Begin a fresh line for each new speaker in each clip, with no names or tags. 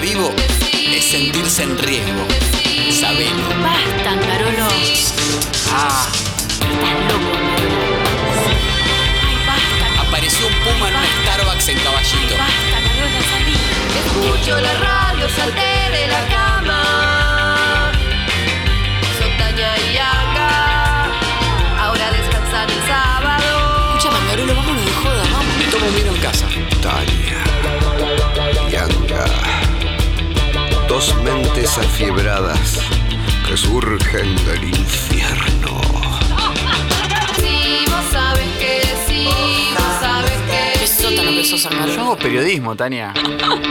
vivo es sentirse en riesgo. Sabelo.
Basta, Carolo.
Ah,
Estás loco, Carolo. Ay, basta.
apareció un puma en un Starbucks en Caballito.
Basta, Carola, salí.
Escucho la radio, salté de la cama. Sotaña y acá. Ahora descansar el sábado.
Escucha, Mangarolo, vámonos de joda, vamos.
Me tomo un vino en casa.
Tania, Yanga, dos mentes afiebradas que surgen del infierno.
Si vos sabes que sí, vos sabes que
Qué
sí.
sótano que sos,
Ah, Yo
Mangarolo.
hago periodismo, Tania.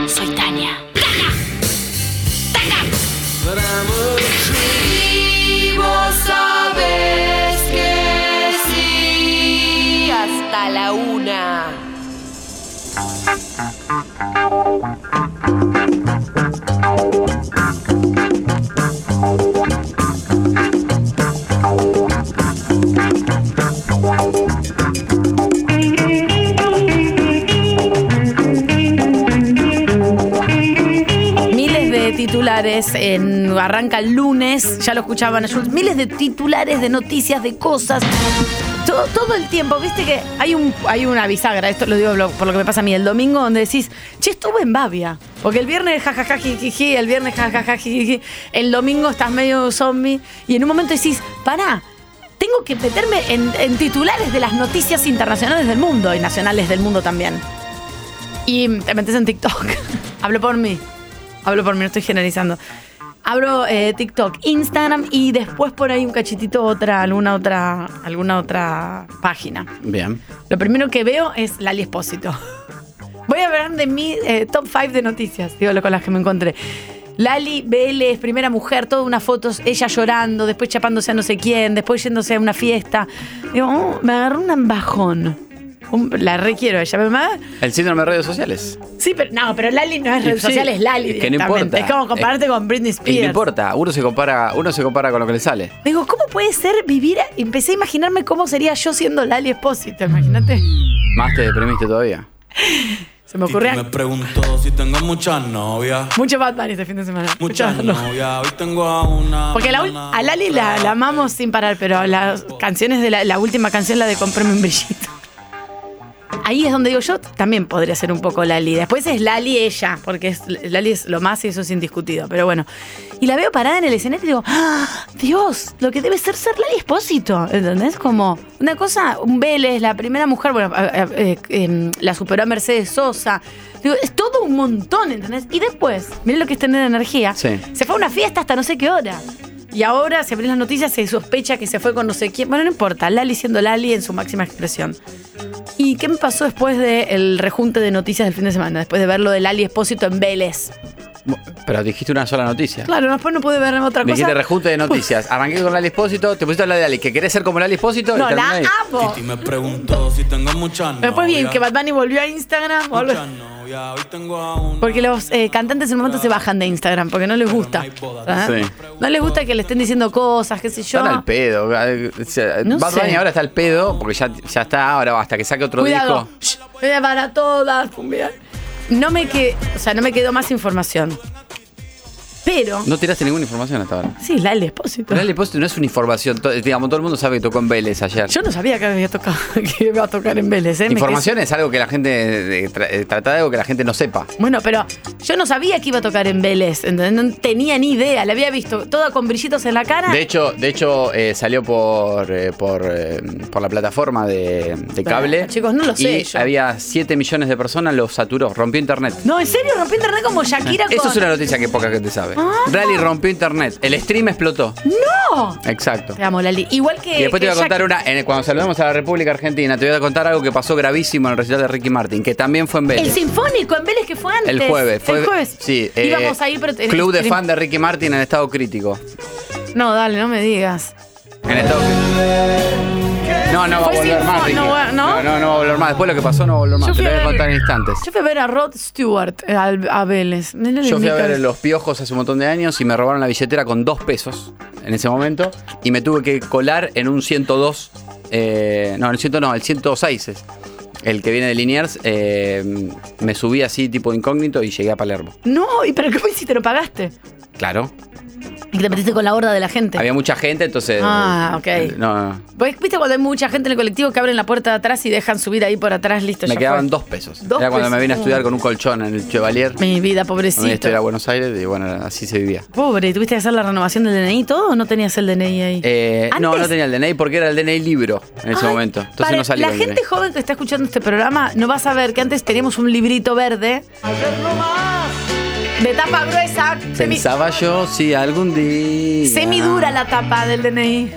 Soy Tania.
Si vos sabes que sí. Hasta la una.
Miles de titulares en arranca el lunes, ya lo escuchaban a Jules, miles de titulares de noticias, de cosas. Todo, todo el tiempo, viste que hay un hay una bisagra, esto lo digo lo- por lo que me pasa a mí el domingo, donde decís, che, estuve en Babia. Porque el viernes jajaja, jijiji, el viernes jajaja, jijiji, el domingo estás medio zombie. Y en un momento decís, pará, tengo que meterme en, en titulares de las noticias internacionales del mundo y nacionales del mundo también. Y te metes en TikTok. Hablo por mí. Hablo por mí, no estoy generalizando. Hablo eh, TikTok, Instagram y después por ahí un cachitito otra, alguna otra, alguna otra página.
Bien.
Lo primero que veo es Lali Espósito. Voy a hablar de mi eh, top 5 de noticias, digo, lo- con las que me encontré. Lali Vélez, primera mujer, todas unas fotos, ella llorando, después chapándose a no sé quién, después yéndose a una fiesta. Digo, oh, me agarró un bajón. Un- la requiero ella, me ma-
El síndrome de redes sociales.
Sí, pero no, pero Lali no es redes
Sí,
sociales,
pues
Lali.
es que no
directamente.
importa.
Es como compararte
Es-
con
Y
Britney Spears.
no importa, uno se compara, uno se compara con lo que le sale.
Digo, ¿cómo puede ser vivir? a- Empecé a imaginarme cómo sería yo siendo Lali Espósito, imagínate.
Más te deprimiste todavía.
Se me
Titi
ocurría
me preguntó si tengo muchas novias.
mucho Bad Bunny este fin de semana.
Muchas
Escucharlo.
novias, hoy tengo a una.
Porque la ul-
mañana
a Lali la,
otra.
la amamos sin parar, pero las canciones de la, la última canción, la de Comprame un brillito. Ahí es donde digo yo también podría ser un poco Lali. Después es Lali ella, porque es, Lali es lo más y eso es indiscutido. Pero bueno. Y la veo parada en el escenario y digo, ¡Ah, Dios, lo que debe ser ser Lali Espósito. ¿Entendés? Como una cosa, un Vélez, la primera mujer, bueno, eh, eh, eh, la superó a Mercedes Sosa. Digo, es todo un montón, ¿entendés? Y después, miren lo que es tener energía.
Sí.
Se fue a una fiesta hasta no sé qué hora. Y ahora, si abrís las noticias, se sospecha que se fue con no sé quién. Bueno, no importa, Lali siendo Lali en su máxima expresión. ¿Y qué me pasó después del rejunte de noticias del fin de semana? Después de ver lo del Ali Espósito en Vélez.
Bu- Pero dijiste una sola noticia.
Claro, después no pude ver otra
Me
cosa.
dijiste rejunte de noticias. Arranqué con Lali Espósito, te pusiste a hablar de Lali, que querés ser como Lali Espósito. y
No,
terminó
la
ahí.
amo.
Titi me preguntó si tengo muchas novias.
Después bien que Bad Bunny volvió a Instagram. o algo-
Muchas novias, hoy tengo a una.
Porque los eh, cantantes en un momento se bajan de Instagram porque no les gusta. ¿Ah?
Sí.
No les gusta que le estén diciendo cosas, qué sé yo.
Están al pedo. Ah, O sea,
No
Bad
sé.
Bunny ahora está al pedo, porque ya, ya está, ahora basta, que saque otro
Cuidado.
disco.
Shh, eh, para todas. cumbia. No me que, o sea, no me quedó más información. Pero
No tiraste ninguna información hasta ahora.
sí, Lali Espósito.
Lali Espósito no es una información, to- digamos, todo el mundo sabe que tocó en Vélez ayer.
Yo no sabía que había tocado, que iba a tocar en Vélez, ¿eh? Me
Información es algo que la gente eh, tra- eh, trata de algo que la gente no sepa.
quedé- Bueno, pero yo no sabía que iba a tocar en Vélez, ¿entendés? No tenía ni idea, la había visto toda con brillitos en la cara.
De hecho, de hecho eh, salió por eh, por, eh, por la plataforma de, de cable.
chicos, no lo sé
Y
yo.
había 7 millones de personas, lo saturó, rompió internet.
No, en serio, rompió internet como Shakira
Eso
con-
es una noticia que poca gente sabe.
Ah.
Rally rompió internet. El stream explotó.
¡No!
Exacto.
Te amo, Lali. Igual que.
Y después te
eh, que
voy a contar
Shakira.
una, en el- cuando saludemos a la República Argentina, te voy a contar algo que pasó gravísimo en el recital de Ricky Martin, que también fue en
El
Vélez.
sinfónico en Vélez que fue antes.
El jueves. Fue,
el jueves.
Sí. eh,
Íbamos a ir, pero.
Club de fan de Ricky Martin en estado crítico.
No, dale, no me digas.
En estado crítico. No, no va a
Fue
volver
sin-
más,
no,
Ricky.
no va- ¿no?
no, no va a volver más. Después lo que pasó no va a volver más. Te lo voy a contar en instantes.
Yo fui a ver a Rod Stewart eh, al- a, Vélez. No le
Yo fui a
invito.
ver Los Piojos hace un montón de años y me robaron la billetera con dos pesos en ese momento y me tuve que colar en un 102, eh, no, en el 100 no, el 106 es. el que viene de Liniers, eh, me subí así tipo incógnito y llegué a Palermo.
No, ¿y pero cómo hiciste? ¿Lo pagaste?
Claro.
Y te metiste con la horda de la gente.
Había mucha gente, entonces.
Ah, ok.
eh, No, no, no.
Pues, ¿Viste cuando hay mucha gente en el colectivo que abren la puerta de atrás y dejan subir ahí por atrás? Listo,
Me
ya
quedaban
fue.
dos pesos.
Dos
era cuando me
pesos.
vine a estudiar con un colchón en el Chevalier. Me
Mi vida,
vine a
pobrecito.
estudiar a Buenos Aires y este bueno, así se vivía.
Pobre, ¿tuviste que hacer la renovación del DNI y todo o no tenías el DNI ahí?
Eh, no,
¿Antes?
no tenía el DNI porque era el DNI libro en ese
Ay,
momento. Entonces
para
no salía
La
con el
gente
DNI.
joven que está escuchando este programa no va a saber que antes teníamos un librito verde. De tapa gruesa. semi-
Pensaba yo si algún día
Semidura la tapa del DNI.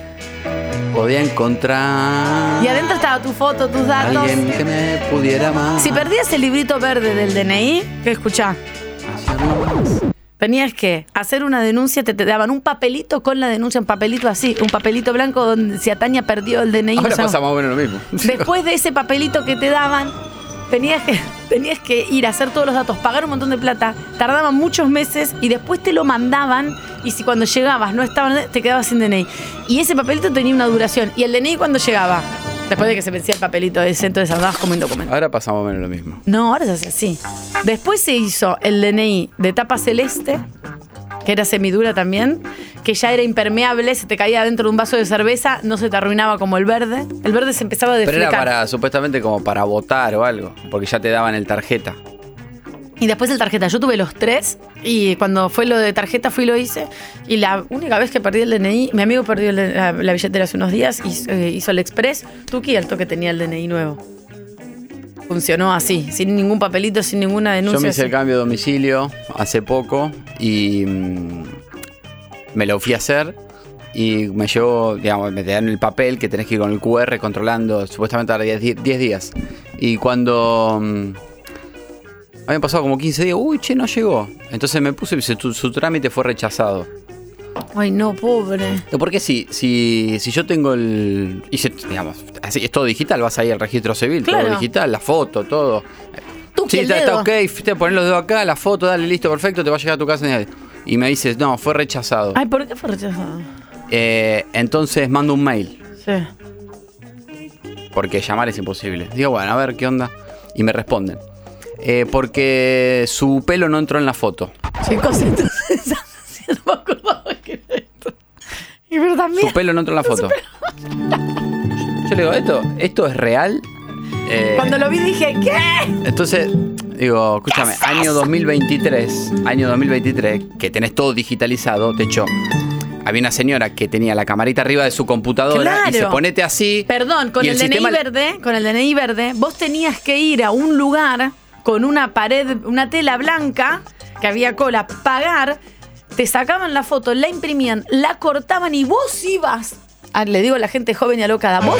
podía encontrar
Y adentro estaba tu foto, tus datos.
alguien que me pudiera amar.
Si perdías el librito verde del DNI, que escuchá, tenías que hacer una denuncia, te, te daban un papelito con la denuncia, un papelito así, un papelito blanco donde si Ataña perdió el DNI.
Ahora
no sabemos-
pasa más o menos lo mismo.
Después de ese papelito que te daban, tenías que, tenías que ir a hacer todos los datos, pagar un montón de plata, tardaban muchos meses y después te lo mandaban y si cuando llegabas no estaban, te quedabas sin DNI. Y ese papelito tenía una duración. ¿Y el DNI cuando llegaba? Después de que se vencía el papelito ese, entonces andabas como indocumento.
Ahora pasa más o menos lo mismo.
No, ahora se hace así. Después se hizo el DNI de tapa celeste, que era semidura también, que ya era impermeable, se te caía dentro de un vaso de cerveza, no se te arruinaba como el verde. El verde se empezaba a
Pero
deflecar.
era para, supuestamente como para votar o algo, porque ya te daban el tarjeta.
Y después el tarjeta. Yo tuve los tres y cuando fue lo de tarjeta fui y lo hice. Y la única vez que perdí el DNI, mi amigo perdió el- la, la billetera hace unos días y hizo, eh, hizo el express. Tuki al toque tenía el DNI nuevo. Funcionó así, sin ningún papelito, sin ninguna denuncia.
Yo me hice el
sin-
cambio de domicilio hace poco y mm, me lo fui a hacer y me llevó, digamos, me dan el papel que tenés que ir con el QR controlando, supuestamente ahora 10 di- 10 días. Y cuando... mm, habían pasado como 15 días, uy, che, no llegó. Entonces me puse y dice, "Tu- su trámite fue rechazado.
Ay, no, pobre.
No, Porque si, si, si yo tengo el. hice, digamos, así, es todo digital, vas ahí al registro civil,
Claro.
todo digital, la foto, todo.
Tú,
sí,
que el
está,
dedo.
está ok, fuiste, poner los dedos acá, la foto, dale, listo, perfecto, te va a llegar a tu casa. en el- Y me dices, no, fue rechazado.
Ay, ¿por qué fue rechazado?
Eh, entonces mando un mail,
Sí.
porque llamar es imposible. Digo, bueno, a ver qué onda. Y me responden. eh, porque su pelo no entró en la foto.
Chicos, entonces. no me acordaba que era esto. Y pero también.
Su pelo no entró en la foto. Yo le digo, ¿esto, esto es real? Eh,
Cuando lo vi dije, ¿qué?
Entonces, digo, escúchame, año 2023, año 2023, que tenés todo digitalizado, de hecho, había una señora que tenía la camarita arriba de su computadora y se
Claro.
ponete así.
Perdón, con
y
el, DNI
sistema-
verde, con el DNI verde, vos tenías que ir a un lugar con una pared, una tela blanca, que había cola, pagar, te sacaban la foto, la imprimían, la cortaban y vos ibas. Ah, le digo a la gente joven y alocada, vos,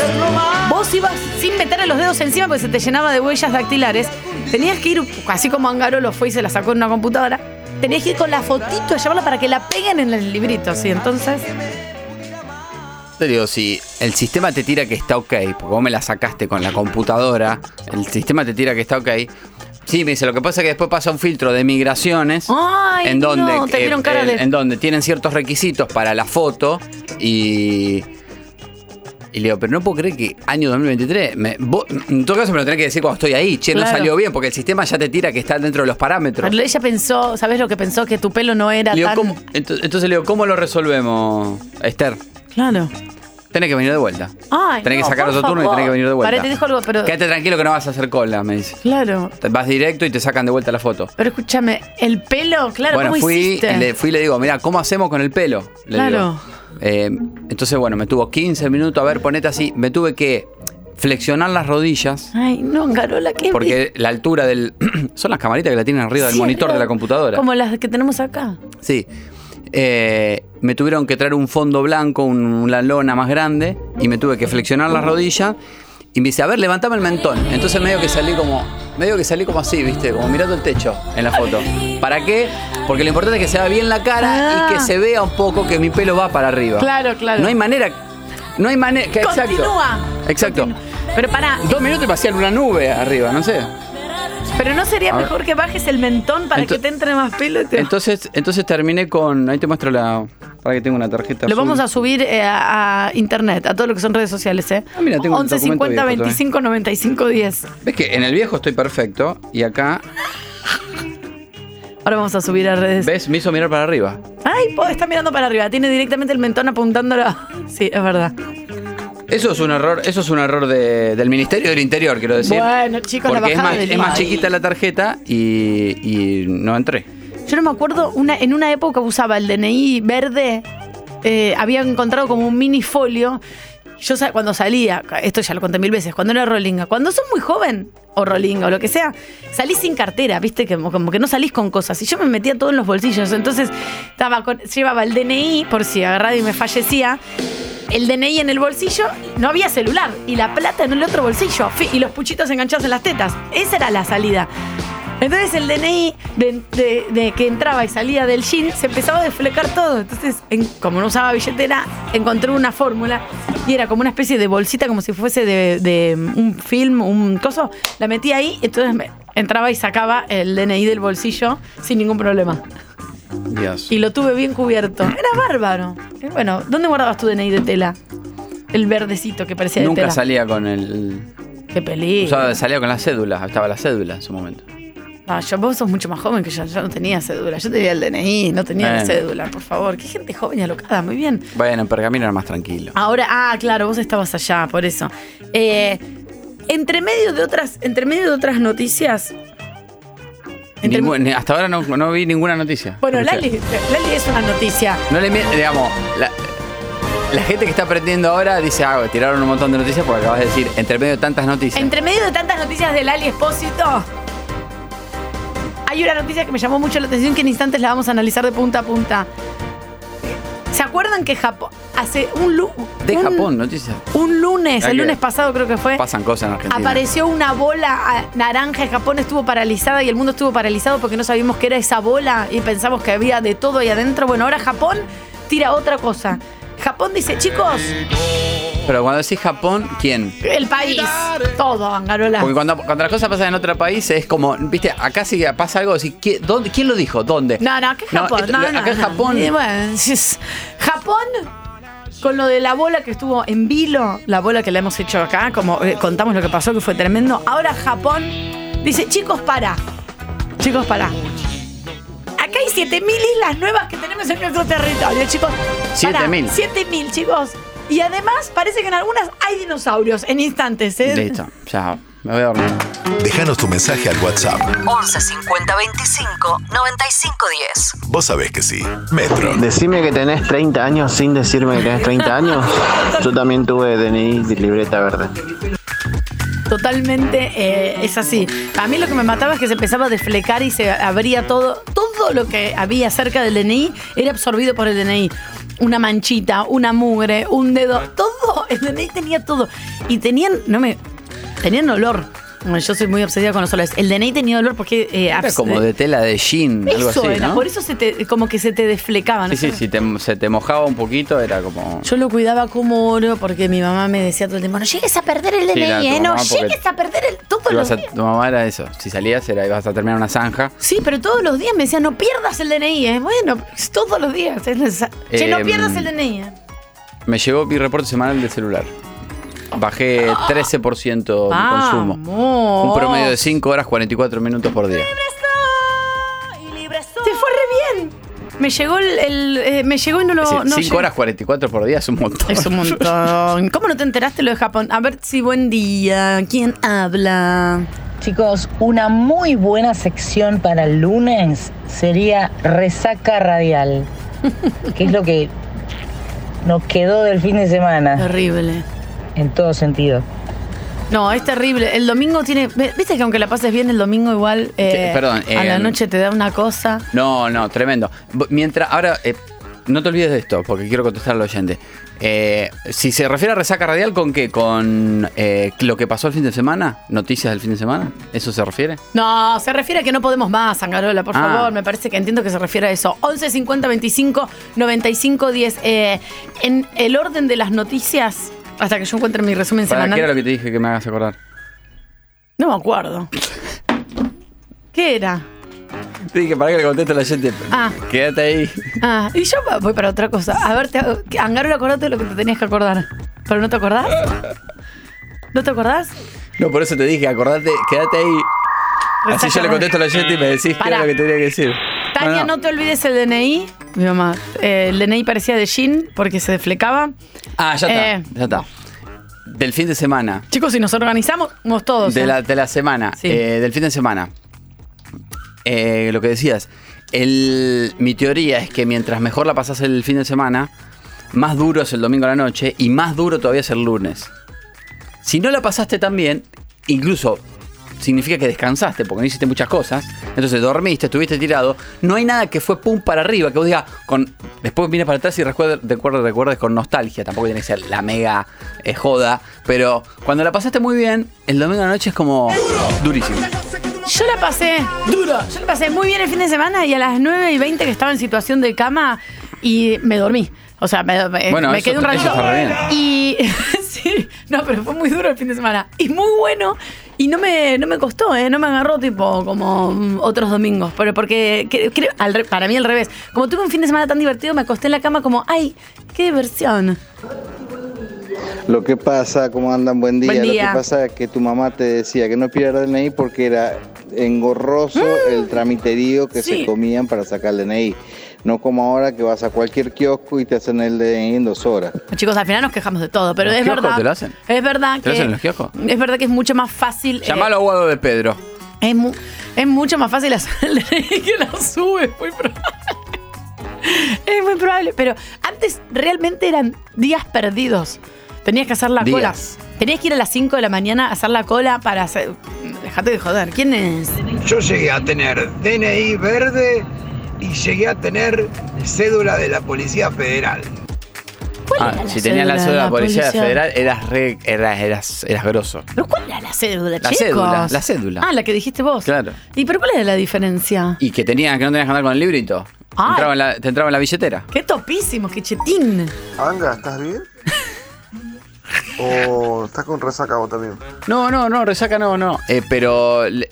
vos ibas sin meterle los dedos encima porque se te llenaba de huellas dactilares. Tenías que ir, así como Angaro lo fue y se la sacó en una computadora, tenías que ir con la fotito a llevarla para que la peguen en el librito, ¿sí? Entonces,
Te digo, si el sistema te tira que está ok, porque vos me la sacaste con la computadora, el sistema te tira que está ok. Sí, me dice, lo que pasa es que después pasa un filtro de migraciones.
Ay,
en donde, eh,
no, te vieron cara de-
En donde tienen ciertos requisitos para la foto y. Y le digo, pero no puedo creer que año 2023. Me, vos- en todo caso me lo tenés que decir cuando estoy ahí. Che, no
Claro.
salió bien, porque el sistema ya te tira que está dentro de los parámetros.
Pero ella pensó, ¿sabes lo que pensó? Que tu pelo no era
Le digo,
tan.
"¿Cómo?". Ento- entonces le digo, ¿cómo lo resolvemos, Esther?
Claro.
Tenés que venir de vuelta.
Ay,
tenés
no,
que sacar
por
otro turno y
favor.
tenés que venir de vuelta.
Pará, te dijo algo, pero-
Quédate tranquilo que no vas a hacer cola, me dice.
Claro.
Te Vas directo y te sacan de vuelta la foto.
Pero escúchame, el pelo, claro,
bueno,
¿cómo
fui
hiciste?
y, le, fui y le digo, mira, ¿cómo hacemos con el pelo? Le
Claro.
digo. Eh, entonces, bueno, me tuvo 15 minutos, a ver, ponete así. Me tuve que flexionar las rodillas,
Ay, no, Carola, qué
porque la altura del... son las camaritas que la tienen arriba del
Sí,
monitor de
arriba,
la computadora.
Como las que tenemos acá.
Sí. Eh, me tuvieron que traer un fondo blanco, un- una lona más grande, y me tuve que flexionar las rodillas. Y me dice, a ver, levantame el mentón. Entonces medio que salí como, medio que salí como así, viste, como mirando el techo en la foto. ¿Para qué? Porque lo importante es que se vea bien la cara
Ah.
y que se vea un poco que mi pelo va para arriba.
Claro, claro.
No hay manera, no hay manera. que- Exacto.
Continúa.
Exacto.
Pero pará,
Dos minutos y pasé en una nube arriba, no sé.
Pero no sería
A ver.
mejor que bajes el mentón para
Ento-
que te entre más pelo. y te-
Entonces, entonces terminé con. Ahí te muestro la. Para que tengo una tarjeta.
Lo
azul.
vamos a subir eh, a, a internet, a todo lo que son redes sociales, ¿eh?
Ah, mira, tengo ¿eh? el
11
documento
50
abierto
25 95 10.
Ves que en el viejo estoy perfecto y acá.
Ahora vamos a subir a redes.
¿Ves? Me hizo mirar para arriba.
Ay, po, está mirando para arriba, tiene directamente el mentón apuntándolo. Sí, es verdad.
Eso es un error, eso es un error de- del Ministerio del Interior, quiero decir.
Bueno, chicos, la
porque es
bajada
más,
del
es más
IVA.
chiquita la tarjeta y, y no entré.
Yo no me acuerdo, una, en una época usaba el DNI verde, eh, había encontrado como un minifolio. Yo sa- cuando salía, esto ya lo conté mil veces, cuando era rolinga, cuando sos muy joven, o rolinga, o lo que sea, salís sin cartera, viste, que, como- como que no salís con cosas. Y yo me metía todo en los bolsillos, entonces estaba con- llevaba el DNI, por si agarraba y me fallecía, el DNI en el bolsillo, no había celular, y la plata en el otro bolsillo, fi- y los puchitos enganchados en las tetas. Esa era la salida. Entonces el DNI de, de- de que entraba y salía del jean se empezaba a desflecar todo. Entonces, en- como no usaba billetera, encontré una fórmula y era como una especie de bolsita, como si fuese de, de un film, un coso. La metí ahí, entonces me- entraba y sacaba el DNI del bolsillo sin ningún problema.
Dios.
Y lo tuve bien cubierto. Era bárbaro. Y Bueno, ¿dónde guardabas tu DNI de tela? El verdecito que parecía de
Nunca
tela.
salía con el.
Qué peligro.
usaba- salía con la cédula, estaba la cédula en su momento.
No, Ah, yo, vos sos mucho más joven que yo. Yo no tenía cédula. Yo tenía el DNI, no tenía la
Bueno.
cédula, por favor. Qué gente joven y alocada, muy bien.
Bueno, en pergamino era más tranquilo.
Ahora, ah, claro, vos estabas allá, por eso. Eh, entre medio de otras, entre medio de otras noticias. entre-
Ningún- ni- hasta ahora no, no vi ninguna noticia.
bueno,
Escuché.
Lali, Lali es una noticia.
No le mie- digamos, la, la gente que está aprendiendo ahora dice, ah, tiraron un montón de noticias porque acabas de decir, entre medio de tantas noticias.
Entre medio de tantas noticias de Lali Espósito, hay una noticia que me llamó mucho la atención que en instantes la vamos a analizar de punta a punta. ¿Se acuerdan que Japón hace un lu-
de
un-
Japón, noticias.
Un lunes,
Hay
el
que-
lunes pasado creo que fue.
Pasan cosas en Argentina.
Apareció una bola ah, naranja y Japón estuvo paralizada y el mundo estuvo paralizado porque no sabíamos qué era esa bola y pensamos que había de todo ahí adentro. Bueno, ahora Japón tira otra cosa. Japón dice, chicos,
Pero cuando decís Japón, ¿quién?
el país, todo, Angarola.
Porque cuando, cuando las cosas pasan en otro país es como, viste, acá sí que pasa algo, así, ¿quién, dónde, ¿quién lo dijo? ¿Dónde?
No, no, acá es Japón.
esto-
No,
lo-
no,
acá es
no.
Japón.
Y bueno, es- Japón, con lo de la bola que estuvo en vilo, la bola que la hemos hecho acá, como eh, contamos lo que pasó, que fue tremendo. Ahora Japón dice, chicos, para. Chicos, para. Acá hay 7.000 islas nuevas que tenemos en nuestro territorio, chicos. Pará,
7.000.
7.000, chicos. Y además parece que en algunas hay dinosaurios en instantes, ¿eh?
Listo, ya, me voy a dormir.
Déjanos tu mensaje al WhatsApp.
11 50 25 95 10.
Vos sabés que sí. Metro.
Decime que tenés 30 años sin decirme que tenés 30 años. Yo también tuve DNI y libreta verde.
Totalmente eh, es así. A mí lo que me mataba es que se empezaba a desflecar y se abría todo. Todo lo que había cerca del DNI era absorbido por el DNI. Una manchita, una mugre, un dedo, todo. El DNI tenía todo. Y tenían, no me, tenían olor. Bueno, yo soy muy obsedida con los olores. El DNI tenía olor porque... eh,
Era
abs-
como de tela de jean, algo
Eso
así,
era,
¿no?
por eso se te- como que se te desflecaba. ¿no?
Sí, sí, si te- se te mojaba un poquito era como...
Yo lo cuidaba como oro porque mi mamá me decía todo el tiempo, no llegues a perder el
Sí,
DNI,
la- tu
¿eh? no
mamá, porque
llegues a perder el... Todo
ibas
lo
a- tu mamá era eso, si salías era, ibas a terminar una zanja.
Sí, pero todos los días me decían, no pierdas el DNI. ¿eh? Bueno, es todos los días. Es necesa- che, no
Em,
pierdas el DNI. ¿eh?
Me llegó mi reporte semanal del celular. Bajé 13% mi consumo.
Vamos.
Un promedio de 5 horas 44 minutos por día.
Te fue re bien. Me llegó el... el, eh, me llegó y no lo... no
5
llegué.
horas 44 por día es un montón.
Es un montón. ¿Cómo no te enteraste lo de Japón? A ver, sí, buen día. ¿Quién habla?
Chicos, una muy buena sección para el lunes sería resaca radial, que es lo que nos quedó del fin de
Ah.
semana,
Terrible.
en todo sentido.
No, es terrible. El domingo tiene... Viste que aunque la pases bien, el domingo igual... eh,
Sí, perdón,
a la
em,
noche te da una cosa.
No, no, tremendo. B- Mientras, ahora, eh, no te olvides de esto, porque quiero contestar al oyente. Eh, si se refiere a resaca radial, ¿con qué? ¿Con eh, lo que pasó el fin de semana? ¿Noticias del fin de semana? ¿Eso se refiere?
No, se refiere a que no podemos más, Angarola, por
Ah.
favor. Me parece que entiendo que se refiere a eso. 11 50 25 95 10. Eh, en el orden de las noticias, hasta que yo encuentre mi resumen
¿Para qué era
semanal.
lo que te dije que me hagas acordar?
No me acuerdo. ¿Qué era?
Dije, para que le conteste a la gente.
Ah.
Quédate ahí.
Ah, y yo pa- voy para otra cosa. A ver, te, Angaro, acordate de lo que te tenías que acordar. ¿Pero no te acordás? ¿No te acordás?
No, por eso te dije, acordate, quédate ahí. Así Ah, yo le contesto a la gente y me decís qué
Pará.
era lo que tenía que decir.
Tania, no, te olvides el DNI. Mi mamá. eh, el DNI parecía de Jean porque se desflecaba.
Ah, ya está.
Eh.
Ya está. Del fin de semana.
Chicos, si nos organizamos, somos todos.
De
¿eh?
la, de la semana.
Sí.
eh, del fin de semana. Eh, lo que decías. El- mi teoría es que mientras mejor la pasás el fin de semana, más duro es el domingo a la noche y más duro todavía es el lunes. Si no la pasaste tan bien, incluso significa que descansaste porque no hiciste muchas cosas. Entonces dormiste, estuviste tirado. No hay nada que fue pum para arriba, que vos digas, con, después vienes para atrás y recuerdes, recuerdes, recuerdes con nostalgia. Tampoco tiene que ser la mega eh, joda. Pero cuando la pasaste muy bien, el domingo a la noche es como durísimo.
Yo la pasé. Dura. Yo la pasé muy bien el fin de semana y a las 9 y 20 que estaba en situación de cama y me dormí. O sea, me, me-
Bueno,
me
eso-
quedé un
eso
ratito.
está re bien.
Y sí, no, pero fue muy duro el fin de semana. Y muy bueno. Y no me, no me costó, ¿eh? No me agarró tipo como mm, otros domingos. Pero porque, cre- creo- al re- para mí al revés. Como tuve un fin de semana tan divertido, me acosté en la cama como, ¡ay, qué diversión!
Lo que pasa, ¿cómo andan? Buen día.
Buen día.
Lo que pasa es que tu mamá te decía que no pierdas el DNI porque era engorroso el tramiterío que
Sí.
se comían para sacar el DNI. No como ahora que vas a cualquier kiosco y te hacen el DNI en dos horas.
Chicos, al final nos quejamos de todo, pero
¿Los
es
kioscos
verdad.
te lo hacen?
Es verdad
¿Te lo
que.
hacen en los kioscos?
Es verdad que es mucho más fácil. eh,
Llamalo a Guado de Pedro.
Es, mu- es mucho más fácil hacerle que la sube, es muy probable. Es muy probable, pero antes realmente eran días perdidos. Tenías que hacer la
Días.
cola. Tenías que ir a las 5 de la mañana a hacer la cola para hacer... Dejate de joder, ¿quién es?
Yo llegué a tener DNI verde y llegué a tener cédula de la Policía Federal.
Ah, si tenías la
cédula de
cédula de
la
la Policía
policía?
Federal, eras, re- eras, eras, eras grosso.
¿Pero cuál era la cédula,
La
chicos?
cédula, la cédula.
Ah, la que dijiste vos.
Claro.
¿Y pero cuál era la diferencia?
Y que tenías, que no tenías que andar con el librito.
Ay.
Entraba en la- te entraba en la billetera.
Qué topísimo, qué chetín.
Anga, ¿estás bien? ¿O estás con resaca vos también?
No, no, no, resaca no, no. Eh, pero le-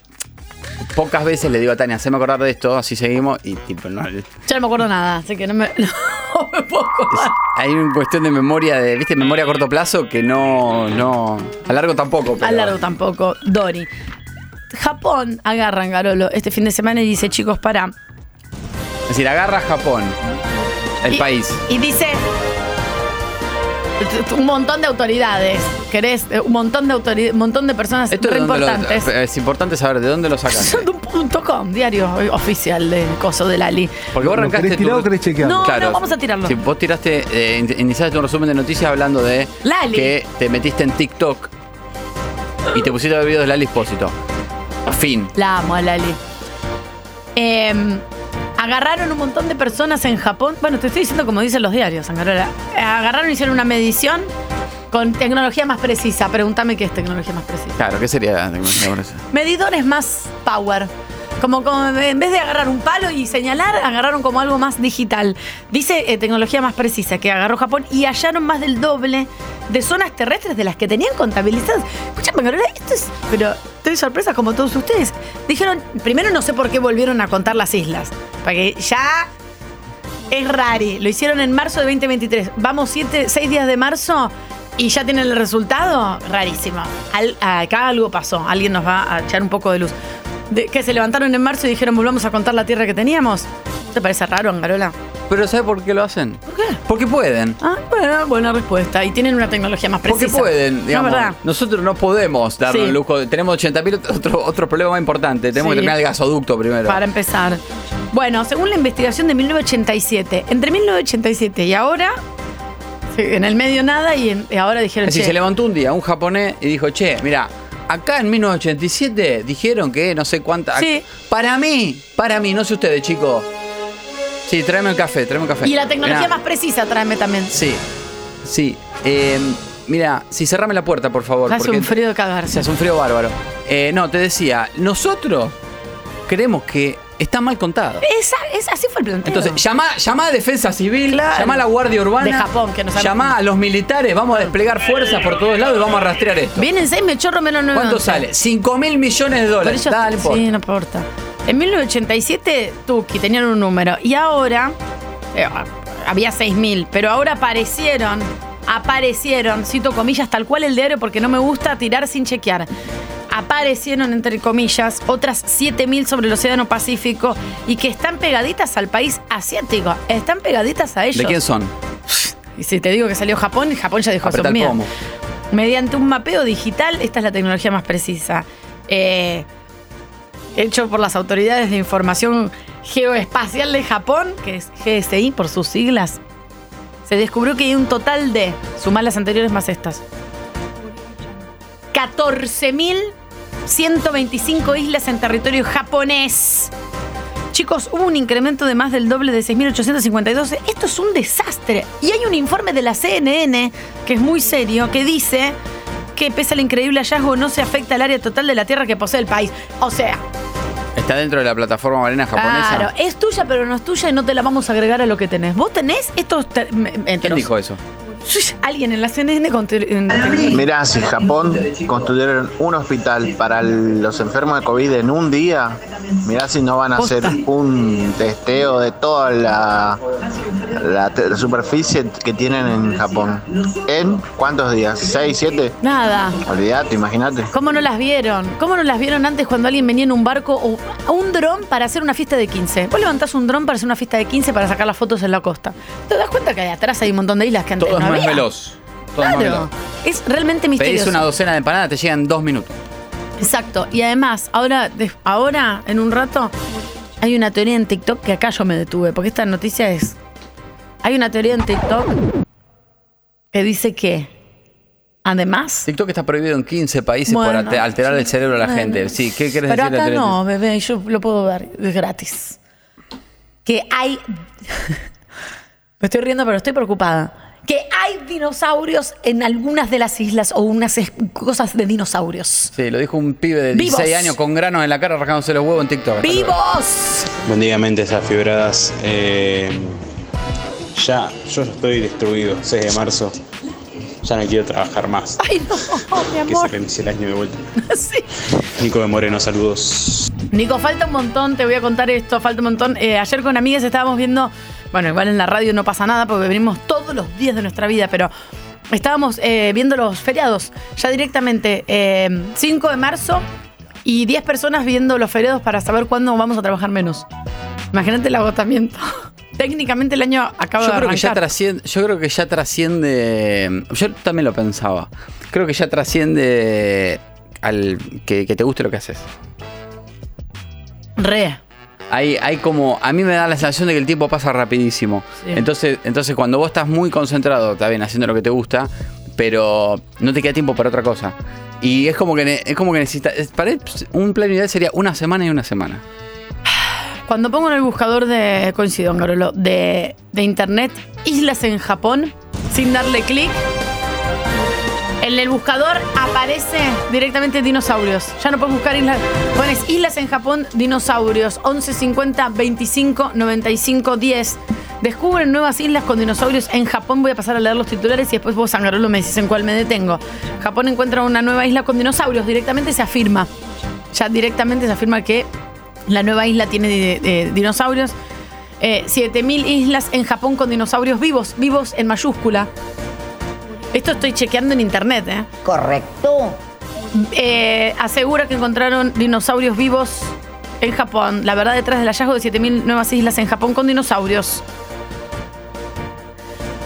pocas veces le digo a Tania, haceme acordar de esto, así seguimos. Y tipo, no, le-
Yo no me acuerdo nada, así que no me... no me puedo acordar.
hay una cuestión de memoria, de, ¿viste? Memoria a corto plazo que no, no. A largo tampoco. pero-
Al largo tampoco. Dori. Japón agarran Garolo este fin de semana y dice, chicos, para.
Es decir, agarra Japón, el
Y-
país.
Y dice. Un montón de autoridades. ¿Querés? Eh, Un montón de autoridades, un montón de personas
¿De
re
dónde lo-
importantes.
es importante saber de dónde lo sacas.
Son de un punto com, diario eh, oficial de coso de Lali.
Porque vos arrancaste.
¿Querés
tu-
tirado o querés chequearlo? No,
Claro.
no, vamos a tirarlo.
Si vos tiraste, eh, in- iniciaste un resumen de noticias hablando de
Lali.
que te metiste en TikTok y te pusiste a ver videos de Lali Espósito. Fin.
La amo a Lali. Eh, agarraron un montón de personas en Japón. Bueno, te estoy diciendo como dicen los diarios, Angarola. Eh, Agarraron y hicieron una medición con tecnología más precisa. Pregúntame qué es tecnología más precisa.
Claro, ¿qué sería?
Medidores más power. Como, como en vez de agarrar un palo y señalar, agarraron como algo más digital. Dice eh, tecnología más precisa que agarró Japón y hallaron más del doble de zonas terrestres de las que tenían contabilizadas. Escúchame, Carola, esto es. Pero estoy sorpresa como todos ustedes. Dijeron, primero no sé por qué volvieron a contar las islas. Para que ya es rari. Lo hicieron en marzo de 2023. Vamos siete, seis días de marzo y ya tienen el resultado. Rarísimo. Al- acá algo pasó. Alguien nos va a echar un poco de luz. De- que se levantaron en marzo y dijeron volvamos a contar la tierra que teníamos. ¿Te parece raro, Angarola?
Pero ¿sabes por qué lo hacen? ¿Por
qué?
Porque pueden.
Ah, bueno, buena respuesta. Y tienen una tecnología más precisa.
Porque pueden, digamos.
No, ¿verdad?
Nosotros no podemos darnos
Sí.
el lujo. de- Tenemos 80.000 otro, otro problema más importante. Tenemos
Sí.
que terminar el gasoducto primero.
Para empezar. Bueno, según la investigación de 1987, entre 1987 y ahora, sí, en el medio nada y, en- y ahora dijeron...
Así
"Che,
se levantó un día un japonés y dijo, che, mira, acá en 1987 dijeron que no sé cuánta...
Sí.
Para mí, para mí, no sé ustedes, chicos. Sí, tráeme el café, tráeme el café.
Y la tecnología
Mirá,
más precisa, tráeme también.
Sí, sí. Eh, mira, sí, cerrame la puerta, por favor.
Hace
porque-
un frío de cagarse.
Se hace un frío bárbaro. Eh, no, te decía, nosotros creemos que está mal contado.
Esa, esa- así fue el planteo.
Entonces, llama, llama a Defensa Civil,
Claro.
llama a la Guardia Urbana.
De Japón, que nos han-
Llama a los militares, vamos a desplegar fuerzas por todos lados y vamos a rastrear esto.
Vienen seis mechorro menos nueve.
¿Cuánto
once.
sale? 5 mil millones de
Por
dólares.
ello-
Dale,
sí, no importa. En 1987, Tuki, tenían un número. Y ahora, eh, había 6.000, pero ahora aparecieron, aparecieron, cito comillas, tal cual el diario porque no me gusta tirar sin chequear. Aparecieron, entre comillas, otras 7.000 sobre el Océano Pacífico y que están pegaditas al país asiático. Están pegaditas a ellos.
¿De quién son?
Y si te digo que salió Japón, Japón ya dijo
Apretá el
son mías.
pomo.
Mediante un mapeo digital, esta es la tecnología más precisa, eh, hecho por las autoridades de información geoespacial de Japón, que es GSI por sus siglas, se descubrió que hay un total de, sumar las anteriores más estas, 14.125 islas en territorio japonés. Chicos, hubo un incremento de más del doble de 6.852. Esto es un desastre. Y hay un informe de la CNN, que es muy serio, que dice que pese al increíble hallazgo no se afecta el área total de la tierra que posee el país. O sea,
Está dentro de la plataforma marina japonesa.
claro, es tuya pero no es tuya y no te la vamos a agregar a lo que tenés. Vos tenés estos... ter- me- me-
¿Quién dijo eso?
Alguien en la CNN con... te- en-
Mirá, si en Japón construyeron un hospital para el- los enfermos de COVID en un día, mirá si no van a hacer un testeo de toda la, la te- la superficie que tienen en Japón. ¿En cuántos días? ¿Seis, siete?
Nada.
Olvídate, imagínate.
¿Cómo no las vieron? ¿Cómo no las vieron antes cuando alguien venía en un barco o a un dron para hacer una fiesta de 15? Vos levantás un dron para hacer una fiesta de 15 para sacar las fotos en la costa. ¿Te das cuenta que de atrás hay un montón de islas que antes
Todo es
no
más
había?
veloz. Todo es más veloz.
Claro. Es realmente
Pedís
misterioso.
una docena de empanadas, te llegan dos minutos.
Exacto. Y además, ahora, de- ahora, en un rato, hay una teoría en TikTok que acá yo me detuve, porque esta noticia es. Hay una teoría en TikTok que dice que, además.
TikTok está prohibido en 15 países por
Bueno,
ate- alterar el cerebro a la
bueno.
gente. Sí, ¿qué querés
Pero
decir?
acá
de la
no, bebé, yo lo puedo ver, es gratis. Que hay. Me estoy riendo, pero estoy preocupada. Que hay dinosaurios en algunas de las islas o unas es- cosas de dinosaurios.
Sí, lo dijo un pibe de
Vivos.
16 años con granos en la cara rascándose los huevos en TikTok. Hasta luego.
¡Vivos!
Buen día, mentes afibradas. Eh, ya, yo ya estoy destruido. 6 de marzo. Ya no quiero trabajar más.
Ay, no, mi
que se
amor.
reinicie el año de vuelta.
Sí.
Nico de Moreno, saludos.
Nico, falta un montón, te voy a contar esto, falta un montón. Eh, ayer con amigas estábamos viendo, bueno, igual en la radio no pasa nada porque venimos todos los días de nuestra vida, pero estábamos eh, viendo los feriados ya directamente, eh, 5 de marzo y 10 personas viendo los feriados para saber cuándo vamos a trabajar menos. Imagínate el agotamiento. Técnicamente el año acaba
Yo
de
creo, que ya
arrancar.
trasciende, yo creo que ya trasciende. Yo también lo pensaba. Creo que ya trasciende al que, que te guste lo que haces.
Re.
Hay, hay como. A mí me da la sensación de que el tiempo pasa rapidísimo.
Sí.
Entonces, entonces, cuando vos estás muy concentrado, está bien, haciendo lo que te gusta, pero no te queda tiempo para otra cosa. Y es como que, ne- es como que necesitas. es- Para pues, un plan ideal sería una semana y una semana.
Cuando pongo en el buscador de, coincido, Angarolo, de, de internet, islas en Japón, sin darle clic, en el buscador aparece directamente dinosaurios. Ya no puedes buscar islas. Pones islas en Japón, dinosaurios, 11, 50, 25, 95, 10. Descubren nuevas islas con dinosaurios en Japón. Voy a pasar a leer los titulares y después vos, Angarolo, me decís en cuál me detengo. Japón encuentra una nueva isla con dinosaurios. Directamente se afirma. Ya directamente se afirma que la nueva isla tiene di- eh, dinosaurios. Eh, 7.000 islas en Japón con dinosaurios vivos, vivos en mayúscula. Esto estoy chequeando en internet, ¿eh?
Correcto.
Eh, asegura que encontraron dinosaurios vivos en Japón. La verdad detrás del hallazgo de 7.000 nuevas islas en Japón con dinosaurios.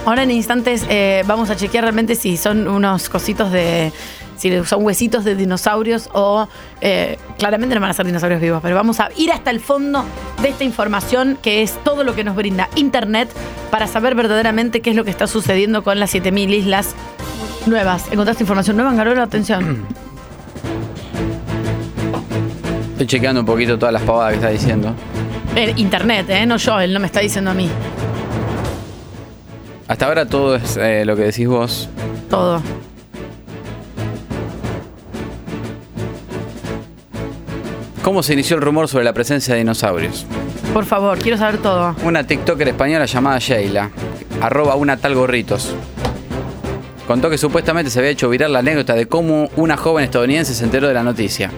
Ahora en instantes eh, vamos a chequear realmente si son unos cositos de... Si son huesitos de dinosaurios o... eh, claramente no van a ser dinosaurios vivos, pero vamos a ir hasta el fondo de esta información que es todo lo que nos brinda Internet para saber verdaderamente qué es lo que está sucediendo con las 7.000 islas nuevas. ¿Encontraste información nueva, Angarolo? Atención.
Estoy chequeando un poquito todas las pavadas que está diciendo.
El internet, ¿eh? No yo, él no me está diciendo a mí.
Hasta ahora todo es eh, lo que decís vos.
Todo.
¿Cómo se inició el rumor sobre la presencia de dinosaurios?
Por favor, quiero saber todo.
Una TikToker española llamada Sheila, arroba una tal gorritos, contó que supuestamente se había hecho viral la anécdota de cómo una joven estadounidense se enteró de la noticia.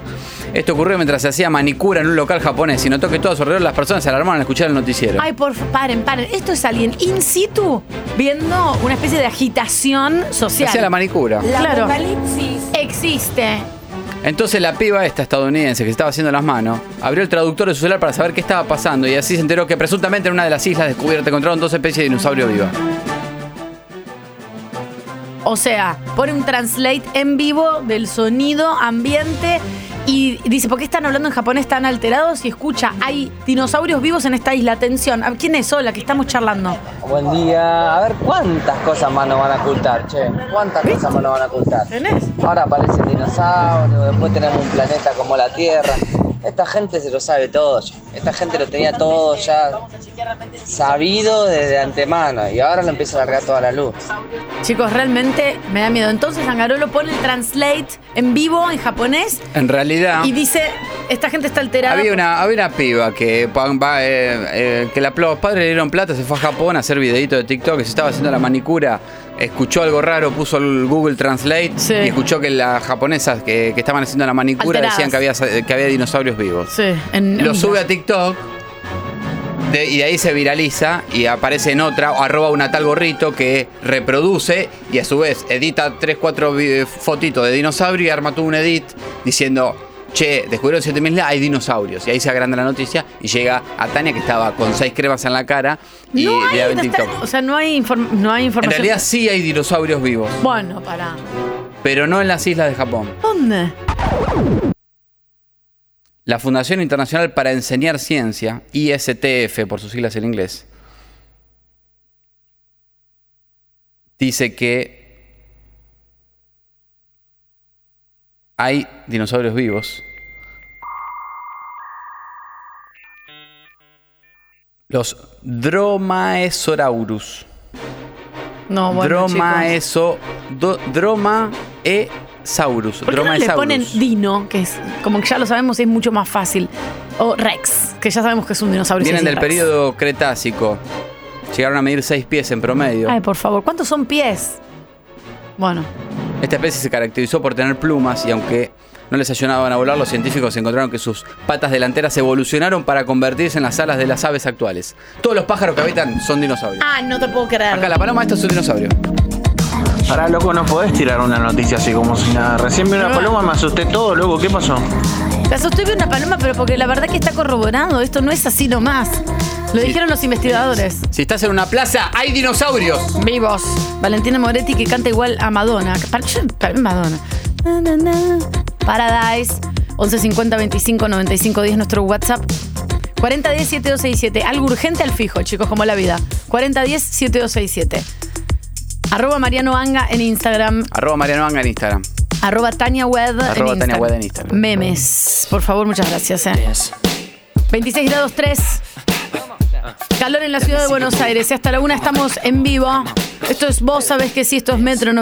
Esto ocurrió mientras se hacía manicura en un local japonés y notó que todo a su alrededor las personas se alarmaron al escuchar el noticiero.
Ay, por favor, paren, paren. Esto es alguien in situ viendo una especie de agitación social.
Hacía la manicura.
La claro. existe.
Entonces la piba esta estadounidense que se estaba haciendo las manos abrió el traductor de su celular para saber qué estaba pasando y así se enteró que presuntamente en una de las islas descubiertas encontraron dos especies de dinosaurio viva.
O sea, pone un translate en vivo del sonido, ambiente y dice, ¿por qué están hablando en japonés tan alterados? Y escucha, hay dinosaurios vivos en esta isla. Atención, ¿a quién es Hola? Que estamos charlando.
Buen día. A ver, ¿cuántas cosas más nos van a ocultar, che? ¿Cuántas cosas más nos van a ocultar? Ahora aparecen dinosaurios, después tenemos un planeta como la Tierra. Esta gente se lo sabe todo ya. Esta gente lo tenía todo ya sabido desde antemano y ahora lo empieza a largar toda la luz.
Chicos, realmente me da miedo. Entonces Angarolo pone el translate en vivo en japonés
En realidad,
y dice, esta gente está alterada.
Ah. había una, había una piba que, pan- va, eh, eh, que la, los padres le dieron plata, se fue a Japón a hacer videito de TikTok, que se estaba haciendo la manicura, escuchó algo raro, puso el Google Translate y escuchó que las japonesas que, que estaban haciendo la manicura
Alteradas.
decían que había, sa- que había dinosaurios vivos.
Sí, en-
Lo
en-
sube a TikTok. de- y de ahí se viraliza y aparece en otra, o arroba una tal gorrito que reproduce y a su vez edita 3, 4 fotitos de dinosaurio y arma tú un edit diciendo, che, descubrieron 7000 islas, hay dinosaurios. Y ahí se agranda la noticia y llega a Tania que estaba con seis cremas en la cara y
No
le
hay,
da en TikTok.
o sea, no hay, inform- no hay
En
información.
realidad sí hay dinosaurios vivos,
Bueno, para.
pero no en las islas de Japón.
¿Dónde?
La Fundación Internacional para Enseñar Ciencia, ISTF por sus siglas en inglés, dice que hay dinosaurios vivos. Los Dromaesaurus.
No, Oh, bueno, chicos.
Dromaeso, do- dromaesaurus.
¿Por qué no le
dromaesaurus.
ponen Dino, que es como que ya lo sabemos, es mucho más fácil? O Rex, que ya sabemos que es un dinosaurio.
Vienen
sí, sí,
del
Rex.
periodo Cretácico. Llegaron a medir 6 pies en promedio.
Ay, por favor, ¿cuántos son pies? Bueno,
Esta especie se caracterizó por tener plumas y aunque no les ayudaban a volar, los científicos encontraron que sus patas delanteras evolucionaron para convertirse en las alas de las aves actuales. Todos los pájaros que habitan son dinosaurios.
Ah, no te puedo creer.
Acá la paloma, esto es un dinosaurio.
Ahora, loco, no podés tirar una noticia así como si nada. Recién vi una paloma, me asusté todo, loco. ¿Qué pasó?
te asusté ver una paloma, pero porque la verdad que está corroborado, esto no es así nomás. Lo dijeron los investigadores.
Si estás en una plaza, hay dinosaurios.
Vivos. Valentina Moretti que canta igual a Madonna. Para, yo- para mí Madonna. Na, na, na. Paradise. 11 50 25 95 10 nuestro WhatsApp. 40 10 7267. Algo urgente al fijo, chicos, como la vida. 40 10 7267. Arroba Mariano Anga en Instagram.
Arroba Mariano Anga en Instagram.
Arroba Tania Web
Arroba
en
Tania
Instagram.
Wed en Instagram.
Memes. Por favor, muchas gracias. eh. 26 grados 3. Calor en la ciudad de Buenos Aires. Y hasta la una estamos en vivo. Esto es Vos sabés que sí, esto es Metro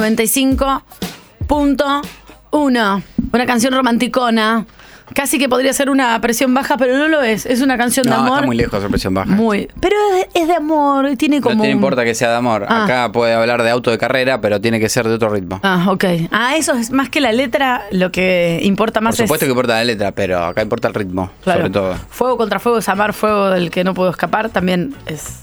95.1. Una canción romanticona. Casi que podría ser una presión baja, pero no lo es. Es una canción de
No,
amor.
está muy lejos la presión baja.
Muy- Pero es de, es de amor, y tiene como.
No te
un-
importa que sea de amor.
Ah.
Acá puede hablar de auto de carrera, pero tiene que ser de otro ritmo.
Ah, ok. Ah, eso es más que la letra, lo que importa
Por
más es.
supuesto que importa la letra, pero acá importa el ritmo,
Claro.
sobre todo.
Fuego contra fuego es amar, fuego del que no puedo escapar también es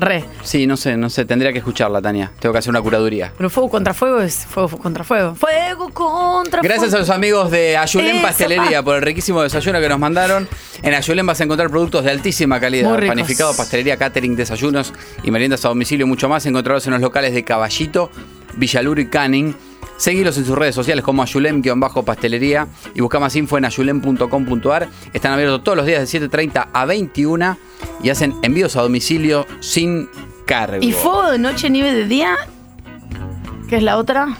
re.
Sí, no sé, no sé, tendría que escucharla, Tania. Tengo que hacer una curaduría.
Pero fuego contra fuego es fuego contra fuego. Fuego contra
Gracias a
fuego.
los amigos de Ayulén
Eso,
Pastelería
pa.
por el riquísimo desayuno que nos mandaron. En Ayulén vas a encontrar productos de altísima calidad,
Muy ricos.
panificados, pastelería, catering, desayunos y meriendas a domicilio y mucho más. Encontrados en los locales de Caballito, Villaluro y Canning. Seguilos en sus redes sociales como ayulem-pastelería y busca más info en ayulem.com.ar. Están abiertos todos los días de 7.30 a 21 y hacen envíos a domicilio sin cargo.
Y fuego de noche, nieve de día, que es la otra.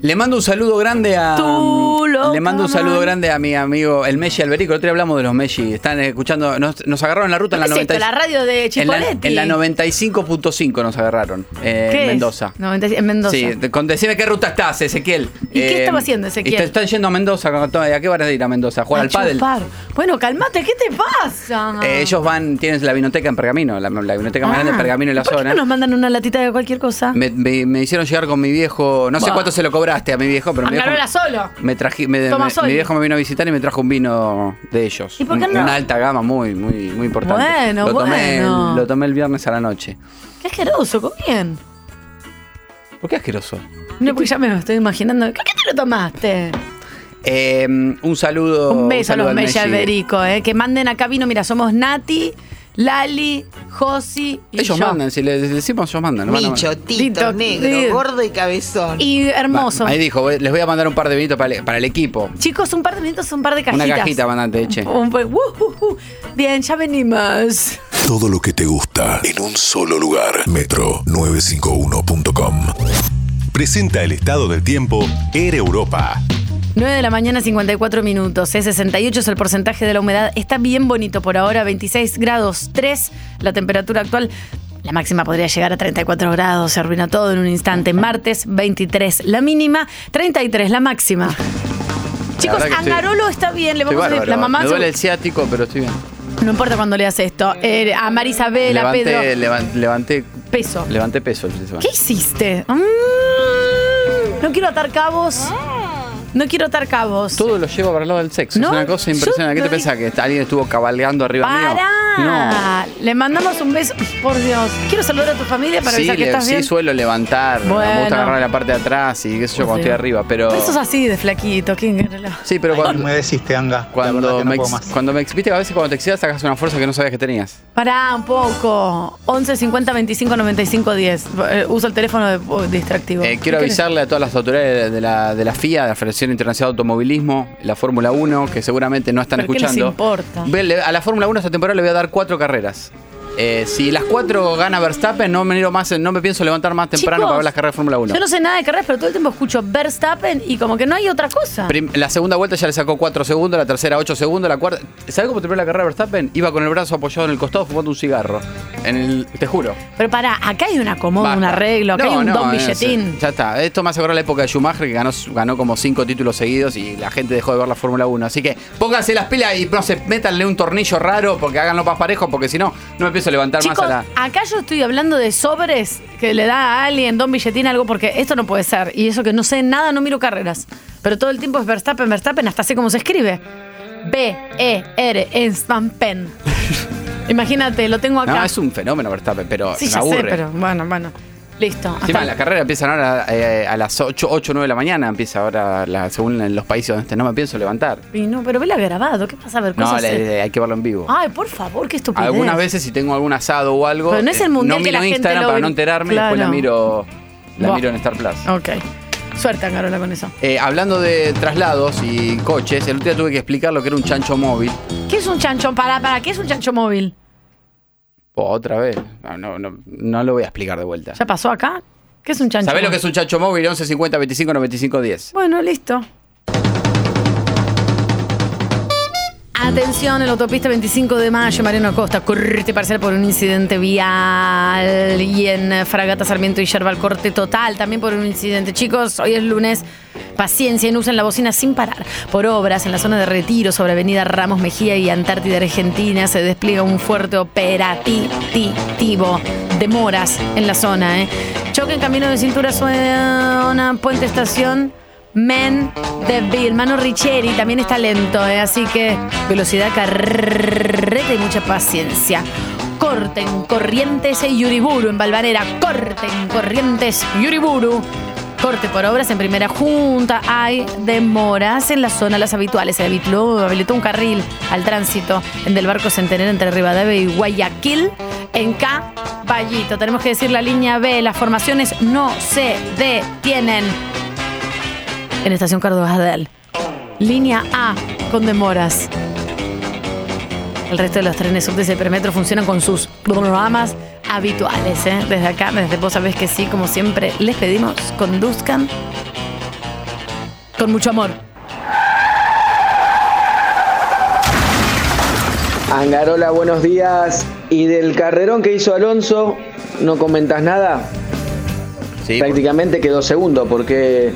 Le mando un saludo grande a.
Tú, loca,
le mando un saludo grande a mi amigo el Messi Alberico. El otro día hablamos de los Messi. Están escuchando. Nos, nos agarraron en la ruta en la
¿Qué es esto?
90
La radio de
en la-
Chipoletti.
en la 95.5 nos agarraron. eh,
¿Qué
en
es?
Mendoza.
90 en Mendoza.
Sí, de- con, decime qué ruta estás, Ezequiel.
¿Y qué estaba haciendo, Ezequiel?
y te- están yendo a Mendoza. con todo- ¿A qué van a ir a Mendoza? ¿A
A
jugar al pádel?
chupar. Bueno, calmate, ¿qué te pasa?
Eh, ellos van, tienen la vinoteca en Pergamino, la, la vinoteca más
Ah.
grande de Pergamino en la
¿Por qué
zona.
no nos mandan una latita de cualquier cosa?
Me, me- me hicieron llegar con mi viejo, no sé
Bah.
cuánto se lo contraste a mi viejo, pero mi viejo,
Angarola solo.
me trají- me-
Toma
me-
Sol.
mi viejo me vino a visitar y me trajo un vino de ellos.
¿Y por qué
Un-
no?
Una alta gama muy, muy, muy importante.
Bueno,
lo tomé,
bueno.
Lo tomé el viernes a la noche.
Qué asqueroso, ¿con quién?
¿Por qué asqueroso?
No, porque ya me lo estoy imaginando. ¿Con qué te lo tomaste?
Eh, un saludo.
Un beso a
saludo al
los Mella
Messi.
Alberico, eh, que manden acá vino. Mira, somos Nati, Lali, Josi y
Ellos
yo.
mandan, si les decimos, ellos mandan. van a-
Tito, negro, gordo
y cabezón.
Y hermoso.
Va, Ahí dijo, voy- les voy a mandar un par de vinitos para el, para el equipo.
Chicos, un par de minutos, un par de cajitas.
Una cajita mandante, che.
Un pa- uh, uh, uh. Bien, ya venimos.
Todo lo que te gusta en un solo lugar. Metro951.com. Presenta el estado del tiempo Air Europa.
9 de la mañana, 54 minutos. eh, 68 es el porcentaje de la humedad. Está bien bonito por ahora, 26 grados 3 la temperatura actual. La máxima podría llegar a 34 grados, se arruina todo en un instante. Martes 23 la mínima, 33 la máxima. Chicos,
verdad que estoy-
Angarolo está bien, le
Estoy
vamos a decir,
bárbaro.
la mamá
Me
se-
duele el ciático, pero estoy bien.
No importa cuando leas esto. Eh, a Marisabel, a
levanté,
Pedro.
levan- levanté,
Peso.
levanté peso el fin de semana.
¿Qué hiciste? Mm, no quiero atar cabos. No quiero atar cabos.
Todo lo llevo para el lado del sexo.
No,
es una cosa
yo
impresionante. ¿Qué
no
te pensás? ¿Que alguien estuvo cabalgando arriba mío? No.
¡Pará! Le mandamos un beso. Por Dios. Quiero saludar a tu familia para
Sí,
avisar que
le-
estás
sí
bien.
suelo levantar. Me
Bueno.
gusta agarrar la parte de atrás y qué sé yo cuando
Sí.
estoy arriba. Pero.
Pero sos así de flaquito. ¿Qué relajo.
Sí, pero cuando.
me desiste, Anga.
Cuando,
que no
me
puedo
ex-
más.
cuando me ex- viste que a veces cuando te exitas sacas una fuerza que no sabías que tenías.
Pará un poco. 11 50 25 95 10. Eh, Uso el teléfono de- oh, distractivo.
Eh, quiero
¿Qué querés?
avisarle a todas las autoridades de la, de la FIA, de la Federación Internacional de Automovilismo, la Fórmula 1, que seguramente no están
¿Pero qué les
escuchando.
importa?
Ve- le- A la Fórmula 1 esta temporada le voy a dar cuatro carreras. Eh, si las cuatro gana Verstappen, no me, miro más, no me pienso levantar más temprano
Chicos,
para ver las carreras de Fórmula 1.
Yo no sé nada de carreras, pero todo el tiempo escucho Verstappen y como que no hay otra cosa.
Prim- la segunda vuelta ya le sacó 4 segundos, la tercera 8 segundos, la cuarta. ¿Sabes cómo terminó la carrera Verstappen? Iba con el brazo apoyado en el costado fumando un cigarro. En el, te juro.
Pero pará, acá hay un acomodo, un arreglo, acá
No,
hay un
no, eh,
don
no sé.
billetín.
ya está. Esto me hace acordar la época de Schumacher, que ganó, ganó como 5 títulos seguidos y la gente dejó de ver la Fórmula 1. Así que pónganse las pilas y no se métanle un tornillo raro porque háganlo más parejo, porque si no, no me empiezo a levantar
Chicos,
más a la.
acá yo estoy hablando de sobres que le da a alguien don billetín algo porque esto no puede ser. Y eso que no sé nada, no miro carreras. Pero todo el tiempo es Verstappen, Verstappen, hasta sé cómo se escribe. E B-E-R, Verstappen. Imagínate, lo tengo acá.
No, es un fenómeno Verstappen, pero
sí,
me
ya
aburre.
sé, pero bueno, bueno. Listo. hasta-
Encima, la carrera empiezan ahora eh, a las 8, 8 9 de la mañana. Empieza ahora, la, según en los países donde esté. No me pienso levantar.
Y no, pero vela grabado, ¿qué pasa? A ver,
No,
cosas-
le- le- hay que verlo en vivo.
Ay, por favor, qué estupidez.
Algunas veces, si tengo algún asado o algo,
Pero no es el
eh,
mundial que
miro
la gente
Instagram
lo
para
ve.
no enterarme y después la
Claro.
miro, la
Buah.
miro en Star Plus.
Ok. Suerte, Carola, con eso.
Eh, hablando de traslados y coches, el otro día tuve que explicar lo que era un chancho móvil.
¿Qué es un chancho? Para, para, ¿qué es un chancho móvil?
Oh, otra vez. No, no, no, no lo voy a explicar de vuelta.
¿Ya pasó acá? ¿Qué es un chancho
¿Sabés lo que
móvil?
es un chancho móvil? 11 50 25 95 10.
Bueno, listo. Atención, en la autopista 25 de mayo, Mariano Acosta, corte parcial por un incidente vial. Y en eh, Fragata Sarmiento y Yerbal, corte total también por un incidente. Chicos, hoy es lunes. Paciencia, no usen la bocina sin parar. Por obras, en la zona de retiro, sobre Avenida Ramos Mejía y Antártida Argentina, se despliega un fuerte operativo. Demoras en la zona, ¿eh? Choque en camino de cintura, zona Puente Estación. Men de Bill, Mano Richeri también está lento, ¿eh? así que velocidad carreta y mucha paciencia. Corten Corrientes y Uriburu en Balvanera. Corten Corrientes y Uriburu. Corte por obras en primera junta. Hay demoras en la zona, las habituales. Se habilitó, habilitó un carril al tránsito en del barco centenario entre Rivadavia y Guayaquil en Caballito. Tenemos que decir la línea B. Las formaciones no se detienen en Estación Cardobadal. Línea A con demoras. El resto de los trenes subtes del Permetro funcionan con sus programas habituales. ¿eh? Desde acá, desde vos sabés que sí, como siempre, les pedimos conduzcan con mucho amor.
Angarola, buenos días. ¿Y del carrerón que hizo Alonso, no comentas nada? Prácticamente quedó segundo porque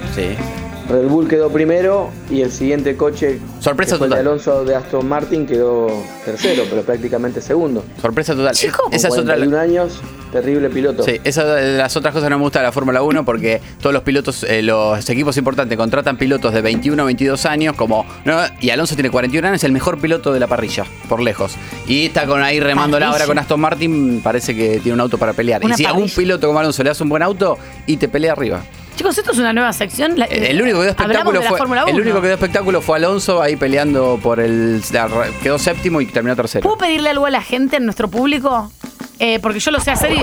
Red Bull quedó primero y el siguiente coche
Sorpresa
que fue el de
total.
Alonso de Aston Martin quedó tercero, pero prácticamente segundo.
Sorpresa total.
Con
Esa es otra.
41 años Terrible piloto.
Sí, esa de las otras cosas que no me gusta de la Fórmula 1 porque todos los pilotos, eh, los equipos importantes contratan pilotos de 21 22 años como... ¿no? Y Alonso tiene 41 años, es el mejor piloto de la parrilla, por lejos. Y está con ahí remando la hora con Aston Martin, parece que tiene un auto para pelear.
Una
y si a un piloto como Alonso le das un buen auto y te pelea arriba.
Chicos, esto es una nueva sección. La-
El único que dio
Hablamos
espectáculo
de la Fórmula
fue el
1.
único que dio espectáculo fue Alonso ahí peleando por el la- quedó séptimo y terminó tercero.
¿Puedo pedirle algo a la gente, a nuestro público? Eh, porque yo lo sé hacer y...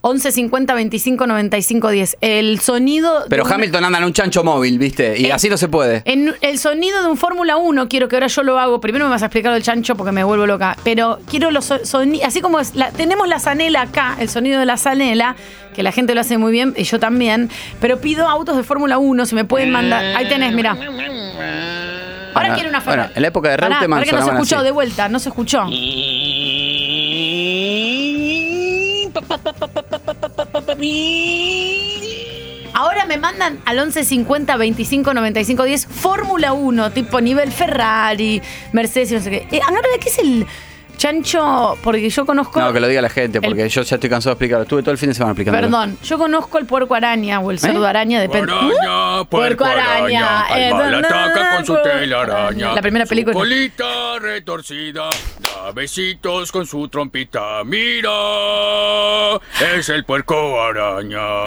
11 50 25 95 10. El sonido. de
Pero
un-
Hamilton anda en un chancho móvil, ¿viste?
Eh,
Y así no se puede.
En el sonido de un Fórmula 1, quiero que ahora yo lo hago. Primero me vas a explicar lo del chancho porque me vuelvo loca. Pero quiero los sonidos. Así como es la- tenemos la zanela acá, el sonido de la zanela, que la gente lo hace muy bien y yo también. Pero pido autos de Fórmula 1, si me pueden mandar. Ahí tenés, mirá. Ahora quiero
Bueno,
una Ferrari.
en la época de
Pará,
Reutemann
pará que no se
sonaban
escuchó
así.
de vuelta, no se escuchó. Ahora me mandan al 11 50 25 95 10 Fórmula 1, tipo nivel Ferrari, Mercedes y no sé qué. Eh, ahora, ¿qué es el chancho? Porque yo conozco.
No, que lo diga la gente, porque yo ya estoy cansado de explicarlo. Estuve todo el fin de semana explicando.
Perdón, yo conozco el puerco araña
¿Eh?
o el cerdo araña, depende. Uh,
Araña, puerco araña,
Eh,
Alba la
na,
ataca con su
puerco-
telaraña.
La primera película.
Su colita retorcida, da besitos con su trompita. Mira, es el puerco araña.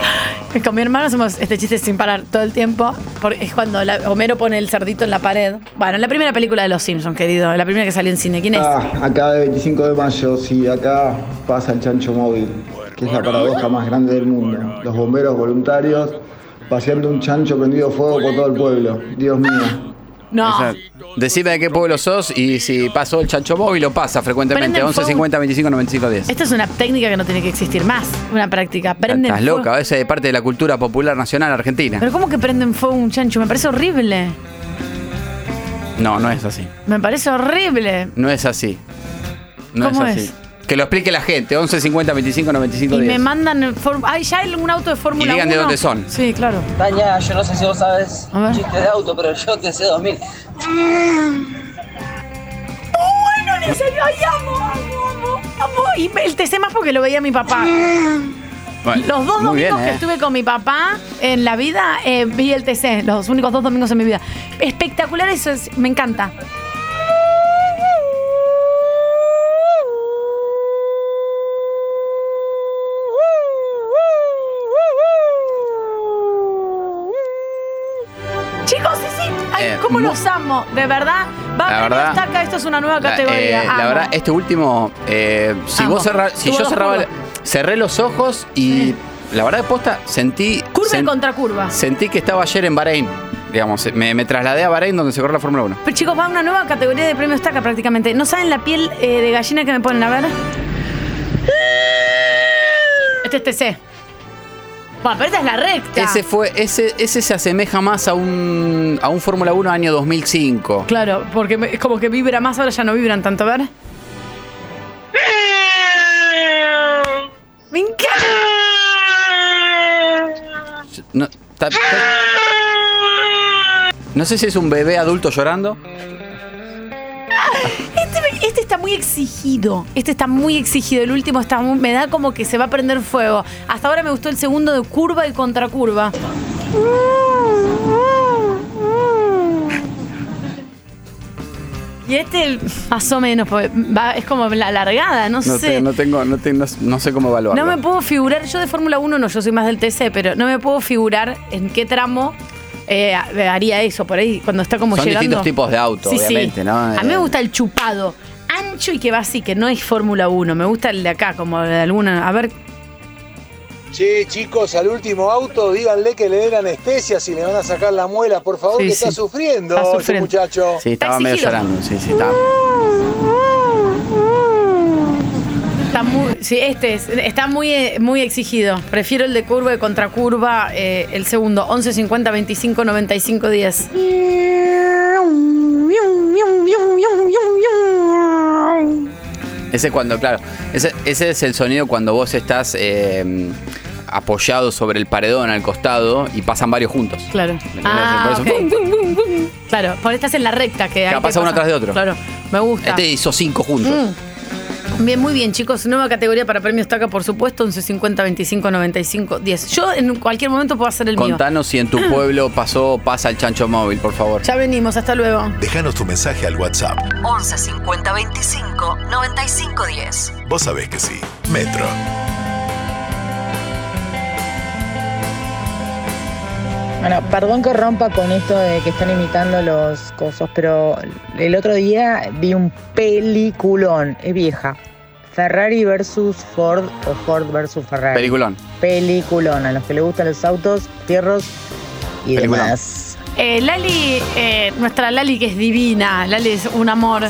Con mi hermano hacemos este chiste sin parar todo el tiempo, porque es cuando la- Homero pone el cerdito en la pared. Bueno, la primera película de Los Simpsons, querido, la primera que salió en cine. ¿Quién es?
Ah, acá de 25 de mayo, sí, acá pasa el chancho móvil, que es la paradoja más grande del mundo. Los bomberos voluntarios paseando un chancho prendido fuego por todo el pueblo. Dios mío.
No.
Esa- Decime de qué pueblo sos y si pasó el chancho móvil lo pasa frecuentemente.
Prenden
11
fuego. Este,
50 25 95 10.
Esta es una técnica que no tiene que existir más, una práctica. Prenden
Estás
fuego-
loca, esa es parte de la cultura popular nacional argentina.
Pero ¿cómo que prenden fuego un chancho? Me parece horrible.
No, no es así.
Me parece horrible.
No es así. No
¿Cómo
es así.
es?
Que lo explique la gente. 11 50 25 95
Y
10.
me mandan... en form- Ay, ya hay un auto de Fórmula 1.
digan de dónde son.
Sí, claro.
Tania, yo no sé si vos sabes chistes de auto, pero yo te sé 2000.
Bueno, en serio, ay, amo, amo, amo, amo. Y el TC más porque lo veía mi papá.
Bueno,
Los dos domingos
muy bien,
que
¿eh?
estuve con mi papá en la vida, eh, vi el TC, los únicos dos domingos en mi vida. Espectacular, eso es- me encanta. Chicos, sí, sí, ay,
Eh,
¿cómo
mu-
los amo? De verdad, va
La
a
verdad-
destaca, esto es una nueva
La,
categoría.
eh, la
amo.
verdad, este último, eh, si
Amo.
vos cerra- si
Tuvo
yo
dos
cerraba,
curvas.
cerré los ojos y la verdad de posta sentí,
curva
sen-
y contracurva.
sentí que estaba ayer en Bahrein, digamos, me, me trasladé a Bahrein donde se corrió la Fórmula 1.
Pero chicos, va una nueva categoría de premio estaca prácticamente. ¿No saben la piel eh, de gallina que me ponen? A ver. Este es TC. Bueno, pero esta es la recta.
Ese fue, ese, ese se asemeja más a un, a un Fórmula 1 año 2005.
Claro, porque me- es como que vibra más, ahora ya no vibran tanto, a ver. ¡Me encanta!
No, ta- ta- no sé si es un bebé adulto llorando.
Este, me- este está muy exigido. Este está muy exigido. El último está muy- me da como que se va a prender fuego. Hasta ahora me gustó el segundo de curva y contracurva. Y este más o menos, porque va- es como la largada, no,
No,
sé.
te- no tengo, no, te- no- no sé cómo evaluarlo.
No me puedo figurar, yo de Fórmula 1 no, yo soy más del TC, pero no me puedo figurar en qué tramo eh, haría eso por ahí, cuando está como
Son
llegando.
distintos tipos de auto,
Sí, sí.
obviamente, ¿no?
A mí me
Eh,
gusta el chupado, ancho y que va así, que no es Fórmula 1, me gusta el de acá, como de alguna, a ver,
Che, chicos, al último auto, díganle que le den anestesia si le van a sacar la muela, por favor,
Sí,
que
sí.
está sufriendo,
Está
ese
sufriendo.
muchacho.
Eh, Sí, estaba medio llorando. Sí, sí, estaba.
está muy, sí, este es- está muy, eh, muy exigido. Prefiero el de curva y contracurva, eh, el segundo, 11, 50, 25, 95, 10.
Ese cuando, claro, ese, ese es el sonido cuando vos estás eh, apoyado sobre el paredón al costado y pasan varios juntos.
Claro.
Por
Ah,
eso-
ok. Claro, por esta es en la recta que hay.
Claro,
que
pasa uno
pasar.
tras de otro.
Claro, me gusta.
Este hizo cinco Este juntos.
Mm. Bien, muy bien, chicos. Nueva categoría para premios TACA, por supuesto, 11 50 25 95 10. Yo en cualquier momento puedo hacer el mío. Mm.
Contanos si en tu pueblo pasó, pasa el chancho móvil, por favor.
Ya venimos, hasta luego.
Déjanos tu mensaje al WhatsApp.
11 50 25 95 10.
Vos sabés que sí. Metro.
Bueno, perdón que rompa con esto de que están imitando los cosos, pero el otro día vi un peliculón, es vieja. Ferrari versus Ford o Ford versus Ferrari.
Peliculón.
Peliculón, a los que les gustan los autos, fierros y
Peliculón.
demás.
Eh, Lali, eh, nuestra Lali que es divina, Lali es un amor.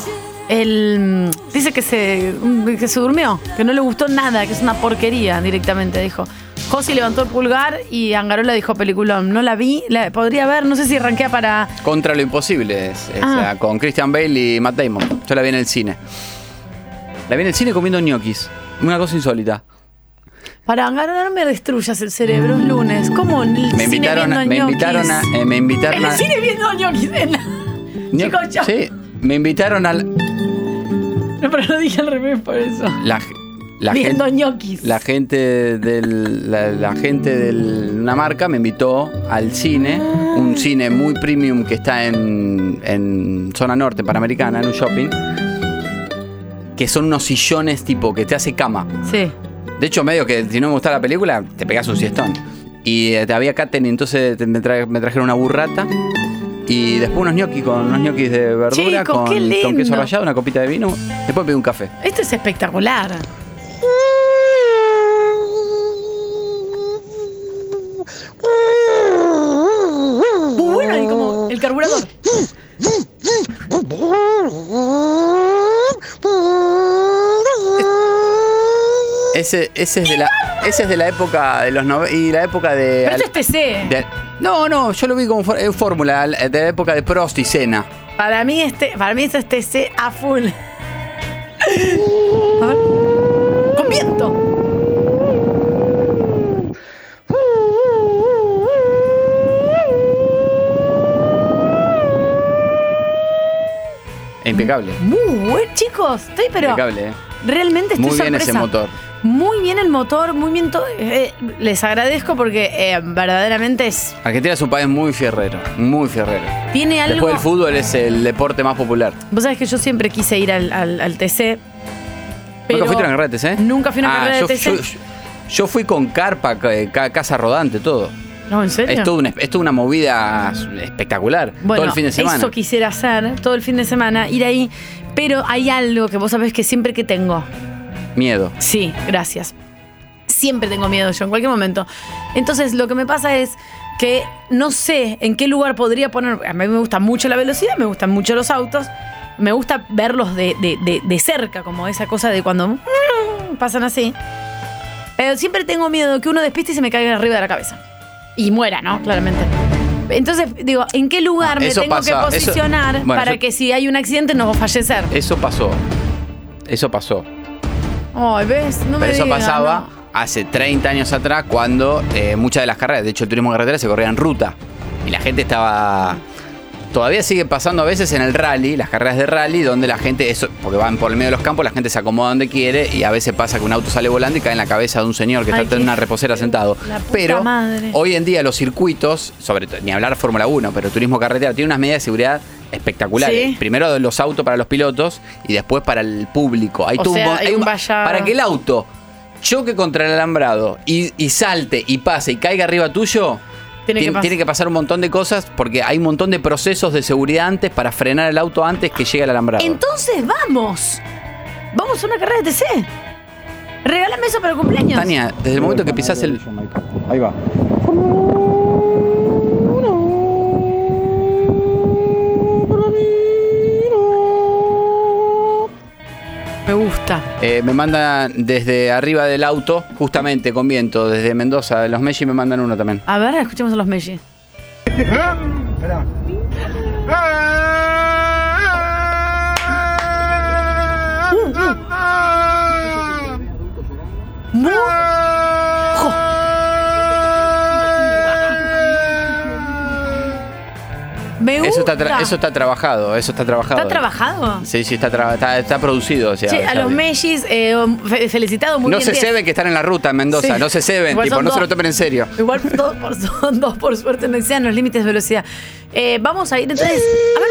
Él mm, dice que se, mm, que se durmió, que no le gustó nada, que es una porquería directamente, dijo. Josi levantó el pulgar y Angarola dijo peliculón. No la vi, la podría ver, no sé si arranquea para.
Contra lo imposible, es- es,
Ah.
ah, con Christian Bale y Matt Damon. Yo la vi en el cine. La vi en el cine comiendo ñoquis. Una cosa insólita.
Para Angarola no me destruyas el cerebro, es lunes. ¿Cómo en el
Me
cine
invitaron, a-
viendo
me
ñoquis?
invitaron a, eh, me
En
invitaron
el
a,
cine viendo ñoquis. en la-
ño-
Chicos, chao.
sí, me invitaron a la,
No, pero lo dije al revés por eso.
la- la
viendo
gente,
ñoquis.
la gente del, la, la gente de una marca me invitó al cine,
Ah.
un cine muy premium que está en, en zona norte panamericana, en un shopping, que son unos sillones tipo que te hace cama.
Sí.
De hecho, medio que si no me gustaba la película, te pegas un siestón. Y eh, había catering, entonces te- me, tra- me trajeron una burrata y después unos gnocchi con unos gnocchis de verdura,
Chicos,
con,
qué lindo.
con queso rallado, una copita de vino. Después pedí un café.
Esto es espectacular. Muy bueno, y como el carburador.
Ese, ese es de la, ese es de la época de los 90 y la época de.
Pero esto es PC.
de- no, no, yo lo vi como for- eh, fórmula al- de la época de Prost y Senna.
Para mí este, para mí esto es TC a full. A ver. Con viento.
Impecable.
Muy bueno, chicos. Estoy pero
Impecable, eh.
realmente estoy
Muy bien
sorpresa.
ese motor.
Muy bien el motor, muy bien todo. Eh, les agradezco porque eh, verdaderamente es
Argentina es un país muy fierrero, muy fierrero.
tiene algo.
Después el fútbol es el deporte más popular.
Vos sabés que yo siempre quise ir al, al- al TC. Pero
nunca fuiste a una carrera de TC?
nunca fui a ¿eh? una
Ah,
carrera de
yo,
TC.
Yo, yo- yo fui con carpa, ca- eh, ca- casa rodante, todo.
No, ¿en serio?
Es toda una, es toda una movida espectacular.
Bueno,
todo el fin de semana.
eso quisiera hacer todo el fin de semana, ir ahí. Pero hay algo que vos sabés que siempre que tengo.
Miedo.
Sí, gracias. Siempre tengo miedo yo, en cualquier momento. Entonces, lo que me pasa es que no sé en qué lugar podría poner. A mí me gusta mucho la velocidad, me gustan mucho los autos, me gusta verlos de, de- de- de cerca, como esa cosa de cuando mm, pasan así. Pero siempre tengo miedo que uno despiste y se me caiga arriba de la cabeza. Y muera, ¿no? Claramente. Entonces, digo, ¿en qué lugar
Ah,
me
eso
tengo que
pasa, eso-
posicionar
Bueno,
para
yo-
que si hay un accidente no fallecer?
Eso pasó. Eso pasó.
Ay, ¿ves? No me
Pero eso
digas,
pasaba hace 30 años atrás cuando eh, muchas de las carreras, de hecho el turismo de carretera se corría en ruta. Y la gente estaba... Todavía sigue pasando a veces en el rally, las carreras de rally, donde la gente, eso, porque van por el medio de los campos, la gente se acomoda donde quiere y a veces pasa que un auto sale volando y cae en la cabeza de un señor que
Ay,
está en
qué-
una reposera sentado.
La puta
Pero
madre.
hoy en día los circuitos, sobre todo, ni hablar Fórmula 1, pero turismo carretera, tiene unas medidas de seguridad espectaculares.
Sí.
Primero de los autos para los pilotos y después para el público. Hay
O
tumbos,
sea, hay un
ba-
vallado.
Para que el auto choque contra el alambrado y, y salte y pase y caiga arriba tuyo,
Tiene que
tien-
pas-
pasar un montón de cosas porque hay un montón de procesos de seguridad antes para frenar el auto antes que llegue al alambrado.
Entonces vamos. Vamos a una carrera de TC. Regálame eso para el cumpleaños.
Tania, desde el momento que pisás el.
Ahí va.
Me gusta.
Eh, me mandan desde arriba del auto, justamente con viento, desde Mendoza, de los Messi me mandan uno también.
A ver, escuchemos a los Messi. Mu- Jo. Me
Es eso está, tra-
gusta.
eso está trabajado, eso está trabajado.
¿Está trabajado?
Sí, sí, está, tra- está, está producido. o sea,
Che, a
Charlie.
los Mellis, eh, fe- felicitado muy
no
bien.
se
10.
ceben que están en la ruta en Mendoza,
Sí.
no se ceben,
Igual
tipo,
son
no se lo
dos.
tomen en serio.
Igual dos por, son dos, por suerte no sean los límites de velocidad. Eh, vamos a ir entonces. A ver.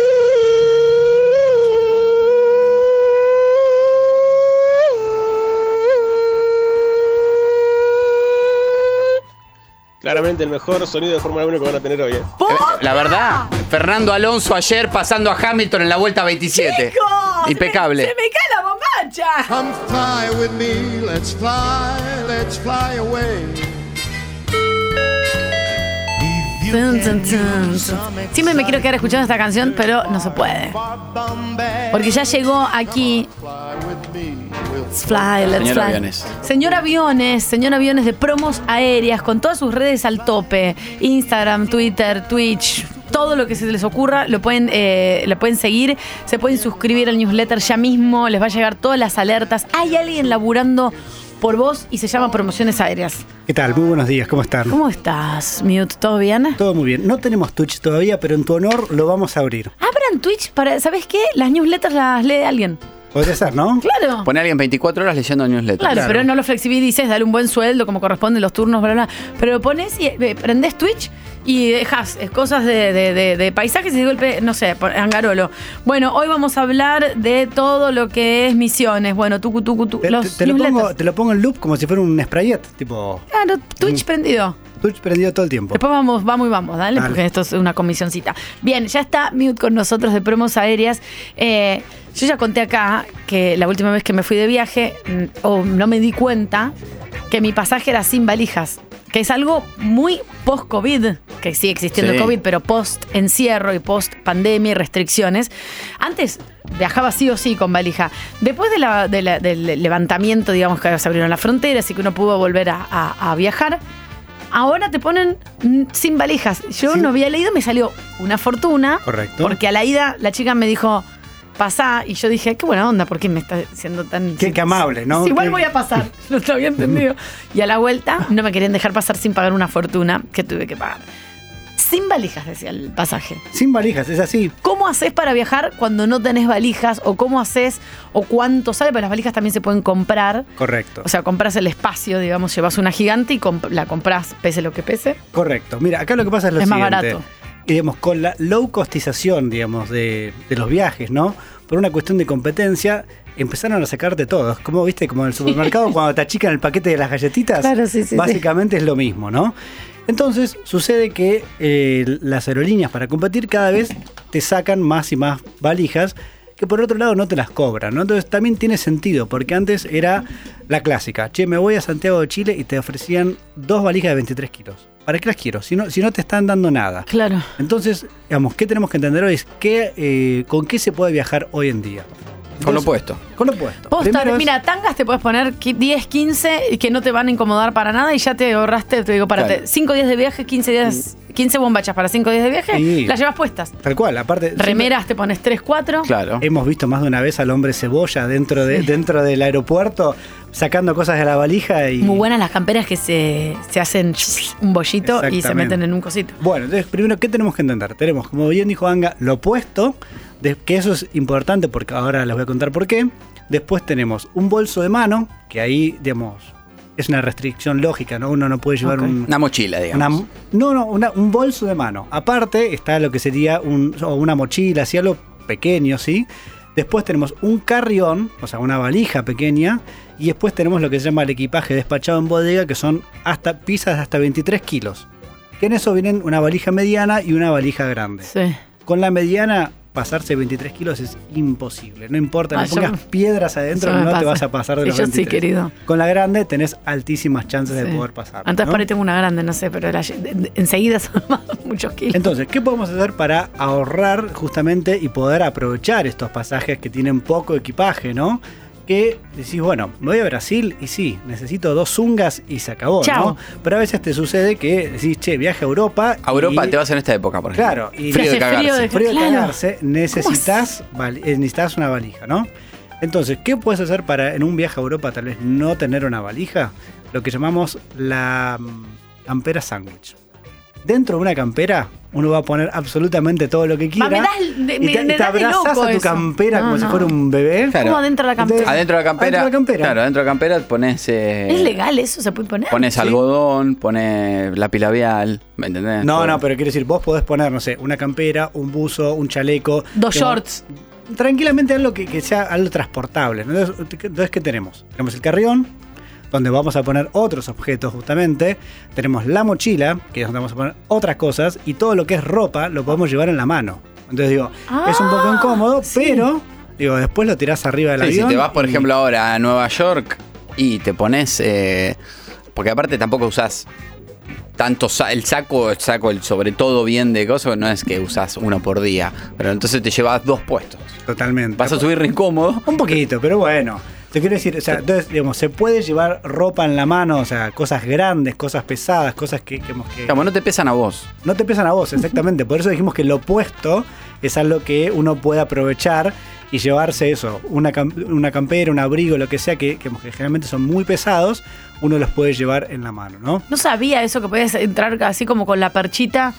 Claramente el mejor sonido de Fórmula 1 que van a tener hoy. ¿eh?
La verdad, Fernando Alonso ayer pasando a Hamilton en la vuelta 27.
¡Chicos!
Impecable.
¡Se me cae la bombacha!
Come fly with me, let's fly, let's fly away.
Tun, tun, tun. Siempre me quiero quedar escuchando esta canción, pero no se puede. Porque ya llegó aquí. Let's fly, let's
Señor
fly.
Aviones.
Señor Aviones, señor Aviones de promos aéreas, con todas sus redes al tope: Instagram, Twitter, Twitch. Todo lo que se les ocurra lo pueden, eh, lo pueden seguir, se pueden suscribir al newsletter ya mismo, les va a llegar todas las alertas. Hay alguien laburando por vos y se llama Promociones Aéreas.
¿Qué tal? Muy buenos días, ¿cómo están?
¿Cómo estás, Mute? ¿Todo bien?
Todo muy bien. No tenemos Twitch todavía, pero en tu honor lo vamos a abrir.
Abran Twitch para, ¿sabes qué? Las newsletters las lee alguien.
Podría ser, ¿no?
Claro.
Pone a alguien 24 horas leyendo newsletter.
Claro, pero no lo flexibilices, dale un buen sueldo como corresponde, los turnos, bla, bla. Pero lo pones y eh, prendés Twitch y dejas eh, cosas de, de- de- de paisajes y de golpe, no sé, por- Angarolo. Bueno, hoy vamos a hablar de todo lo que es misiones. Bueno, tucu, tucu, tucu,
Te,
los
te- te lo
newsletters.
pongo, te lo pongo en loop como si fuera un sprayet, tipo Mm.
Claro, Twitch prendido.
Twitch prendido todo el tiempo.
Después vamos, vamos y vamos, dale,
Dale.
porque esto es una comisioncita. Bien, ya está Mute con nosotros de promos aéreas. Eh, yo ya conté acá que la última vez que me fui de viaje, mm, o no me di cuenta, que mi pasaje era sin valijas, que es algo muy post-COVID, que sigue existiendo
Sí.
el COVID, pero post-encierro y post-pandemia y restricciones. Antes viajaba sí o sí con valija. Después de la- de la- del levantamiento, digamos que se abrieron las fronteras y que uno pudo volver a- a- a viajar, Ahora te ponen mm, sin valijas. Yo no había leído, me salió una fortuna.
Correcto.
Porque a la ida la chica me dijo, pasá. Y yo dije, qué buena onda, ¿por qué me está siendo tan.
Qué, qué amable, ¿no?
Si igual
Qué-
voy a pasar. No te había entendido. Y a la vuelta no me querían dejar pasar sin pagar una fortuna que tuve que pagar. Sin valijas, decía el pasaje.
Sin valijas, es así.
¿Cómo haces para viajar cuando no tenés valijas? ¿O cómo haces? ¿O cuánto sale? Pero las valijas también se pueden comprar.
Correcto.
O sea, compras el espacio, digamos, llevas una gigante y comp- la compras, pese lo que pese.
Correcto. Mira, acá lo que pasa es lo
Es más
siguiente.
barato.
Y, digamos, con la low costización, digamos, de, de los viajes, ¿no? Por una cuestión de competencia, empezaron a sacarte todos. Como viste, como en el supermercado, cuando te achican el paquete de las galletitas,
Claro, sí, sí, sí.
básicamente es lo mismo, ¿no? Entonces, sucede que eh, las aerolíneas para competir cada vez te sacan más y más valijas que por otro lado no te las cobran, ¿no? Entonces también tiene sentido, porque antes era la clásica, che, me voy a Santiago de Chile y te ofrecían dos valijas de 23 kilos. ¿Para qué las quiero? Si no, si no te están dando nada.
Claro.
Entonces, digamos, ¿qué tenemos que entender hoy? Es qué, eh, ¿Con qué se puede viajar hoy en día?
Con lo
Entonces,
puesto.
Con lo puesto.
Posta,
Primero es-
mira, tangas te puedes poner qui- 10, 15 y que no te van a incomodar para nada y ya te ahorraste, te digo, para
Claro.
5 días de viaje, 15 días, 15 bombachas para 5 días de viaje,
Sí.
las llevas puestas.
Tal cual, aparte...
Remeras te pones 3, 4.
Claro. Hemos visto más de una vez al hombre cebolla dentro, de, dentro del aeropuerto sacando cosas de la valija y...
Muy buenas las camperas que se, se hacen un bollito y se
Exactamente.
meten en un cosito.
Bueno, entonces primero, ¿qué tenemos que entender? Tenemos, como bien dijo Anga, lo opuesto, de- que eso es importante porque ahora les voy a contar por qué. Después tenemos un bolso de mano, que ahí, digamos, es una restricción lógica, ¿no? Uno no puede llevar
Ok.
un...
Una mochila, digamos.
una- no, no, una- un bolso de mano. Aparte está lo que sería un- o una mochila, así algo pequeño, ¿sí? Después tenemos un carrión, o sea, una valija pequeña. Y después tenemos lo que se llama el equipaje despachado en bodega, que son hasta pizzas de hasta 23 kilos. Que en eso vienen una valija mediana y una valija grande.
Sí.
Con la mediana, pasarse 23 kilos es imposible. No importa,
Ah,
le
yo-
pongas piedras adentro,
eso me
no te
pasa.
vas a pasar de
Sí,
los
yo sí,
23.
querido.
Con la grande tenés altísimas chances de
Sí.
poder pasar.
Antes
¿no?
por ahí tengo una grande, no sé, pero la- de- de- enseguida son más- muchos kilos.
Entonces, ¿qué podemos hacer para ahorrar justamente y poder aprovechar estos pasajes que tienen poco equipaje, no? Que decís, bueno, me voy a Brasil y sí, necesito dos zungas y se acabó,
Chao.
¿no? Pero a veces te sucede que decís, che, viaje a Europa.
A Europa
y-
te vas en esta época, por ejemplo.
Claro, y
frío de cagarse.
Frío de cagarse, necesitas, vali- eh, necesitas una valija, ¿no? Entonces, ¿qué puedes hacer para en un viaje a Europa tal vez no tener una valija? Lo que llamamos la mm, campera sándwich. dentro de una campera uno va a poner absolutamente todo lo que quiera.
Ma, me das- me-
y te,
me
te
das de
abrazás
loco
a tu
eso.
campera
No,
como si
no.
fuera un bebé.
Claro.
¿Cómo adentro de la campera?
Adentro de la campera.
Adentro de la campera.
Claro, adentro de la campera pones. eh,
¿Es legal eso? ¿Se puede poner?
Pones algodón, pones lápiz labial. ¿Me entendés?
No,
Todo.
no, pero quiero decir, vos podés poner, no sé, una campera, un buzo, un chaleco.
Dos
Como-
shorts.
Tranquilamente algo que, que sea algo transportable. ¿no? Entonces, ¿qué- entonces, ¿qué tenemos? Tenemos el carrión, donde vamos a poner otros objetos justamente. Tenemos la mochila, que es donde vamos a poner otras cosas. Y todo lo que es ropa lo podemos llevar en la mano. Entonces digo,
Ah,
es un poco incómodo, pero digo, después lo tirás arriba del
Sí,
avión.
si te vas, por
y-
ejemplo, ahora a Nueva York y te pones. eh, porque aparte tampoco usás tanto sa- el saco, el saco, el sobre todo bien de cosas, no es que usás uno por día. Pero entonces te llevas dos puestos.
Totalmente.
Vas a subir incómodo.
Un poquito, pero bueno. Te quiero decir, o sea, entonces, digamos, se puede llevar ropa en la mano, o sea, cosas grandes, cosas pesadas, cosas que, que, hemos- que
Digamos, no te pesan a vos.
no te pesan a vos, exactamente. Por eso dijimos que lo opuesto es algo que uno puede aprovechar y llevarse eso, una, cam- una campera, un abrigo, lo que sea, que, que generalmente son muy pesados, uno los puede llevar en la mano, ¿no?
No sabía eso que podías entrar así como con la perchita,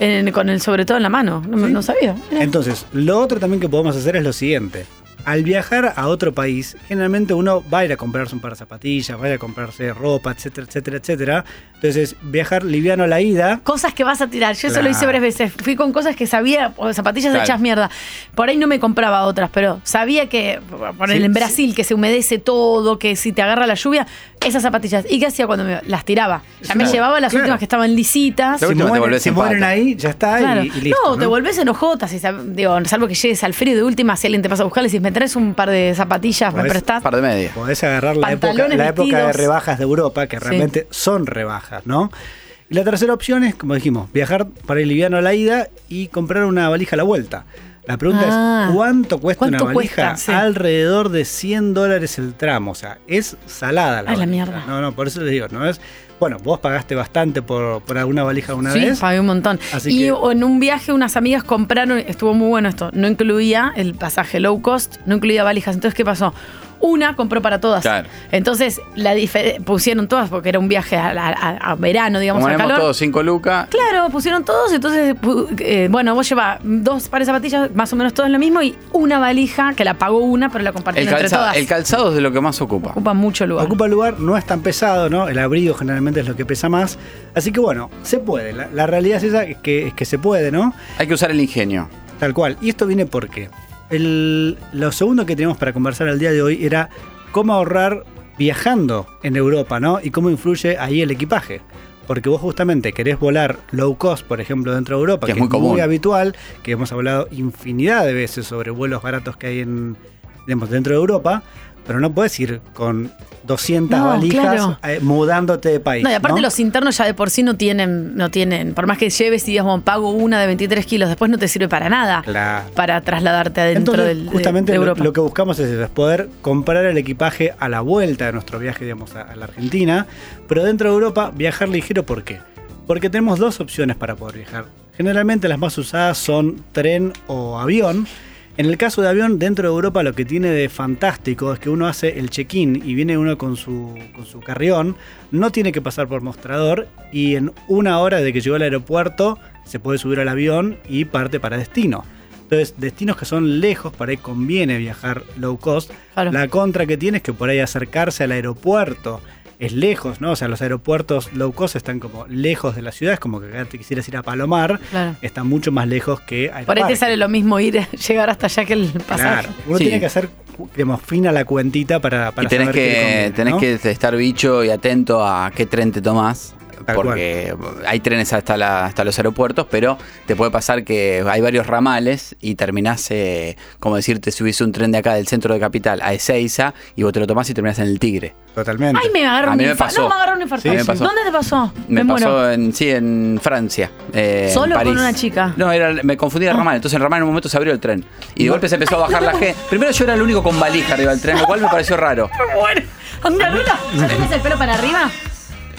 en- con el sobre todo en la mano. No, no sabía.
Entonces, lo otro también que podemos hacer es lo siguiente. Al viajar a otro país, generalmente uno va a ir a comprarse un par de zapatillas, va a ir a comprarse ropa, etcétera, etcétera, etcétera. Entonces, viajar liviano a la ida.
Cosas que vas a tirar. Yo eso
Claro.
lo hice varias veces. Fui con cosas que sabía, o zapatillas
Claro.
hechas mierda. Por ahí no me compraba otras, pero sabía que, por el
Sí,
en
sí.
Brasil, que se humedece todo, que si te agarra la lluvia, esas zapatillas. ¿Y qué hacía cuando me las tiraba? Ya me
Claro,
llevaba las
claro.
últimas que estaban lisitas.
Ah, Si mueren, si mueren ahí, ya está y-
Claro.
y, listo.
no, te volvés enojotas. Y, sab- digo, salvo que llegues al frío y de última, si alguien te pasa a buscar, le decís, me traes un par de zapatillas, me
Podés-
prestás.
Par de media.
Podés agarrar la época,
Pantalones,
la época de
vestidos.
rebajas de Europa, que realmente son rebajas, ¿no? Y la tercera opción es, como dijimos, viajar para el liviano a la ida y comprar una valija a la vuelta. La pregunta
Ah.
es, ¿cuánto cuesta
¿Cuánto
una valija?
cuesta? Sí.
Alrededor de 100 dólares el tramo. O sea, es salada la
Ay,
valija.
la mierda.
No, no, por eso les digo, ¿no? es Bueno, vos pagaste bastante por, por alguna valija una
sí,
vez.
pagué un montón.
Así
y
que-
o en un viaje unas amigas compraron, estuvo muy bueno esto, no incluía el pasaje low cost, no incluía valijas. Entonces, ¿qué pasó? Una compró para todas.
Claro.
Entonces, la dife- pusieron todas porque era un viaje a, la- a- a verano, digamos,
Como
a
tenemos
calor.
todos 5 lucas.
Claro, pusieron todos, entonces, pu- eh, bueno, vos llevas dos pares de zapatillas, más o menos todos lo mismo, y una valija, que la pagó una, pero la
El,
compartieron entre
calza-
todas.
el calzado es de lo que más ocupa.
Ocupa mucho lugar.
Ocupa lugar, no es tan pesado, ¿no? El abrigo generalmente es lo que pesa más. Así que bueno, se puede. La, la realidad es esa, es que, es que se puede, ¿no?
Hay que usar el ingenio.
Tal cual. Y esto viene porque el, lo segundo que teníamos para conversar al día de hoy era cómo ahorrar viajando en Europa, ¿no? Y cómo influye ahí el equipaje. Porque vos justamente querés volar low cost, por ejemplo, dentro de Europa,
Que es muy común.
habitual, que hemos hablado infinidad de veces sobre vuelos baratos que hay en, digamos, dentro de Europa, pero no puedes ir con 200
No,
valijas
claro.
eh, mudándote de país.
No, y aparte
¿no?
los internos ya de por sí no tienen, no tienen, por más que lleves y digas, bueno, pago una de 23 kilos, después no te sirve para nada
Claro.
para trasladarte adentro
Entonces,
del, de-
justamente
de
lo-
Europa.
Lo, que buscamos es, eso, es poder comprar el equipaje a la vuelta de nuestro viaje, digamos, a, a la Argentina, pero dentro de Europa viajar ligero, ¿por qué? Porque tenemos dos opciones para poder viajar. Generalmente las más usadas son tren o avión. En el caso de avión, dentro de Europa lo que tiene de fantástico es que uno hace el check-in y viene uno con su, con su carrión, no tiene que pasar por mostrador y en una hora de que llegó al aeropuerto se puede subir al avión y parte para destino. Entonces, destinos que son lejos, para ahí conviene viajar low cost. La contra que tiene es que por ahí acercarse al aeropuerto es lejos, ¿no? O sea, los aeropuertos low cost están como lejos de la ciudad, es como que acá te quisieras ir a Palomar,
Claro.
está mucho más lejos que
Por este ahí te
Aeroparque.
sale lo mismo ir, llegar hasta allá que el pasaje.
Claro. Uno tiene que hacer, digamos, fina la cuentita para, para
y tenés
saber
que,
qué le conviene,
tenés
¿no?
que estar bicho y atento a qué tren te tomás. Porque hay trenes hasta, la- hasta los aeropuertos, pero te puede pasar que hay varios ramales y terminás, eh, como decirte, subís un tren de acá del centro de capital a Ezeiza y vos te lo tomás y terminás en el Tigre.
Totalmente.
Ay, me agarró
A
un
mí me
infarto.
pasó.
No, me agarró un infarto.
Sí, me pasó.
¿Dónde te pasó?
Me,
muero.
pasó en, sí, en Francia. eh, en
Solo
París.
con una chica. Ah.
No, era, me confundí de ramal. Entonces en ramal en un momento se abrió el tren. Y de golpe se empezó a bajar la gente. Primero yo era el único con valija arriba del tren, lo cual me pareció raro.
Bueno, anda, Lula, ¿ya tenés el pelo para arriba?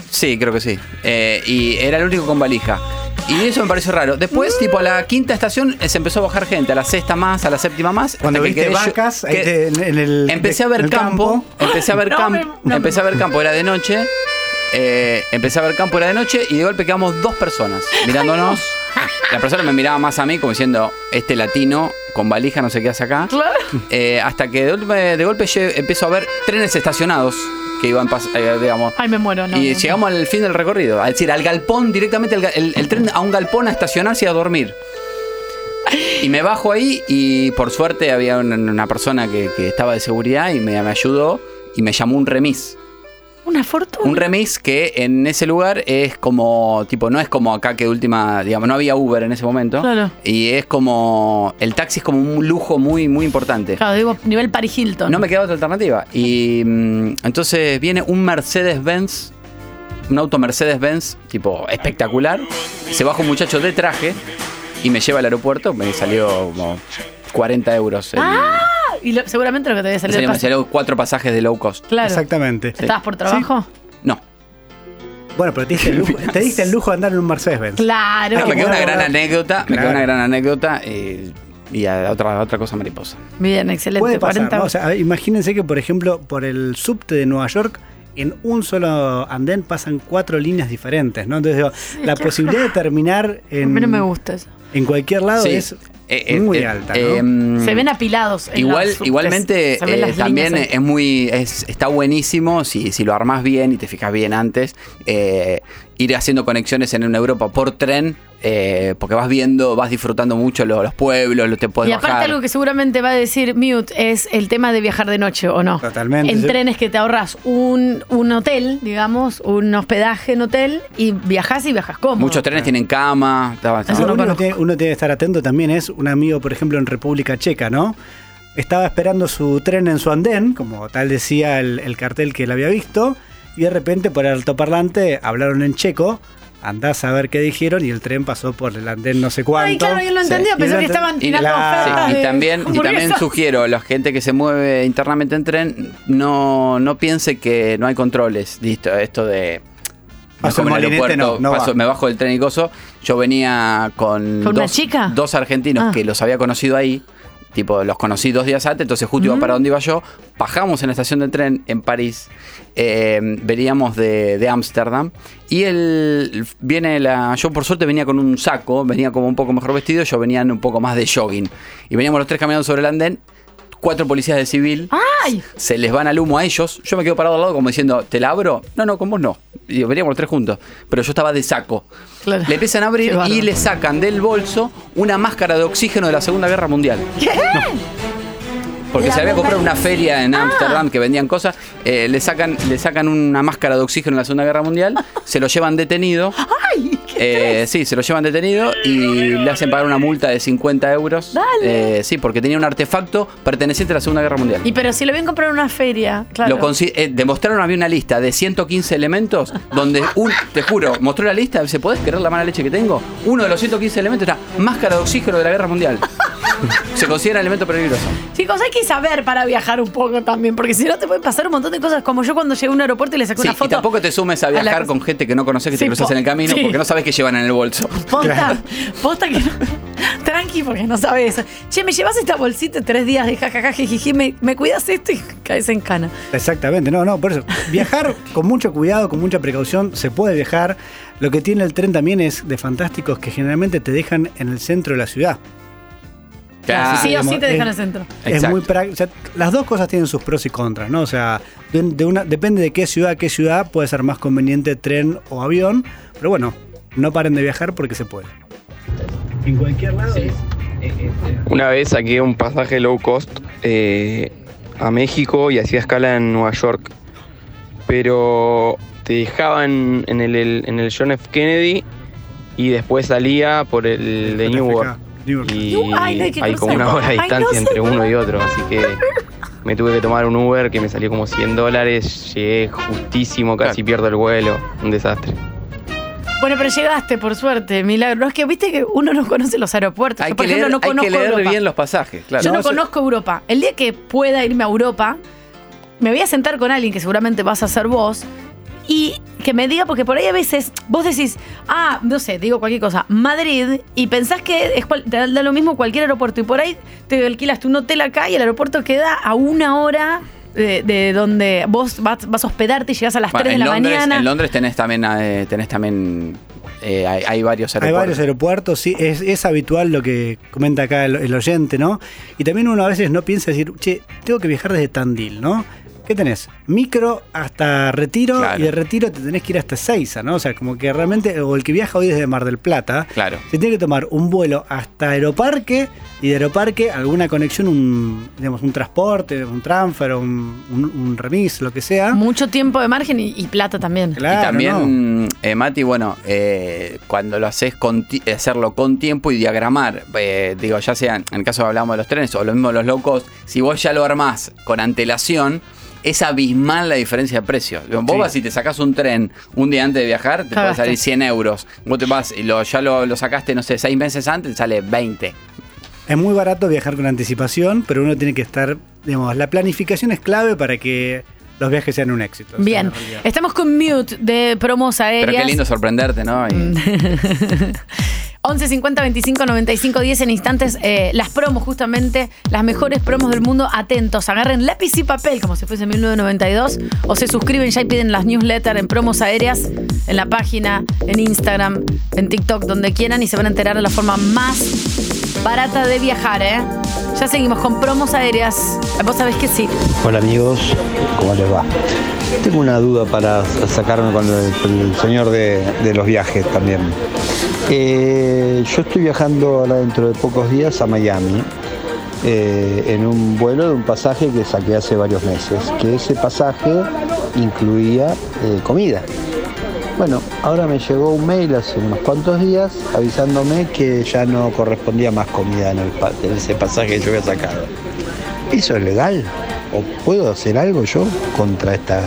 Sí, creo que sí. Eh, y era el único con valija. Y eso me pareció raro. Después,
Mm.
tipo, a la quinta estación eh, se empezó a bajar gente, a la sexta más, a la séptima más. hasta
Cuando
que
viste
quedé yo-
vacas ahí
que-
te- en, en el
empecé a
en
ver
el
campo, empecé a ver
No,
campo,
me- no,
empecé a ver campo, era de noche. eh, empecé a ver campo era de noche y de golpe quedamos dos personas mirándonos. La persona me miraba más a mí como diciendo, este latino con valija no sé qué hace acá. Eh, hasta que de golpe, de golpe yo empiezo a ver trenes estacionados que iban, pas- eh, digamos,
Ay, me muero, no.
y
no.
llegamos al fin del recorrido, es decir, al galpón, directamente al ga- el, el tren a un galpón a estacionarse y a dormir. Y me bajo ahí y por suerte había un- una, persona que, que estaba de seguridad y me, me ayudó y me llamó un remis.
Una fortuna.
Un remis que en ese lugar es como, tipo, no es como acá que de última, digamos, no había Uber en ese momento.
Claro.
Y es como, el taxi es como un lujo muy, muy importante.
Claro, digo, nivel Paris Hilton.
No me queda otra alternativa. Y mm, entonces viene un Mercedes-Benz, un auto Mercedes-Benz, tipo espectacular. Se baja un muchacho de traje y me lleva al aeropuerto. Me salió como 40 euros. el-
¡Ah! Y lo- seguramente lo que te había
me
salido.
salió-
el
me
pas-
salieron cuatro pasajes de low cost.
Claro.
Exactamente.
¿Estabas por trabajo?
Bueno, pero te
Te diste el lujo- Te diste el lujo de andar en un Mercedes-Benz.
Claro.
Ah, me quedó una gran anécdota, me quedó
Claro.
una gran anécdota eh, y a- otra, otra cosa mariposa.
Bien, excelente.
Puede pasar,
40.
¿no? O sea, a ver, imagínense que, por ejemplo, por el subte de Nueva York, en un solo andén pasan cuatro líneas diferentes, ¿no? Entonces, digo, la
qué
posibilidad de terminar en,
a mí no me gusta eso.
en cualquier lado
Sí.
es
Eh, eh,
muy
eh,
alta, ¿no?
em,
Se ven apilados. en
Igual,
los subtes.
igualmente,
Se ven
eh,
las líneas
también
ahí.
es muy, es- está buenísimo si, si lo armas bien y te fijas bien antes, eh, ir haciendo conexiones en una Europa por tren, eh, porque vas viendo, vas disfrutando mucho lo- los pueblos, lo, te puedes
Y aparte
bajar.
algo que seguramente va a decir Mute es el tema de viajar de noche o no.
Totalmente,
En
sí.
trenes que te ahorras un, un hotel, digamos, un hospedaje en hotel y viajas y viajas cómodo.
Muchos trenes tienen cama. está- está-
Ahora, uno, tiene, uno tiene que estar atento también es un amigo, por ejemplo, en República Checa, ¿no? Estaba esperando su tren en su andén, como tal decía el, el cartel que él había visto, y de repente por el altoparlante hablaron en checo, andás a ver qué dijeron, y el tren pasó por el andén no sé cuánto.
Ay, claro, yo lo entendí,
entendía,
pensé que estaban tirando ofertas
Sí,
de
y también, y también
hamburguesas.
sugiero a la gente que se mueve internamente en tren, no, no piense que no hay controles. Listo, esto de. no es
Paso el
como en
molinete, no, no
paso-
va.
me bajo del tren y gozo. Yo venía con,
¿Con una
dos,
chica?
dos argentinos
Ah.
que los había conocido ahí. Tipo, los conocí dos días antes, entonces justo iba para donde iba yo. Bajamos en la estación de tren en París. eh, veníamos de de Ámsterdam. y él viene la. Yo por suerte venía con un saco, venía como un poco mejor vestido. Yo venía un poco más de jogging. Y veníamos los tres caminando sobre el andén. Cuatro policías de civil.
Ah, ¡Ay!
Se les van al humo a ellos. Yo me quedo parado al lado como diciendo, ¿te la abro? No, no, con vos no. Y digo, veníamos los tres juntos. Pero yo estaba de saco. Le empiezan a abrir y le sacan del bolso una máscara de oxígeno de la Segunda Guerra Mundial.
¿Qué?
Porque
La
se había comprado en
bomba-
una feria en
Ah.
Ámsterdam que vendían cosas. eh, le, sacan, le sacan una máscara de oxígeno en la Segunda Guerra Mundial. se lo llevan detenido. Eh, sí, se lo llevan detenido y le hacen pagar una multa de 50 euros.
Dale.
Eh, sí, porque tenía un artefacto perteneciente a la Segunda Guerra Mundial.
Y pero si lo ven comprar en una feria, claro.
Lo consi- eh, demostraron, había una lista de 115 elementos donde un, te juro, mostró la lista, ¿se podés creer la mala leche que tengo? Uno de los 115 elementos era máscara de oxígeno de la guerra mundial. Se considera elemento peligroso.
Chicos, hay que saber para viajar un poco también, porque si no te pueden pasar un montón de cosas, como yo cuando llegué a un aeropuerto y le saqué
Sí,
una
y
foto.
tampoco te sumes a
la
viajar
cosa-
con gente que no conoces que
Sí,
te cruzas
po-
en el camino
sí.
porque no sabes qué llevan en el bolso.
Posta, posta que no. Tranqui, porque no sabes. Che, me llevas esta bolsita tres días de jajaja, jijiji, me, me cuidas esto y caes en cana.
Exactamente, no, no, por eso. Viajar con mucho cuidado, con mucha precaución, se puede viajar. Lo que tiene el tren también es de fantásticos que generalmente te dejan en el centro de la ciudad.
sí o sí te
Es-
eh,
dejan el centro.
Es muy pra- o sea, las dos cosas tienen sus pros y contras, ¿no? O sea, de- de una- depende de qué ciudad, qué ciudad puede ser más conveniente tren o avión, pero bueno, no paren de viajar porque se puede.
En cualquier lado.
Una vez saqué un pasaje low cost eh, a México y hacía escala en Nueva York. Pero te dejaban en el, el- en el John F. Kennedy y después salía por el de Newark. Y
Ay, no hay que
hay como
cruzar.
una hora de
Ay, no
distancia
se
entre uno y otro, así que me tuve que tomar un Uber que me salió como 100 dólares. Llegué justísimo, casi pierdo el vuelo. Un desastre.
Bueno, pero llegaste, por suerte, milagro. Es que viste que uno no conoce los aeropuertos.
Hay
Yo, por
que
ejemplo,
leer,
no
hay
conozco
que leer
Europa.
bien los pasajes, claro. eh
Yo no, conozco Europa. El día que pueda irme a Europa, me voy a sentar con alguien que seguramente vas a ser vos y que me diga, porque por ahí a veces vos decís, ah, no sé, digo cualquier cosa, Madrid, y pensás que es cual- te da lo mismo cualquier aeropuerto, y por ahí te alquilaste un hotel acá y el aeropuerto queda a una hora de, de donde vos vas, vas a hospedarte y llegas a las
Bueno,
3 de
en,
la
Londres,
mañana.
en Londres tenés también, eh, tenés también eh, hay, hay varios
Hay
aeropuertos.
varios aeropuertos, sí, es, es habitual lo que comenta acá el, el oyente, ¿no? Y también uno a veces no piensa decir, che, tengo que viajar desde Tandil, ¿no? ¿Qué tenés? Micro hasta Retiro y de Retiro te tenés que ir hasta Seiza, ¿no? O sea, como que realmente, o el que viaja hoy desde Mar del Plata,
Claro.
se tiene que tomar un vuelo hasta Aeroparque y de Aeroparque alguna conexión, un, digamos, un transporte, un transfer, un, un, un remis, lo que sea.
Mucho tiempo de margen y, y plata también.
y también, eh, Mati, bueno, eh, cuando lo haces con ti- hacerlo con tiempo y diagramar, eh, digo, ya sea en el caso que hablamos de los trenes o lo mismo de los locos, si vos ya lo armás con antelación, es abismal la diferencia de precio. Vos
Sí.
vas y te sacás un tren un día antes de viajar, te puede
Cagaste.
salir 100 euros. Vos te vas y lo, ya lo, lo sacaste, no sé, seis meses antes, te sale 20.
Es muy barato viajar con anticipación, pero uno tiene que estar, digamos, la planificación es clave para que los viajes sean un éxito.
Bien, estamos con Mute de promos aéreas.
Pero qué lindo sorprenderte, ¿no? Y-
11 50 25 95 10 en instantes eh, las promos justamente las mejores promos del mundo atentos agarren lápiz y papel como si fuese 1992 o se suscriben ya y piden las newsletters en promos aéreas en la página en Instagram en TikTok donde quieran y se van a enterar de la forma más barata de viajar ¿eh? ya seguimos con promos aéreas vos sabés que sí
Hola amigos, ¿cómo les va? Tengo una duda para sacarme con el, con el señor de, de los viajes también. Eh, yo estoy viajando ahora dentro de pocos días a Miami eh, en un vuelo de un pasaje que saqué hace varios meses, que ese pasaje incluía eh, comida. Bueno, ahora me llegó un mail hace unos cuantos días avisándome que ya no correspondía más comida en, el pa- en ese pasaje que yo había sacado. ¿Eso es legal? ¿O puedo hacer algo yo contra esta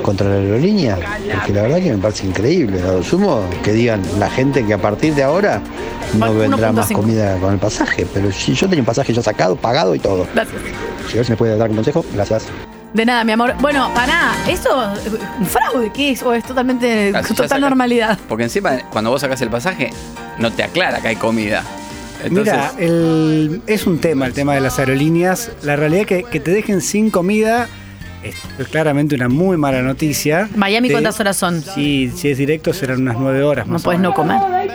contra la aerolínea? Porque la verdad que me parece increíble. A lo sumo que digan la gente que a partir de ahora no vendrá más
1.5.
comida con el pasaje. Pero si yo tenía un pasaje ya sacado, pagado y todo.
Gracias.
Si a ver si me puede dar un consejo, gracias.
de nada mi amor bueno para eso eh, un fraude ¿qué es? o es totalmente
Así ya
total
saca-
normalidad
Porque encima, cuando vos sacás el pasaje, no te aclara que hay comida. Entonces,
Mira, el- es un tema el tema de las aerolíneas. La realidad que, que te dejen sin comida es claramente una muy mala noticia.
Miami,
Te-
¿cuántas horas son?
Sí, si es directo serán unas nueve horas
no
más. o
puedes no
menos.
comer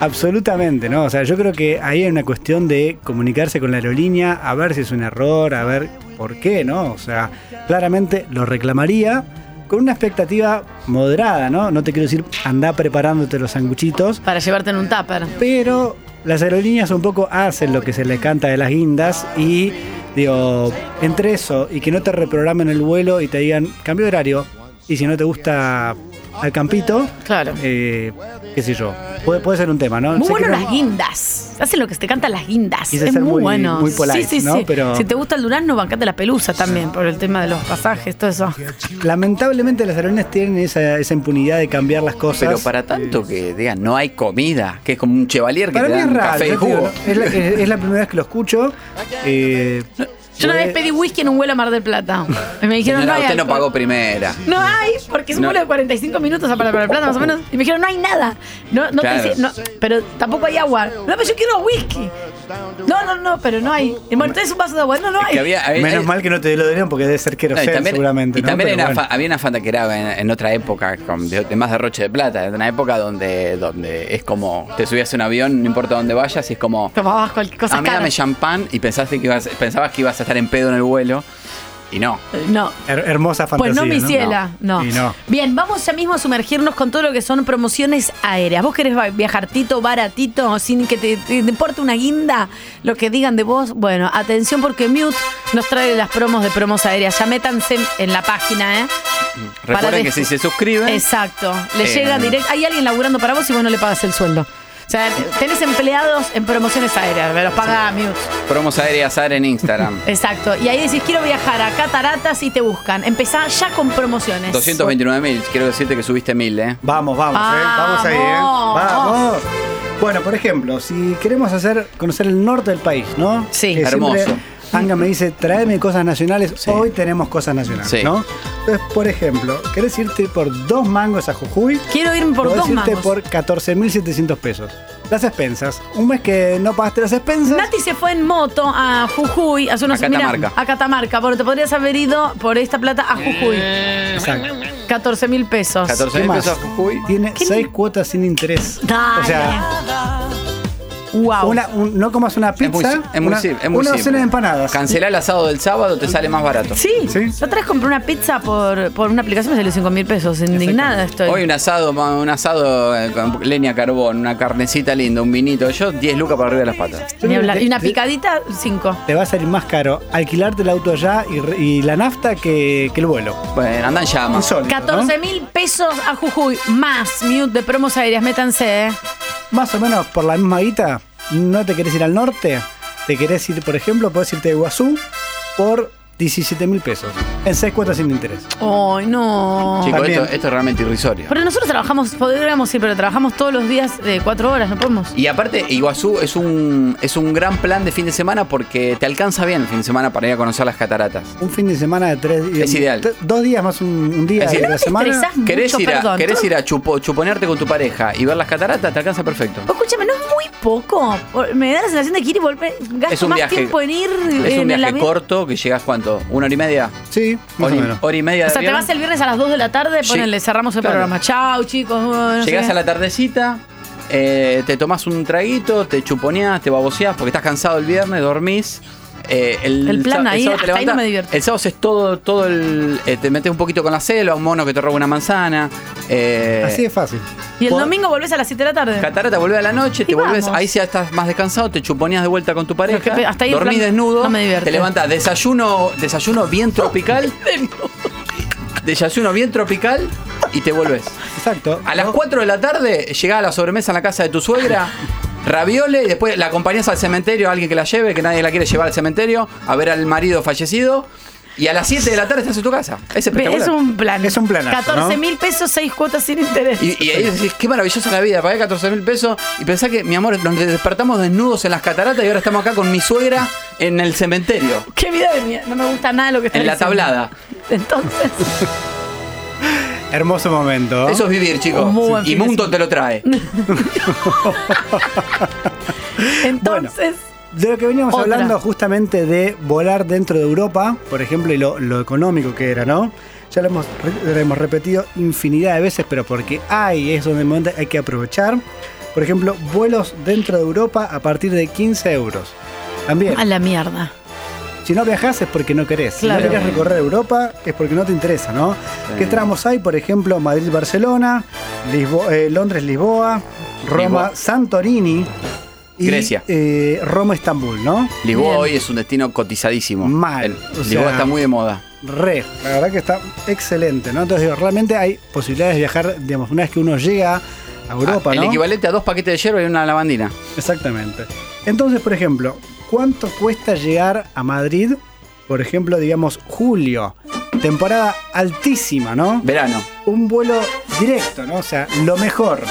Absolutamente, ¿no? O sea, yo creo que ahí hay una cuestión de comunicarse con la aerolínea, a ver si es un error, a ver por qué, ¿no? O sea, claramente lo reclamaría con una expectativa moderada, ¿no? No te quiero decir, anda preparándote los sanguchitos.
Para llevarte en un tupper.
Pero las aerolíneas un poco hacen lo que se les canta de las guindas y, digo, entre eso y que no te reprogramen el vuelo y te digan, cambio de horario, y si no te gusta al campito,
claro.
qué sé yo, puede, puede ser un tema, Eh, ¿no? Sé
Muy
que
bueno
no-
las guindas. Hacen lo que se te cantan las guindas.
Quise
es
ser
muy,
muy-
bueno.
muy polite,
sí, sí,
¿no?
sí.
Pero-
Si te gusta el durazno, bancate la pelusa también por el tema de los pasajes, todo eso.
Lamentablemente las aerolíneas tienen esa, esa impunidad de cambiar las cosas.
Pero para tanto que digan, no hay comida, que es como un chevalier que
Para
te
mí es
dan
raro,
café y
yo te digo,
jugo.
¿no? es, la, es- es la primera vez que lo escucho. eh,
Yo una vez pedí whisky en un vuelo a Mar del Plata. Y me dijeron,
Señora,
no hay.
usted no
alcohol".
pagó primera.
No hay, porque es un
No.
vuelo de 45 minutos a Mar del Plata, más o menos. Y me dijeron, no hay nada. No, no te
Claro.
dice- no, pero tampoco hay agua. No, pero yo quiero whisky. No, no, no, pero no hay. Y bueno, entonces un vaso de agua. No, no hay.
Menos mal que no te lo dieron porque debe ser que
Eh, No, y también,
seguramente.
y
¿no?
también
Pero
era
bueno.
fa- había una fanta que era en, en otra época, con, de, de más derroche de plata, en una época donde, donde es como, te subías a un avión, no importa dónde vayas, y es como,
Tomabas cualquier cosa
a mí dame
cara.
champán y pensaste que ibas, pensabas que ibas a estar en pedo en el vuelo, y no.
Eh, No.
hermosa
Pues no, mi ciela, no. Bien, vamos ya mismo a sumergirnos con todo lo que son promociones aéreas. ¿Vos querés va- viajar tito, baratito, sin que te, te importe una guinda lo que digan de vos? Bueno, atención porque Mute nos trae las promos de promos aéreas. Ya métanse en la página, ¿eh? Para
Recuerden
de-
que si se suscriben,
Exacto. Le
Eh,
llega directo. Hay alguien laburando para vos y vos no le pagas el sueldo. O sea, tenés empleados en promociones aéreas, me los paga Mute.
promos aéreas azar en Instagram.
Exacto. Y ahí decís, quiero viajar a Cataratas y te buscan. Empezá ya con promociones.
229 mil, quiero decirte que subiste mil, ¿eh?
Vamos, vamos, ¿eh? Vamos ahí, ¿eh?
Ah, Vamos.
Vamos. Bueno, por ejemplo, si queremos hacer conocer el norte del país, ¿no? Sí,
Hermoso.
Anga me dice, tráeme cosas nacionales. Hoy tenemos cosas nacionales,
Sí.
¿no? Entonces, por ejemplo, ¿querés irte por dos mangos a Jujuy?
Quiero irme por
Podés
dos
irte
mangos.
por 14.700 pesos. Las expensas. Un mes que no pagaste las expensas.
Nati se fue en moto a Jujuy hace unos
A
mirá,
Catamarca.
a Catamarca. Bueno, te podrías haber ido por esta plata a Jujuy.
Exacto.
14 mil pesos.
¿Qué más? Tiene seis cuotas sin interés.
Dale.
O sea, una- un- no comas una pizza.
Es muy, si- es muy
una,
sim- es muy
una
simple.
docena de empanadas.
Cancelá el asado del sábado, te sale más barato.
Sí. La otra vez compré una pizza por, por una aplicación me salió 5 mil pesos. Indignada estoy.
Hoy un asado, ma- un asado eh, con leña carbón, una carnecita linda, un vinito. Yo 10 lucas para arriba de las patas.
Ni hablar. Y una picadita, 5.
Te va a salir más caro alquilarte el auto allá y, re- y la nafta que, que el vuelo.
Bueno, andan llamas.
14 mil pesos a Jujuy, más Mute de Promos Aéreas, métanse. ¿eh?
Más o menos por la misma guita, no te querés ir al norte, te querés ir, por ejemplo, podés irte de Guazú por 17 mil pesos. En seis cuotas sin interés.
Ay, no.
Chicos,
También.
esto, esto es realmente irrisorio.
Pero nosotros trabajamos, podríamos ir, pero trabajamos todos los días de 4 horas, no podemos.
Y aparte, Iguazú es un, es un gran plan de fin de semana porque te alcanza bien el fin de semana para ir a conocer las cataratas.
Un fin de semana de tres días.
Es ideal.
t- Dos días más un, un día
Es decir,
de la semana.
¿Querés ir a, querés ir a chupo- chuponearte con tu pareja y ver las cataratas? Te alcanza perfecto.
Escúchame, no es muy poco. Por- Me da la sensación de que ir y volver. Gasto
Es un
más
viaje.
tiempo en ir
Es
en
un
el
viaje
avión.
corto que llegas cuánto, una hora y media.
Sí,
más hora, y- hora y media.
O
de
sea, te
avión.
vas el viernes a las 2 de la tarde,
Sí.
ponele, cerramos el
Claro.
programa. Chao, chicos. bueno, no sé
Llegás
qué.
a la tardecita, eh, te tomás un traguito, te chuponeás, te baboseás porque estás cansado el viernes, dormís. eh, el,
El plan
sá-
ahí,
sábado te
hasta ahí no
levantás,
me divierto.
El sábado es todo, todo el. eh, te metes un poquito con la selva, un mono que te roba una manzana. eh,
Así de fácil.
Y el
Por-
domingo volvés a las 7 de la tarde.
Catarata vuelve a la noche, te volvés, ahí sí ya estás más descansado, te chuponías de vuelta con tu pareja,
pe- hasta ahí el
dormís
plan
desnudo,
no me divierte.
te levantás, desayuno, desayuno bien tropical, desayuno bien tropical y te volvés.
Exacto.
A las 4 de la tarde llegás a la sobremesa en la casa de tu suegra, raviole y después la acompañás al cementerio, a alguien que la lleve, que nadie la quiere llevar al cementerio, a ver al marido fallecido. Y a las 7 de la tarde estás en tu casa. Es espectacular.
Es un plan.
Es un planazo,
14
¿no?
mil pesos, 6 cuotas sin interés.
Y, y ahí decís, qué maravillosa la vida, pagué 14 mil pesos y pensá que, mi amor, nos despertamos desnudos en las cataratas y ahora estamos acá con mi suegra en el cementerio,
Qué vida de mierda. No me gusta nada lo que está
en la tablada.
Entonces.
Hermoso momento. ¿eh?
Eso es vivir, chicos.
Muy buen
y
fin de
Mundo te lo trae.
Entonces.
De lo que veníamos
Otra.
hablando justamente de volar dentro de Europa, por ejemplo, y lo, lo económico que era, ¿no? Ya lo hemos, re- lo hemos repetido infinidad de veces, pero porque hay, es donde momento hay que aprovechar. Por ejemplo, vuelos dentro de Europa a partir de 15 euros. También.
A la mierda.
Si no viajás es porque no querés. Si
Claro.
no querés recorrer Europa es porque no te interesa, ¿no? ¿Qué tramos hay? Por ejemplo, Madrid-Barcelona, Lisbo- eh, Londres-Lisboa, Roma-Santorini. y,
Grecia.
eh, Roma-Estambul, ¿no?
Lisboa hoy es un destino cotizadísimo.
Mal.
El-
O
Lisboa
sea,
está muy de moda.
Re, la verdad que está excelente, ¿no? Entonces, digo, realmente hay posibilidades de viajar, digamos, una vez que uno llega a Europa,
Ah, El
¿no?
equivalente a dos paquetes de hierba y una lavandina.
Exactamente. Entonces, por ejemplo, ¿cuánto cuesta llegar a Madrid? Por ejemplo, digamos, julio. Temporada altísima, ¿no?
Verano.
Un vuelo directo, ¿no? O sea, lo mejor.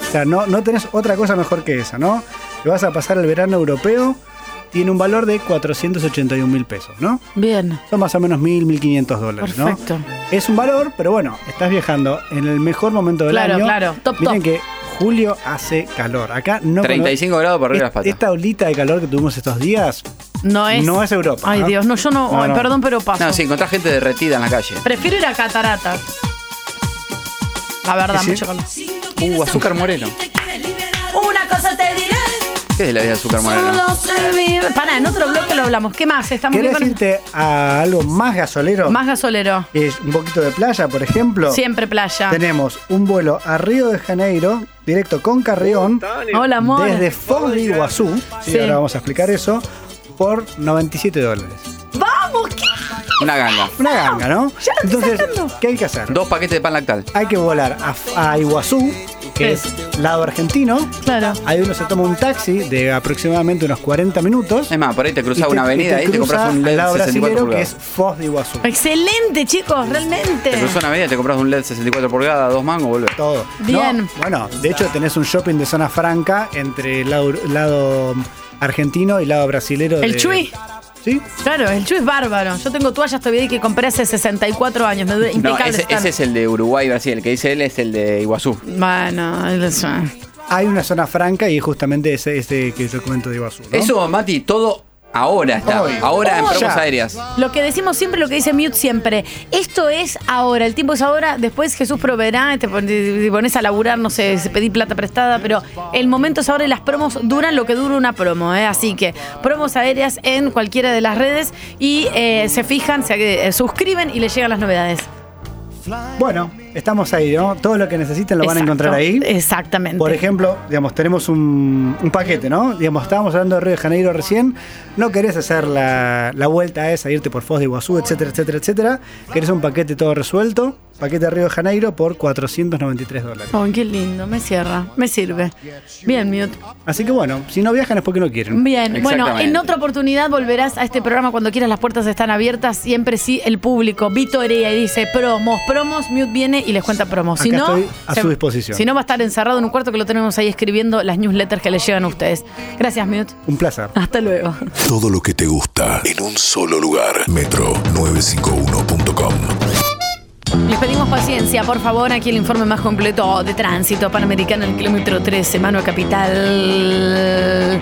O sea, no, no tenés otra cosa mejor que esa, ¿no? Te vas a pasar el verano europeo, tiene un valor de 481 mil pesos, ¿no?
Bien.
Son más o menos 1.000, 1.500 dólares, ¿no?
Perfecto.
Es un valor, pero bueno, estás viajando en el mejor momento del
Claro,
año.
claro. Top,
Miren
top.
que julio hace calor. Acá no
35 grados para arriba de las patas.
Esta olita de calor que tuvimos estos días
No es.
no es Europa.
Ay,
¿no?
Dios, no, yo no.
No,
ay,
no.
Perdón, pero paso.
No, si encontrás gente derretida en la calle.
Prefiero ir a Catarata. La verdad,
¿Sí?
mucho calor.
Uh, azúcar moreno.
Una cosa te diré.
¿Qué es la vida de azúcar moreno?
Solo se vive. Pará, en otro bloque lo hablamos. ¿Qué más? Estamos bien
¿Querés
con-
irte a algo más gasolero?
Más gasolero.
Eh, un poquito de playa, por ejemplo.
Siempre playa.
Tenemos un vuelo a Río de Janeiro, directo con
Uh,
Carrión.
Hola, amor.
Desde Foz de Iguazú. Sí,
Sí.
ahora vamos a explicar eso. Por 97 dólares.
¡Vamos! ¿Qué?
Una ganga.
Una ganga, ¿no? Entonces, ¿qué hay que hacer?
Dos paquetes de pan lactal.
Hay que volar a, a Iguazú, que
Sí.
es lado argentino.
Claro.
Ahí uno se toma un taxi de aproximadamente unos 40 minutos.
Es más, por ahí te cruzás
Y
una avenida
y
ahí te compras
cruza
un E
al
LED
lado
64
brasilero que es
pulgadas.
Foz de Iguazú.
Excelente, chicos, realmente.
Te cruzás una avenida, te compras un E LED 64 pulgadas, dos mangos, volvés.
Todo.
Bien.
No, bueno, de hecho tenés un shopping de zona franca entre el lado, lado mm, argentino y lado brasilero.
El
de-
Chuy.
¿Sí?
Claro, el Chuy es bárbaro. Yo tengo toallas todavía que compré hace 64 años. Me dura
No,
impecable.
ese, ese es el de Uruguay y Brasil. El que dice él es el de Iguazú.
Bueno, eso.
hay una zona franca y es justamente ese, ese que yo comento de Iguazú. ¿no?
Eso, Mati, todo ahora está.
Hoy.
Ahora en
Hoy.
Bromas
Ya.
Aéreas.
Lo que decimos siempre, lo que dice Mute siempre. Esto es ahora, el tiempo es ahora, después Jesús proveerá, te pon- te pones a laburar, no sé, se pedí plata prestada, pero el momento es ahora y las promos duran lo que dura una promo, ¿eh? Así que promos aéreas en cualquiera de las redes y eh, se fijan, se eh, suscriben y les llegan las novedades.
Bueno, estamos ahí, ¿no? Todo lo que necesiten lo van a
Exacto,
encontrar ahí.
Exactamente.
Por ejemplo, digamos, tenemos un, un paquete, ¿no? Digamos, estábamos hablando de Río de Janeiro recién, no querés hacer la, la vuelta esa, irte por Foz de Iguazú, etcétera, etcétera, etcétera. Querés un paquete todo resuelto, paquete de Río de Janeiro por 493 dólares.
Oh, qué lindo, me cierra, me sirve. Bien, Mute.
Así que bueno, si no viajan es porque no quieren.
Bien, bueno, en otra oportunidad volverás a este programa cuando quieras, las puertas están abiertas, siempre sí, el público vitorea y dice promos, promos, Mute viene y les cuenta promos. Si
Acá
no,
estoy a su disposición.
Si no, va a estar encerrado en un cuarto que lo tenemos ahí escribiendo las newsletters que le llegan a ustedes. Gracias, Mute.
Un placer.
Hasta luego.
Todo lo que te gusta en un solo lugar. Metro951.com.
Les pedimos paciencia, por favor, aquí el informe más completo de tránsito panamericano en el kilómetro 13, Mano Capital.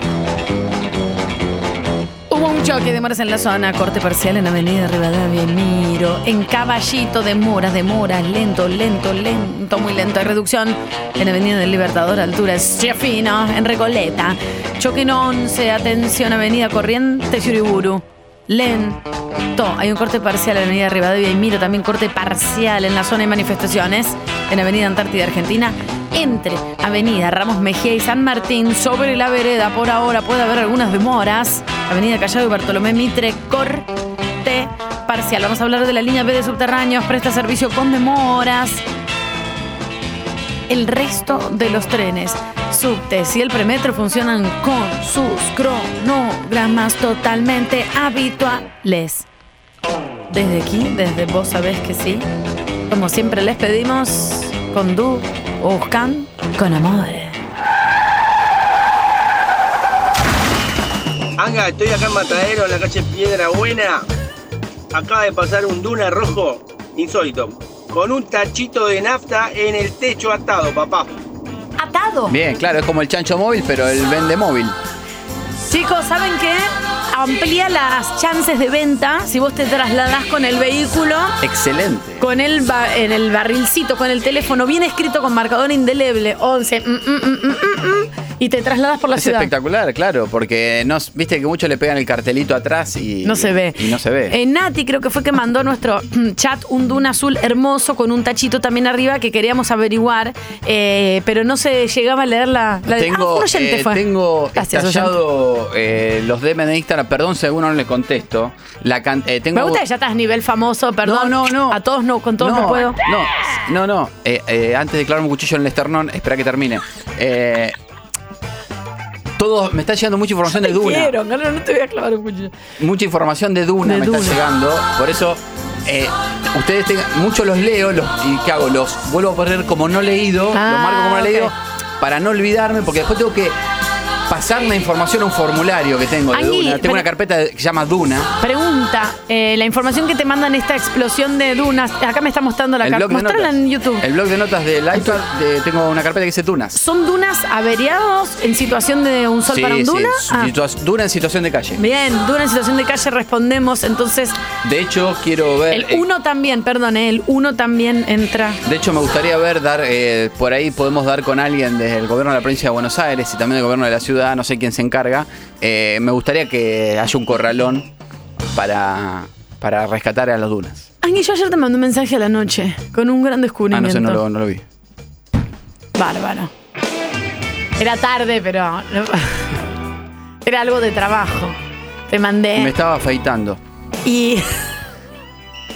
Hubo un choque de moras en la zona, corte parcial en Avenida Rivadavia y Miro, en Caballito de Moras, de Moras, lento, lento, lento, muy lento. Hay reducción en Avenida del Libertador, altura Chefino, en Recoleta. Choque en 11, atención, Avenida Corrientes y Uriburu. Lento. Hay un corte parcial en Avenida Rivadavia y Miro, también corte parcial en la zona de manifestaciones, en Avenida Antártida Argentina. Entre Avenida Ramos Mejía y San Martín, sobre la vereda, por ahora puede haber algunas demoras. Avenida Callao y Bartolomé Mitre, corte parcial. Vamos a hablar de la línea B de subterráneos, presta servicio con demoras. El resto de los trenes, subtes y el premetro funcionan con sus cronogramas totalmente habituales. Desde aquí, desde vos sabés que sí. Como siempre les pedimos, conduzcan con amor.
Anga, estoy acá en Matadero, en la calle Piedra Buena. Acaba de pasar un duna rojo insólito. Con un tachito de nafta en el techo atado, papá.
¿Atado?
Bien, claro, es como el chancho móvil, pero el vende móvil.
Chicos, ¿saben qué? Amplía las chances de venta si vos te trasladás con el vehículo,
Excelente.
con el ba- en el barrilcito, con el teléfono bien escrito con marcador indeleble, 11, mm, mm, mm, mm, mm, mm, y te trasladas por la
Es
ciudad.
espectacular, claro, porque no, viste que muchos le pegan el cartelito atrás y
No se ve.
Y no se ve.
Eh, Nati creo que fue que mandó a nuestro mm, chat un duna azul hermoso con un tachito también arriba que queríamos averiguar, eh, pero no se llegaba a leer la... la ah,
tengo
un oyente
eh,
fue. Ah,
tengo
Gracias,
estallado eh, los DM de Instagram, perdón si a alguno no le contesto. La can- eh, tengo
Me gusta que ya estás nivel famoso, perdón. No, no, no. A todos no, con todos no, puedo.
No, eh, no, no. Eh, eh, antes de clavar un cuchillo en el esternón, espera que termine. Eh, todos, me está llegando mucha información de Duna.
Quiero, no, no, no te voy a clavar un cuchillo.
Mucha información de Duna
De
me
Duna.
está llegando. Por eso, eh, ustedes tengan- muchos los leo los, y ¿qué hago? Los vuelvo a poner como no leído, los
Ah,
marco como no
ok.
leído, para no olvidarme, porque después tengo que pasar la información a un formulario que tengo de
Angui,
Duna.
pero-
Tengo una carpeta de- que se llama Duna.
Pregunta, eh, la información que te mandan esta explosión de dunas, acá me está mostrando la
El
carta.
blog de
Mostrala
notas.
en YouTube.
El blog de notas del iPad, de- tengo una carpeta que dice Dunas.
¿Son dunas averiados en situación de un sol
Sí,
para un
sí,
duna? Ah,
situa- Duna en situación de calle.
bien, duna en situación de calle respondemos. Entonces,
De hecho, quiero ver. eh,
el 1 también, perdón, eh, el 1 también entra.
De hecho, me gustaría ver, dar eh, por ahí podemos dar con alguien desde el gobierno de la provincia de Buenos Aires y también del gobierno de la ciudad, no sé quién se encarga. Eh, me gustaría que haya un corralón para, para rescatar a las dunas.
Angui, yo ayer te mandé un mensaje a la noche con un gran
Ah,
descubrimiento.
no sé, no lo, no lo vi.
Bárbaro. Era tarde, pero. Era algo de trabajo. Te mandé.
Me estaba afeitando.
Y.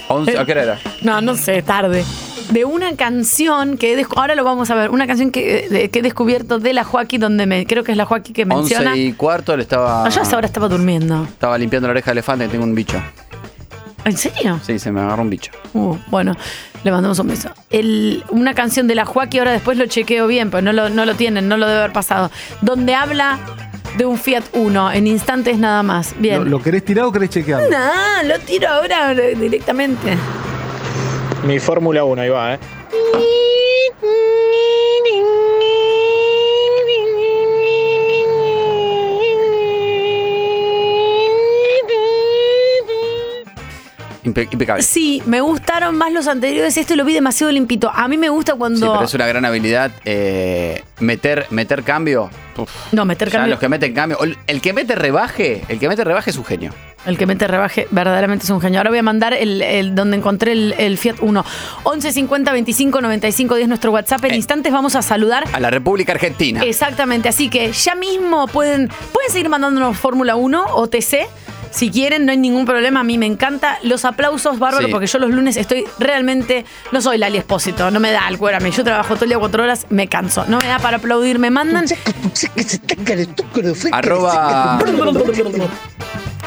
Once- ¿A qué hora era?
No, no sé, tarde. De una canción que he descu- ahora lo vamos a ver, una canción que, eh, de- que he descubierto de la Joaquín, donde me, creo que es la Joaquín que menciona. Ah,
11 y cuarto le estaba.
No, yo a esa hora estaba durmiendo.
Estaba limpiando la oreja de elefante y tengo un bicho.
¿En serio?
Sí, se me agarró un bicho.
Uh, bueno, le mandamos un beso. El- una canción de la Joaquín, ahora después lo chequeo bien, pero no lo, no lo tienen, no lo debe haber pasado. Donde habla de un Fiat Uno, en instantes nada más.
¿Lo,
Bien.
lo querés tirar o querés chequear?
No, lo tiro ahora eh, directamente.
Mi Fórmula 1, ahí va, ¿eh?
Impe- impecable.
Sí, me gustaron más los anteriores. Este lo vi demasiado limpito. A mí me gusta cuando.
Sí, pero es una gran habilidad. eh, meter, meter cambio. uf.
No, meter
Ya,
cambio.
los que meten cambio. o el- El que mete rebaje, el que mete rebaje es un genio.
El que mete rebaje verdaderamente es un genio. Ahora voy a mandar el, el- donde encontré el, el Fiat 1. 11 50 25 95 10 nuestro WhatsApp.
Eh.
En instantes vamos a saludar.
A la República Argentina.
Exactamente, así que ya mismo pueden, pueden seguir mandándonos Fórmula 1 o TC. Si quieren, no hay ningún problema, a mí me encanta. Los aplausos, bárbaro,
Sí.
porque yo los lunes estoy realmente. No soy Lali Espósito, no me da el cuérame. Yo trabajo todo el día cuatro horas, me canso. No me da para aplaudir, me mandan.
Arroba-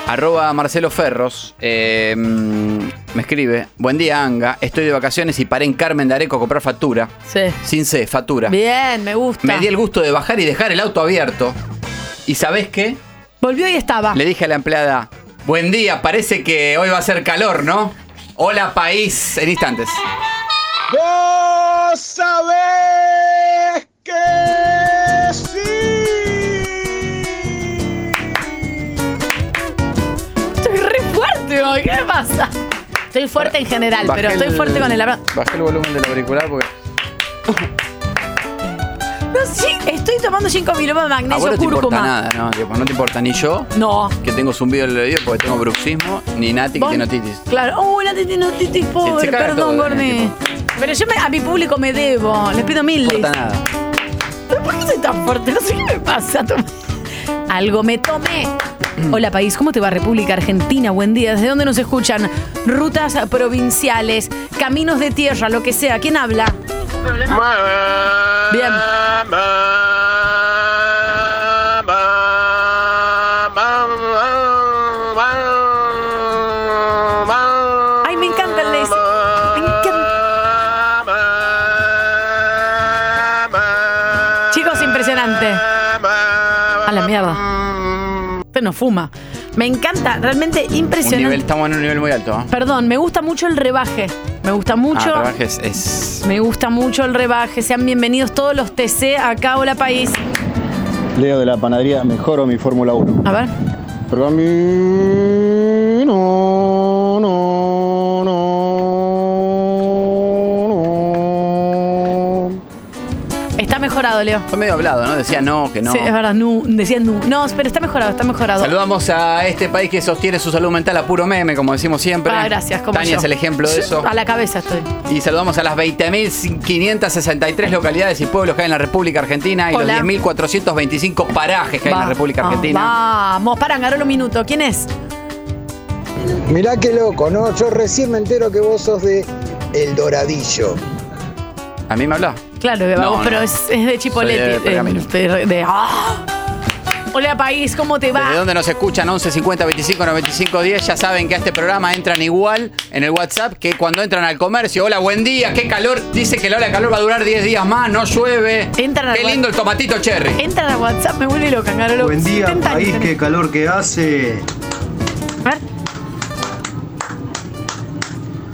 Arroba Marcelo Ferros eh, mm, me escribe: Buen día, Anga. Estoy de vacaciones y paré en Carmen de Areco a comprar factura.
Sí.
Sin C, factura.
Bien, me gusta.
Me di el gusto de bajar y dejar el auto abierto. ¿Y sabés qué?
Volvió y estaba.
Le dije a la empleada: Buen día, parece que hoy va a ser calor, ¿no? Hola, país. En instantes.
Vos sabés que sí.
Estoy re fuerte hoy, ¿qué me pasa? Estoy fuerte en general, pero
Bajé
estoy fuerte con el abrazo.
Bajé el volumen del auricular porque.
No, sí, estoy tomando 5 biloba de
A Ah, vos
magnesio
no te importa
cúrcuma.
nada, ¿no? Tipo, no te importa ni yo.
No.
Que tengo zumbido en el oído porque tengo bruxismo, ni Nati que
Vos-
tiene otitis.
Claro, oh, la titinotitis
Se-
pobre,
se caga
perdón,
todo en el
Gorni. Pero yo me- a mi público me debo, les pido mil.
No importa nada.
¿Pero por qué soy tan fuerte? No sé qué me pasa. Tom- Algo me tomé.
Mm.
Hola país, ¿cómo te va República Argentina? Buen día. ¿Desde dónde nos escuchan? Rutas provinciales, caminos de tierra, lo que sea. ¿Quién habla? Bien. Ay, me encanta el Lazy. Me encanta. Chicos, impresionante. A la mierda. Usted no fuma. Me encanta, realmente
Un nivel,
impresionante.
estamos en un nivel muy alto. ¿eh?
Perdón, me gusta mucho el rebaje. Me gusta mucho.
Ah, rebaje es, es-
Me gusta mucho el rebaje. Sean bienvenidos todos los TC acá, hola país.
Leo de la panadería, mejoro mi Fórmula 1.
A ver.
Pero a mí no, no, no, no.
Está mejorado, Leo.
Fue medio hablado, ¿no? Decía no, que no.
Sí, es verdad, nu, decía nu. No, pero está mejorado, está mejorado.
Saludamos a este país que sostiene su salud mental a puro meme, como decimos siempre.
Ah, gracias, como
Tania
yo.
es el ejemplo de eso.
A la cabeza estoy.
Y saludamos a las 20.563 localidades y pueblos que hay en la República Argentina y
Hola.
los 10.425 parajes que hay en la
Va-
República
ah,
Argentina.
vamos, para, agarró un minuto. ¿Quién es?
Mirá qué loco, ¿no? Yo recién me entero que vos sos de El Doradillo.
¿A mí me habló?
Claro, que
No,
vamos,
no.
pero es, es de Chipoleti.
Soy de
eh,
Pergamino.
de- de- ¡Ah! Hola, país, ¿cómo te va?
Desde donde nos escuchan 11 50 25 95 10, ya saben que a este programa entran igual en el WhatsApp que cuando entran al comercio. Hola, buen día, qué calor. Dice que la ola de calor va a durar 10 días más, no llueve. qué lindo el tomatito cherry.
Entran a WhatsApp, me vuelve loca, Carolo.
Buen día, país, qué calor que hace.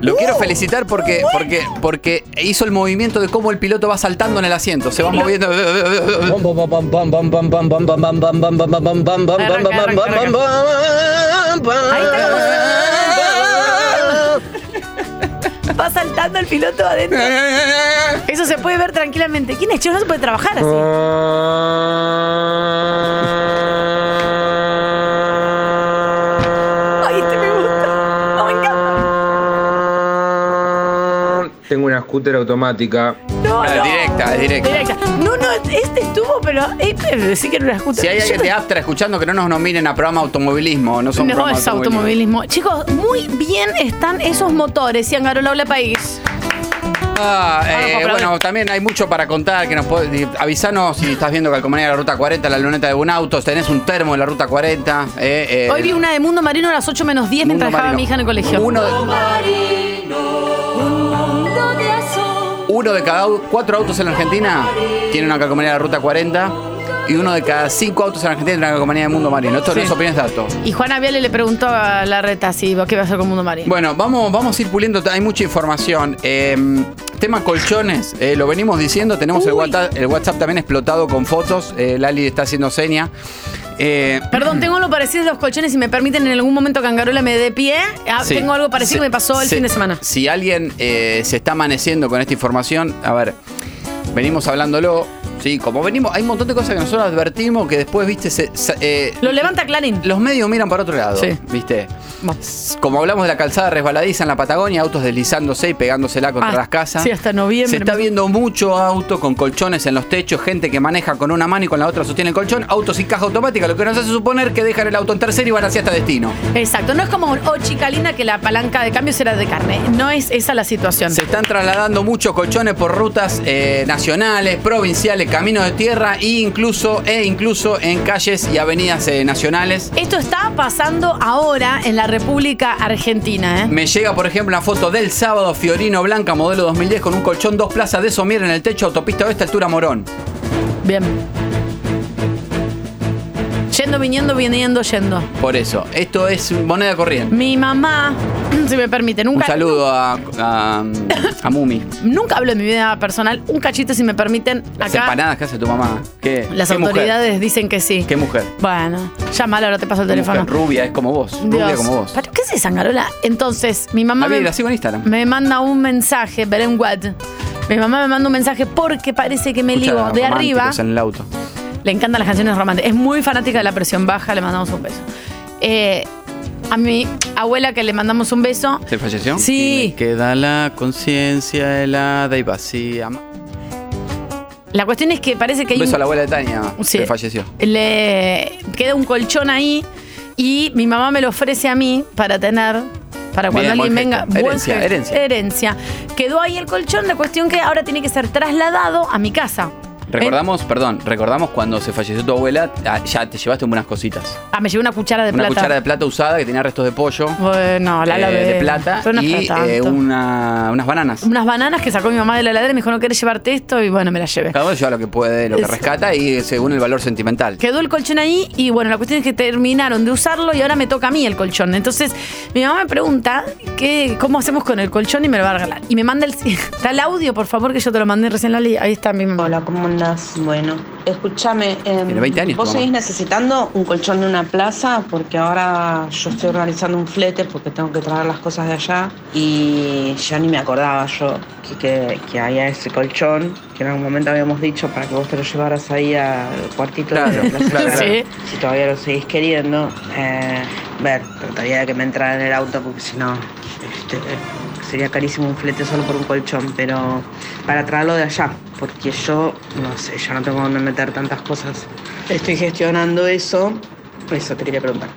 Lo quiero felicitar porque, porque, porque hizo el movimiento de cómo el piloto va saltando en el asiento, se va moviendo.
Va saltando el piloto adentro. Eso se puede ver tranquilamente. ¿Quién es? Yo no se puede trabajar así. este Oh,
Tengo una scooter automática.
No,
Ah,
no.
directa, es directa.
No, no, este estuvo, pero este sí que no la escucha.
Si hay
Yo
alguien
no-
de Astra escuchando que no nos nominen a programa automovilismo, no son
No,
programa
es automovilismo. Chicos, muy bien están esos motores, Ciangarola Habla País.
Ah, eh,
Vamos, aplaudir.
bueno, también hay mucho para contar. que nos podés- Avisanos si estás viendo Calcomanía de la Ruta 40, la luneta de un auto, tenés un termo de la Ruta 40. eh, eh,
Hoy vi una de Mundo Marino a las 8 menos 10 mientras dejaba a mi hija en el colegio.
Uno de cada au- cuatro autos en la Argentina tiene una calcomanía de la Ruta 40 y uno de cada cinco autos en la Argentina tiene una calcomanía de Mundo Marino. Esto
Sí.
no es opinión, es dato.
Y Juana Viale le preguntó a la reta si qué iba a hacer con Mundo Marino.
Bueno, vamos, vamos a ir puliendo, hay mucha información. Eh, tema colchones, eh, lo venimos diciendo, tenemos el WhatsApp, el WhatsApp también explotado con fotos, eh, Lali está haciendo seña. Eh,
Perdón, tengo algo parecido de los colchones. Si me permiten, en algún momento Cangarola me dé pie. Ah,
Sí.
Tengo algo parecido
Se-
que me pasó el
se-
fin de semana.
Si alguien eh, se está amaneciendo con esta información, a ver, venimos hablándolo, sí, como venimos, hay un montón de cosas que nosotros advertimos que después, viste, se- se- eh,
Lo levanta Clarín.
los medios miran para otro lado,
Sí.
viste. Como hablamos de la calzada resbaladiza en la Patagonia, autos deslizándose y pegándosela contra
Ah,
las casas.
sí, hasta noviembre.
Se está viendo mucho auto con colchones en los techos, gente que maneja con una mano y con la otra sostiene el colchón, autos sin caja automática, lo que nos hace suponer que dejan el auto en tercero y van hacia hasta destino.
Exacto, no es como un oh chica linda que la palanca de cambios era de carne. No es esa la situación.
Se están trasladando muchos colchones por rutas eh, nacionales, provinciales, caminos de tierra e incluso, e incluso en calles y avenidas eh, nacionales.
Esto está pasando ahora en la República Argentina, ¿eh?
Me llega, por ejemplo, una foto del sábado Fiorino Blanca, modelo 2010, con un colchón dos plazas de somier en el techo, autopista oeste, altura Morón. Mm.
Bien. Yendo, viniendo, viniendo, yendo.
Por eso, esto es moneda corriente.
Mi mamá, si me permite,
Un
nunca,
saludo a, a, a Mumi.
nunca hablo de mi vida personal. Un cachito, si me permiten,
Las
acá.
empanadas que hace tu mamá. ¿Qué?
Las
qué mujer,
autoridades dicen que sí.
¿Qué mujer?
Bueno, llamala, ahora te paso el
Qué
teléfono.
mujer rubia, es como vos. Rubia
Dios.
como vos.
¿Pero qué es esa Angarola? Entonces, mi mamá
La vi,
me,
la sigo en Instagram.
me manda un mensaje, veré en what. Mi mamá me manda un mensaje porque parece que me
Escucha,
ligo de arriba.
románticos en el auto.
Le encantan las canciones románticas. Es muy fanática de la presión baja, le mandamos un beso. Eh, a mi abuela que le mandamos un beso.
¿Se falleció?
Sí.
Y me Queda la conciencia helada y vacía. Un
La cuestión es que parece que hay
beso
un-
a la abuela de Tania,
Sí.
que falleció.
le queda un colchón ahí y mi mamá me lo ofrece a mí para tener para cuando
Bien,
alguien
buen
venga
gesto. Herencia,
gesto,
herencia.
herencia. quedó ahí el colchón la cuestión que ahora tiene que ser trasladado a mi casa
Recordamos, perdón, recordamos cuando se falleció tu abuela, ah, ya te llevaste unas cositas.
ah me llevé una cuchara de
una
plata
cuchara de plata usada que tenía restos de pollo.
bueno la
eh,
lavé
de plata
Pero no es para
y
tanto.
eh, una- unas bananas.
unas bananas que sacó mi mamá de la heladera y me dijo no querés llevarte esto y bueno me las llevé
Cada uno lleva lo que puede, lo que
Es-
rescata y eh, según el valor sentimental.
Quedó el colchón ahí y bueno, la cuestión es que terminaron de usarlo y ahora me toca a mí el colchón. Entonces, mi mamá me pregunta qué, cómo hacemos con el colchón y me lo va a regalar. Y me manda el, está el audio, por favor, que yo te lo mandé recién, Lali. Ahí está mi mamá. Hola,
¿cómo andás? Bueno, escúchame. em,
Tiene 20 años,
¿Vos
tu mamá.
seguís necesitando un colchón de una plaza? Porque ahora yo estoy organizando un flete porque tengo que traer las cosas de allá. Y ya ni me acordaba yo que, que, que había ese colchón que en algún momento habíamos dicho para que vos te lo llevaras ahí al cuartito de la plaza.
claro, Sí.
Si todavía lo seguís queriendo, eh, ver, trataría de que me entrara en el auto porque si no. este, sería carísimo un flete solo por un colchón, pero para traerlo de allá, porque yo, no sé, yo no tengo dónde meter tantas cosas. Estoy gestionando eso, eso te quería preguntar.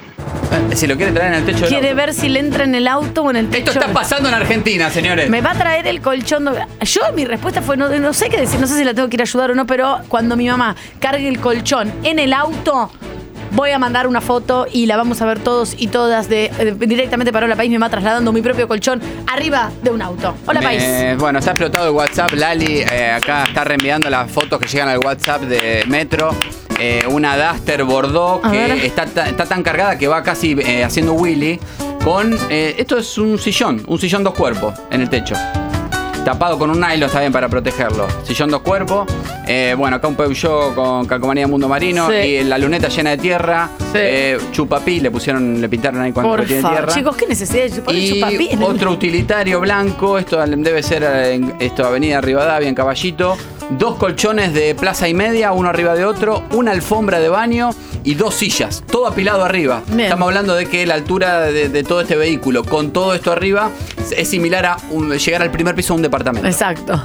Eh, Si lo quiere traer en el techo del
Quiere
auto.
ver si le entra en el auto o en el techo.
Esto está pasando en Argentina, señores.
Me va a traer el colchón. do- Yo, mi respuesta fue: no, no sé qué decir, no sé si la tengo que ir a ayudar o no, pero cuando mi mamá cargue el colchón en el auto, Voy a mandar una foto y la vamos a ver todos y todas de, eh, directamente para Hola País. Me va trasladando mi propio colchón arriba de un auto. Hola
Me-
País.
Bueno, se ha explotado el WhatsApp. Lali eh, acá está reenviando las fotos que llegan al WhatsApp de Metro. Eh, una Duster Bordeaux
A ver.
que está, ta- está tan cargada que va casi eh, haciendo Willy. Con. eh, esto es un sillón, un sillón dos cuerpos en el techo. Tapado con un nylon está bien para protegerlo. Sillón dos cuerpos. Eh, bueno, acá un Peugeot con calcomanía Mundo Marino.
Sí.
Y la luneta llena de tierra. Eh, chupapi, le pusieron, le pintaron ahí cuando
Por
tiene
favor,
tierra.
chicos, qué necesidad de chupar el chupapi
Y
en el-
otro utilitario blanco, esto debe ser en esto, Avenida Rivadavia, en Caballito. Dos colchones de plaza y media, uno arriba de otro, una alfombra de baño y dos sillas, todo apilado arriba.
Bien.
Estamos hablando de que la altura de, de todo este vehículo, con todo esto arriba, es similar a un- llegar al primer piso de un departamento.
Exacto.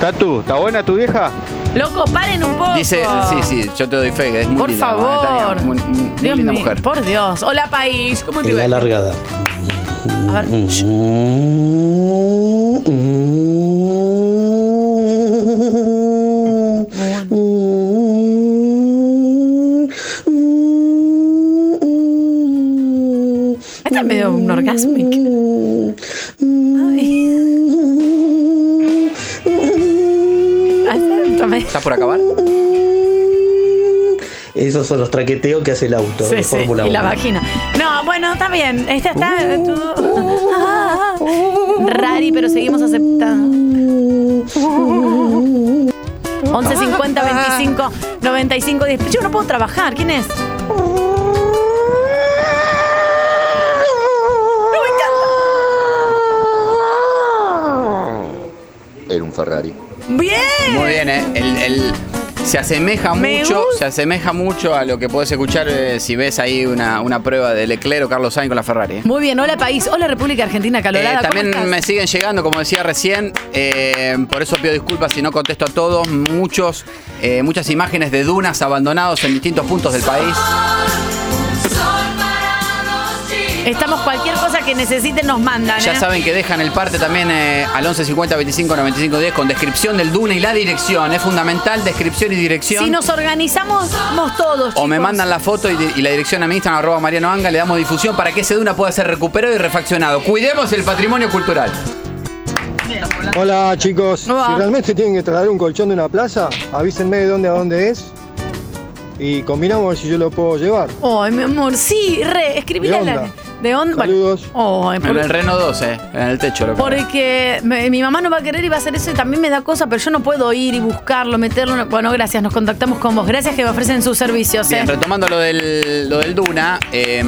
Tatu, ¿está buena tu vieja?
Loco, paren un poco.
Dice, sí, sí, yo te doy fe, que es muy
Por
linda,
favor.
Natalia, muy- muy
Dios
linda
mío,
mujer.
Por Dios. Hola, país. ¿Cómo te
En la
va?
largada.
A ver.
Uh,
Mm.
Esta es medio
um
un orgasmic. Ay.
¿Está por acabar?
Esos son los traqueteos que hace el auto
Sí,
de
sí,
Fórmula
y la
1.
vagina. No, bueno, está bien. Esta está todo- Ah, rari, pero seguimos aceptando. 11 50 25 95 10. Yo no puedo trabajar. ¿Quién es?
Era un Ferrari.
Bien.
Muy bien, ¿eh? El- el- se asemeja
Me
mucho,
gusta.
se asemeja mucho a lo que podés escuchar eh, si ves ahí una, una prueba de Leclerc o Carlos Sainz con la Ferrari. ¿eh?
Muy bien. Hola, país. Hola, República Argentina
Eh,
calorada. ¿Cómo
también
estás?
me siguen llegando, como decía recién, eh, por eso pido disculpas si no contesto a todos, muchos, eh, muchas imágenes de dunas abandonados en distintos puntos del país.
Estamos cualquier cosa que necesiten, nos mandan.
Ya
¿eh?
saben que dejan el parte también eh, al 11 50 25 95 10 con descripción del duna y la dirección. Es fundamental, descripción y dirección.
Si nos organizamos, vamos todos.
O me
chicos.
mandan la foto y, di- y la dirección a mi Instagram, arroba Mariano Anga, le damos difusión para que ese duna pueda ser recuperado y refaccionado. Cuidemos el patrimonio cultural.
Hola chicos, si realmente tienen que trasladar un colchón de una plaza, avísenme de dónde a dónde es y combinamos a ver si yo lo puedo llevar.
Ay, Oh, mi amor, sí, re, escribíle
¿De
a la-
onda?
¿De onda? Bueno, Ay,
En
por-
el Reno 12, en el techo. Lo pongo.
porque me- mi mamá no va a querer y va a hacer eso y también me da cosa, pero yo no puedo ir y buscarlo, meterlo. en- Bueno, gracias, nos contactamos con vos. Gracias que me ofrecen sus servicios.
Bien,
eh.
retomando lo del, lo del Duna, eh,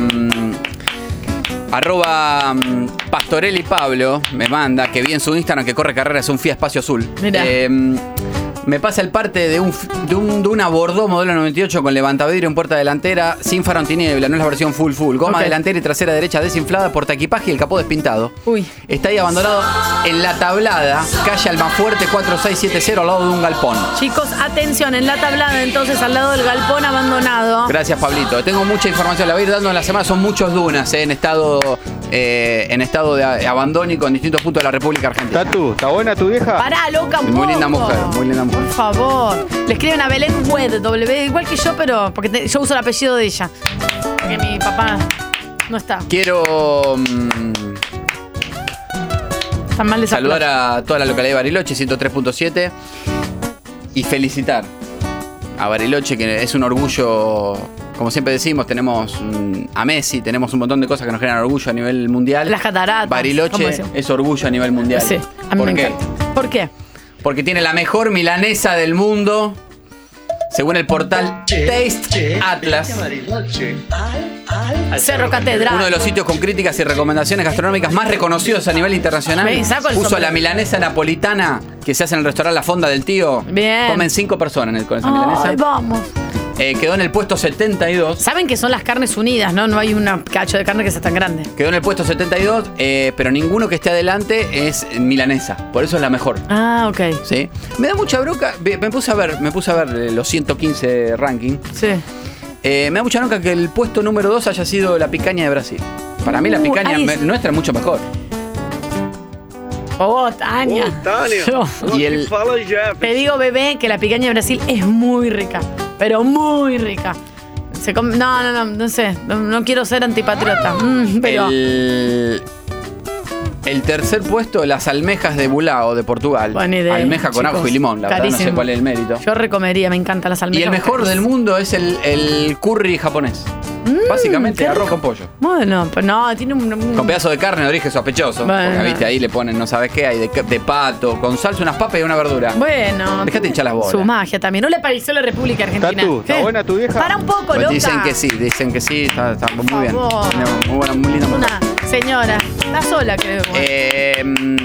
arroba mm, Pastorelli Pablo me manda que vi en su Instagram que corre carrera, es un FIA Espacio Azul.
Mirá.
Eh, me pasa el parte de un, f- de un Duna Bordeaux modelo 98 con levantavidrio en puerta delantera, sin farón tiniebla, no es la versión full full. Goma
Ok.
delantera y trasera derecha desinflada, portaequipaje y el capó despintado.
Uy.
Está ahí abandonado en la tablada, calle Almafuerte 4670 al lado de un galpón.
Chicos, atención, en la tablada entonces, al lado del galpón abandonado.
Gracias, Pablito. Tengo mucha información. La voy a ir dando en la semana. Son muchos dunas eh, en estado eh, en estado de a- abandónico en distintos puntos de la República Argentina. Tatu, ¿está buena tu vieja?
Pará, loca, un
Muy linda
poco.
mujer, muy linda mujer.
Por favor. Le escriben a Belén Wed, W, igual que yo, pero porque te- yo uso el apellido de ella. Porque mi papá no está.
Quiero mm,
Está mal de esa
saludar a toda la localidad de Bariloche, 103.7, y felicitar a Bariloche, que es un orgullo. Como siempre decimos, tenemos mm, a Messi, tenemos un montón de cosas que nos generan orgullo a nivel mundial.
Las cataratas. ¿cómo
Bariloche
decimos?
es orgullo a nivel mundial.
Sí, a mí
¿Por
me
qué?
encanta. ¿Por qué?
porque tiene la mejor milanesa del mundo, según el portal Taste Atlas.
Cerro Catedral.
Uno de los sitios con críticas y recomendaciones gastronómicas más reconocidos a nivel internacional.
Ven, saco el
Puso
sombrero.
la milanesa napolitana que se hace en el restaurante La Fonda del Tío.
Bien.
Comen cinco personas en el- con esa
Ay,
milanesa.
vamos.
Eh, quedó en el puesto 72.
Saben que son las carnes unidas, ¿no? No hay una cacho de carne que sea tan grande.
Quedó en el puesto 72, eh, pero ninguno que esté adelante es milanesa. Por eso es la mejor.
Ah, ok.
Sí. Me da mucha bronca. Me me puse a ver, me puse a ver eh, los 115 ranking.
Sí.
Eh, me da mucha bronca que el puesto número 2 haya sido la picaña de Brasil. Para mí la
Uh,
picaña
ahí
me-
es.
nuestra es mucho mejor.
Oh, Tania. Yo-
Y el,
Te digo, bebé, que la picaña de Brasil es muy rica. Pero muy rica. Se com- no, no, no, no sé. No, no quiero ser antipatriota. Mm, pero.
El, el tercer puesto, las almejas de Bulao de Portugal.
idea,
Almeja con
chicos.
ajo y limón, la verdad, no sé
Carísimo.
cuál es el mérito.
Yo recomería, me encantan las almejas.
Y el mejor del mundo es el, el curry japonés.
Mm,
Básicamente
qué
arroz con
rico.
pollo.
Bueno, pues no, tiene un. un-
Con pedazo de carne de origen sospechoso.
Bueno.
Porque viste, ahí le ponen no sabes qué, hay de, de pato, con salsa, unas papas y una verdura.
Bueno.
Dejate hinchar las bolas.
Su magia también. No le pareció la República Argentina.
Tatu, ¿está
¿Qué?
buena tu vieja?
Para un poco,
Pues
loca.
Dicen que sí, dicen que sí, está, está muy bien.
favor.
Tiene Muy buena, muy linda mujer.
Una señora. Está sola, creo.
Eh, mm,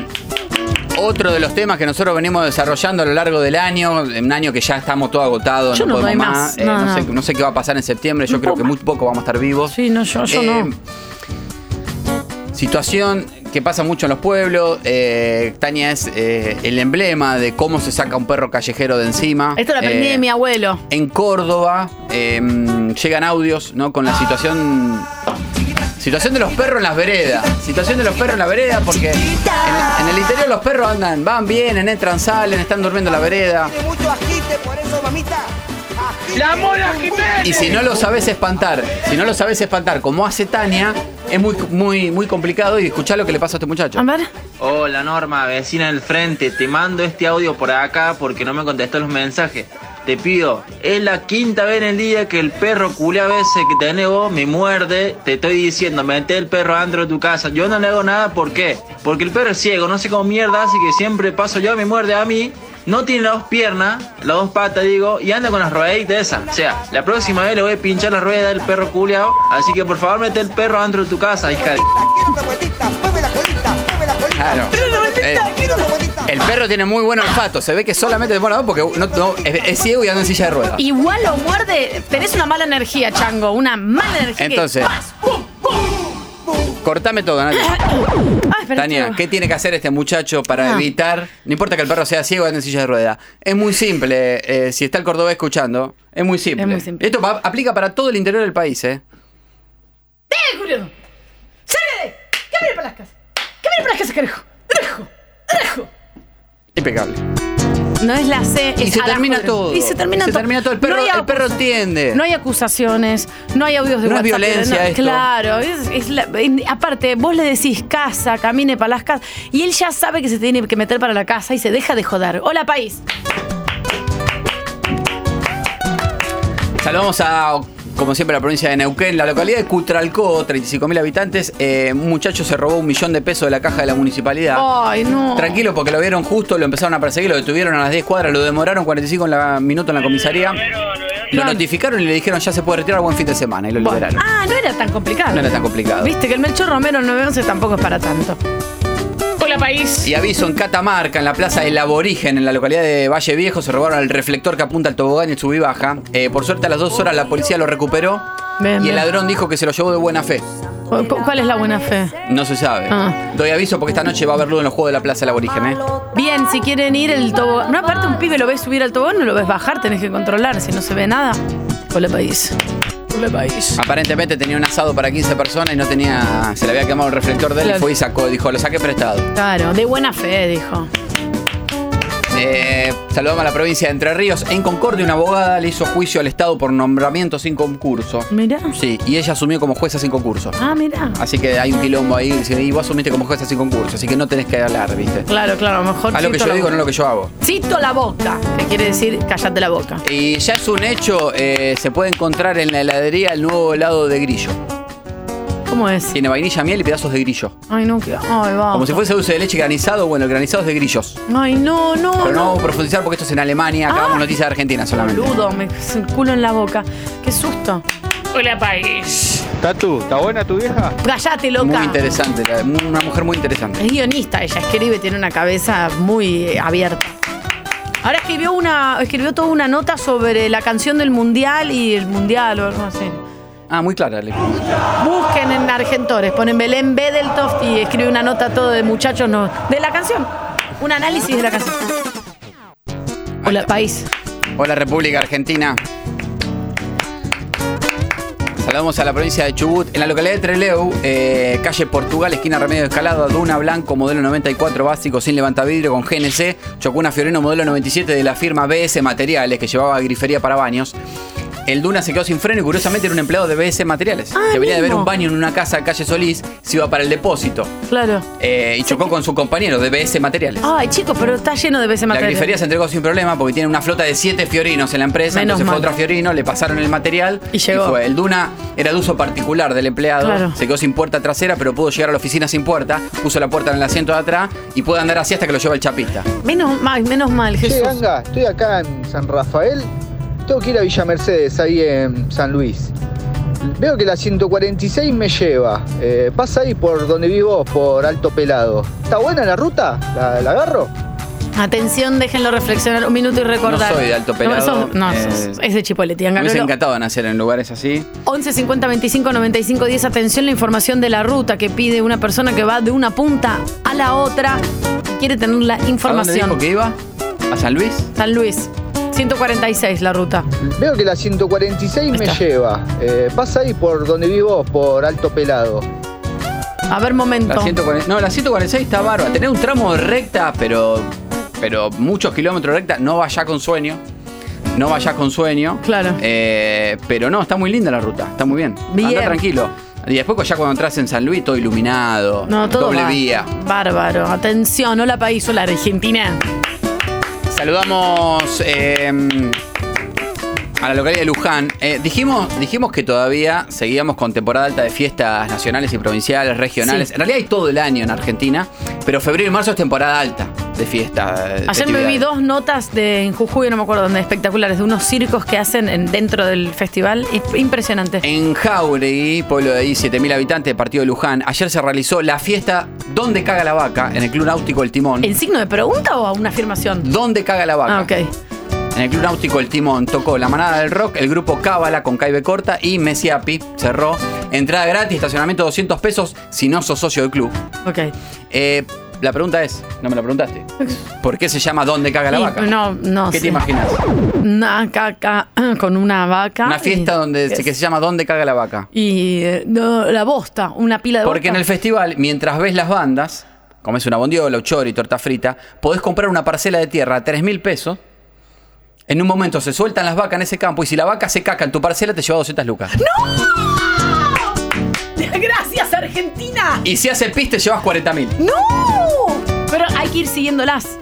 otro de los temas que nosotros venimos desarrollando a lo largo del año, un año que ya estamos todo agotados,
Yo no doy
podemos
más.
eh,
No,
no,
no.
Sé, no sé qué va a pasar en septiembre, yo creo que muy poco vamos a estar vivos. Eh,
Sí, no, yo- yo no.
Situación que pasa mucho en los pueblos, eh, Tania es eh, el emblema de cómo se saca un perro callejero de encima.
Esto lo aprendí
Eh,
de mi abuelo.
en Córdoba eh, llegan audios ¿no? con la situación situación de los perros en las veredas situación de los perros en la vereda porque en el, en el interior los perros andan van vienen entran salen están durmiendo en la vereda
¡La mona Jiménez!
y si no lo sabes espantar si no lo sabes espantar como hace Tania es muy muy muy complicado y escuchá lo que le pasa a este muchacho
Hola Norma, vecina del frente, te mando este audio por acá porque no me contestó los mensajes. Te pido, es la quinta vez en el día que el perro culea a veces que tenés vos, me muerde, te estoy diciendo, mete el perro adentro de tu casa. Yo no le hago nada, ¿por qué? Porque el perro es ciego, no sé cómo mierda hace que siempre paso yo, me muerde a mí, no tiene las dos piernas, las dos patas digo, y anda con las rueditas esas. O sea, la próxima vez le voy a pinchar la rueda del perro culeado, así que por favor mete el perro adentro de tu casa, hija de...
Eh,
Claro. Eh, el perro tiene muy buen olfato se ve que solamente bueno porque no, no- es, es ciego y anda en silla de ruedas
Igual lo muerde. Tenés una mala energía, Chango. Una mala energía. que-
Entonces. Cortame todo, Nadia. Tania, ¿qué tiene que hacer este muchacho para
Ah.
evitar? No importa que el perro sea ciego o ande en silla de rueda. Es muy simple. eh, si está el cordobés escuchando, es muy simple.
Es muy simple.
Esto va- aplica para todo el interior del país, ¿eh?
¡Eh, Juliano! ¡Sale de ahí! ¡Que viene para las casas! ¡Que viene para las casas, carajo! ¡Carajo! ¡Carajo!
Impecable.
No es la C,
Y
es
se
a la
termina
joder.
todo.
Y se termina
Se
todo.
termina todo. El perro- el perro
acus-
entiende.
No hay acusaciones, no hay audios de
No es
WhatsApp.
violencia esto.
Claro. es- es la- en- aparte, vos le decís casa, camine para las casas. Y él ya sabe que se tiene que meter para la casa y se deja de joder. ¡Hola, país!
Saludamos a, como siempre, la provincia de Neuquén, la localidad de Cutralcó, 35.000 habitantes. eh, un muchacho se robó un millón de pesos de la caja de la municipalidad.
¡Ay, no!
Tranquilo, porque lo vieron justo, lo empezaron a perseguir, lo detuvieron a las 10 cuadras, lo demoraron 45 en la- minutos en la comisaría. Lo notificaron y le dijeron ya se puede retirar buen fin de semana y lo liberaron.
Ah, no era tan complicado.
No era tan complicado.
Viste que el Melchor Romero 911 tampoco es para tanto. Hola, país.
Y aviso en Catamarca, en la plaza El Aborigen, en la localidad de Valle Viejo, se robaron el reflector que apunta al tobogán y el subí baja. Eh, por suerte a las dos horas la policía lo recuperó
Bien,
y
bien.
el ladrón dijo que se lo llevó de buena fe.
¿Cu- cu- ¿Cuál es la buena fe?
No se sabe.
Ah.
Doy aviso porque esta noche va a haber luz en los juegos de la plaza El Aborigen, ¿eh?
Bien, si quieren ir el tobogán. No, aparte un pibe lo ves subir al tobogán, no lo ves bajar, tenés que controlar, si no se ve nada. Hola país. Hola país.
Aparentemente tenía un asado para 15 personas y no tenía. Se le había quemado el reflector de él y
Claro.
fue y sacó, dijo, lo saqué prestado.
Claro, de buena fe, dijo.
Eh, saludamos a la provincia de Entre Ríos. En Concordia, una abogada le hizo juicio al Estado por nombramiento sin concurso.
Mirá.
Sí, y ella asumió como jueza sin concurso.
Ah, mirá.
Así que hay un quilombo ahí. dice, Y vos asumiste como jueza sin concurso, así que no tenés que hablar, ¿viste?
Claro, claro, a lo mejor.
A lo que
cito
yo
la
digo,
boca.
no lo que yo hago.
Cito la boca, que quiere decir callate la boca.
Y ya es un hecho, eh, se puede encontrar en la heladería el nuevo helado de grillo.
¿Cómo es?
Tiene vainilla, miel y pedazos de grillo.
Ay, no, que. Ay, va.
Como si fuese dulce de leche granizado, bueno, el granizado es de grillos.
Ay, Ah. no, no,
Pero no
no. Ah.
vamos a profundizar porque esto es en Alemania, acá damos noticias de Argentina solamente.
Boludo, me es el culo en la boca. Qué susto. Hola país.
Tatu, ¿está buena tu vieja?
Callate, loca.
Muy interesante, la- mu- una mujer muy interesante.
Es guionista, ella escribe, tiene una cabeza muy eh, abierta. Ahora escribió una, escribió toda una nota sobre la canción del mundial y el mundial o algo así.
Ah, muy clara. le-
Busquen en Argentores, ponen Belén Bedeltoft y escribe una nota todo de muchachos no, de la canción. Un análisis de la canción. Hola, país.
Hola República Argentina. Saludamos a la provincia de Chubut. En la localidad de Treleu, eh, calle Portugal, esquina Remedio Escalado, Duna Blanco, modelo 94 básico, sin levantavidrio, con GNC. Chocó una Fiorino modelo 97 de la firma BS Materiales, que llevaba grifería para baños. el Duna se quedó sin freno y curiosamente era un empleado de BS Materiales. Debería de haber
mismo.
un baño en una casa calle Solís, se iba para el depósito.
Claro.
Eh, y chocó con su compañero de BS Materiales.
Ay, chicos, pero está lleno de veces
La grifería se entregó sin problema porque tiene una flota de siete fiorinos en la empresa.
Menos
entonces
mal.
fue otro fiorino, le pasaron el material
Y llegó.
fue. El Duna era de uso particular del empleado.
Claro.
Se quedó sin puerta trasera, pero pudo llegar a la oficina sin puerta. Puso la puerta en el asiento de atrás y pudo andar así hasta que lo lleva el chapista.
Menos mal, menos mal,
Che,
Jesús.
ganga, estoy acá en San Rafael. Tengo que ir a Villa Mercedes, ahí en San Luis. Veo que la 146 me lleva. Eh, pasa ahí por donde vivo, por Alto Pelado. ¿Está buena la ruta? ¿La, la agarro?
Atención, déjenlo reflexionar un minuto y recordar.
No soy de Alto Pelado,
No, sos- no,
eh,
sos- es de Chipoleti,
Me hubiese
Angarolo.
encantado nacer en lugares así.
11 50 25 95 10. Atención, la información de la ruta que pide una persona que va de una punta a la otra. Quiere tener la
¿A dónde dijo
información.
que iba? ¿A San Luis?
San Luis, 146 la ruta.
Veo que la 146 me lleva. Eh, pasa ahí por donde vivo, por Alto Pelado.
A ver, momento.
La 140 no, la 146 está bárbara. Tener un tramo de recta, pero, pero muchos kilómetros de recta, no vaya con sueño. No vaya con sueño. Eh,
Claro.
pero no, está muy linda la ruta, está muy bien.
Bien.
Anda tranquilo. Y después pues, ya cuando entras en San Luis, todo iluminado.
No, todo
doble
va.
vía.
Bárbaro. Atención, hola país, hola Argentina.
Saludamos eh, a la localidad de Luján. Eh, dijimos, dijimos que todavía seguíamos con temporada alta de fiestas nacionales y provinciales, regionales.
Sí.
En realidad hay todo el año en Argentina, pero febrero y marzo es temporada alta de fiestas.
Ayer me vi dos notas de en Jujuy, no me acuerdo dónde, espectaculares, de unos circos que hacen en- dentro del festival. Es Impresionante.
En Jauregui, pueblo de ahí, 7.000 habitantes del partido de Luján, ayer se realizó la fiesta Donde Caga la Vaca, en el Club Náutico El Timón.
¿En signo de pregunta o una afirmación?
¿Dónde caga la vaca?
Ah, ok.
En el Club Náutico El Timón tocó La Manada del Rock, el grupo Cábala con Caibe Corta y Messiapi cerró. Entrada gratis, estacionamiento 200 pesos si no sos socio del club.
Ah, Ok.
Eh, la pregunta es, no me la preguntaste, ¿por qué se llama ¿Dónde caga la
Y-
vaca?
No, no
¿Qué
sé.
te imaginas?
Una caca con una vaca.
Una fiesta
y-
donde se- que se llama ¿Dónde caga la vaca?
Y eh, no, la bosta, una pila de
Porque en
bosta.
el festival, mientras ves las bandas, comes una bondiola, un chori, torta frita, podés comprar una parcela de tierra a 3 mil pesos. En un momento se sueltan las vacas en ese campo y si la vaca se caca en tu parcela te lleva 200 lucas.
¡Gracias, Argentina!
Y si hace pis te llevas 40 mil.
¡No! Pero hay que ir siguiéndolas.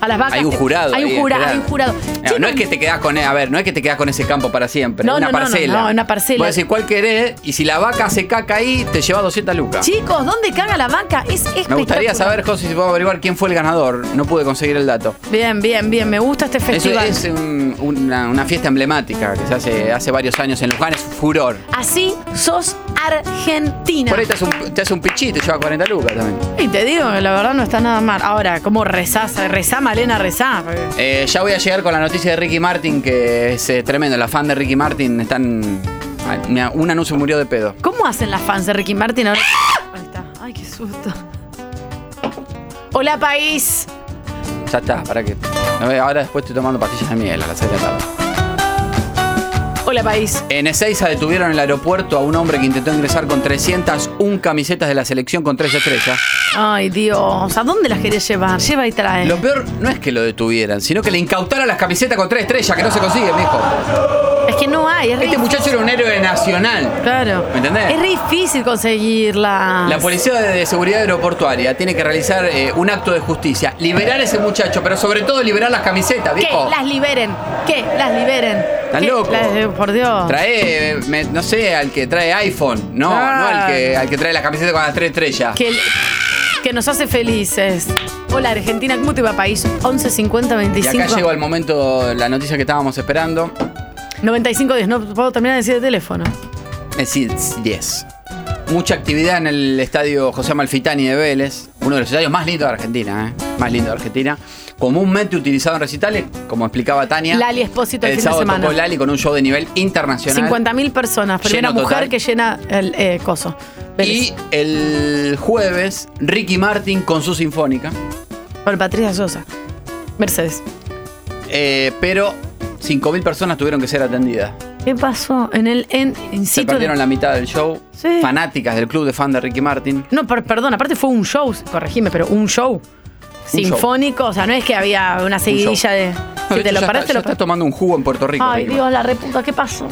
A las vacas.
Hay un jurado.
Hay
ahí,
un jurado.
esperá.
Hay un jurado.
No, no es que te quedás con él, a ver, no es que te quedás con ese campo para siempre.
No,
una
no, no, no,
parcela.
no, una parcela.
Vos decís cuál querés y si la vaca se caca ahí te lleva 200 lucas.
Chicos, ¿dónde caga la vaca? Es
Me
espectacular.
gustaría saber, José, si puedo averiguar quién fue el ganador. No pude conseguir el dato.
Bien, bien, bien. Me gusta este
Eso
festival.
es un- una, una fiesta emblemática que se hace hace varios años en Luján, es furor.
Así sos argentina.
Por ahí te hace un, te hace un pichí y te lleva 40 lucas también.
Y te digo que la verdad no está nada mal. Ahora, ¿cómo rezás? Rezá, Malena, rezá.
Eh, ya voy a llegar con la noticia de Ricky Martin, que es eh, tremendo. La fan de Ricky Martin están. ay, mira, Una no se murió de pedo.
¿Cómo hacen las fans de Ricky Martin ahora? Ahí está. Ay, qué susto. Hola, país.
Ya está, para que. no ve, Ahora después estoy tomando pastillas de miel a las 6 de la tarde.
Hola, país.
En Ezeiza detuvieron en el aeropuerto a un hombre que intentó ingresar con 301 camisetas de la selección con tres estrellas.
Ay, Dios. ¿A dónde las querés llevar? Lleva y trae.
Lo peor no es que lo detuvieran, sino que le incautaron las camisetas con tres estrellas, que no se consigue, viejo.
Es que no hay. Es
Este muchacho era un héroe nacional.
Claro.
¿Me entendés?
Es re difícil conseguirla.
La Policía de Seguridad Aeroportuaria tiene que realizar eh, un acto de justicia, liberar a ese muchacho, pero sobre todo liberar las camisetas,
Que
viejo.
las liberen. Que las liberen.
Están
Que
locos.
las- por Dios.
Trae, eh, me- no sé, al que trae iPhone, no, no al que, al que trae las camisetas con las tres estrellas.
Que, que nos hace felices. Hola, Argentina. ¿Cómo te va, país? 11 50
Y
25.
acá llegó el momento, la noticia que estábamos esperando.
95 10. No puedo terminar de decir el teléfono.
Es 10. Mucha actividad en el estadio José Malfitani de Vélez, uno de los estadios más lindos de Argentina, ¿eh? más lindo de Argentina. Comúnmente utilizado en recitales, como explicaba Tania.
Lali Espósito el,
el
fin de
sábado
semana.
tocó Lali con un show de nivel internacional.
50.000 personas. Primera
Lleno
mujer
total.
que llena el eh, coso.
Y el jueves, Ricky Martin con su sinfónica.
Por Patricia Sosa. Mercedes.
Eh, pero 5.000 personas tuvieron que ser atendidas.
¿Qué pasó? En el en, in
Se
situ de-
perdieron la mitad del show.
Sí.
Fanáticas del club de fan de Ricky Martin.
No, per- perdón, aparte fue un show, corregime, pero un show.
Un
Sinfónico, o sea, no es que había una seguidilla de. Si te lo
Ya
paraste,
está, ya
lo
está tomando un jugo en Puerto Rico.
Ay,
Ricky
Dios, la reputa, ¿qué pasó?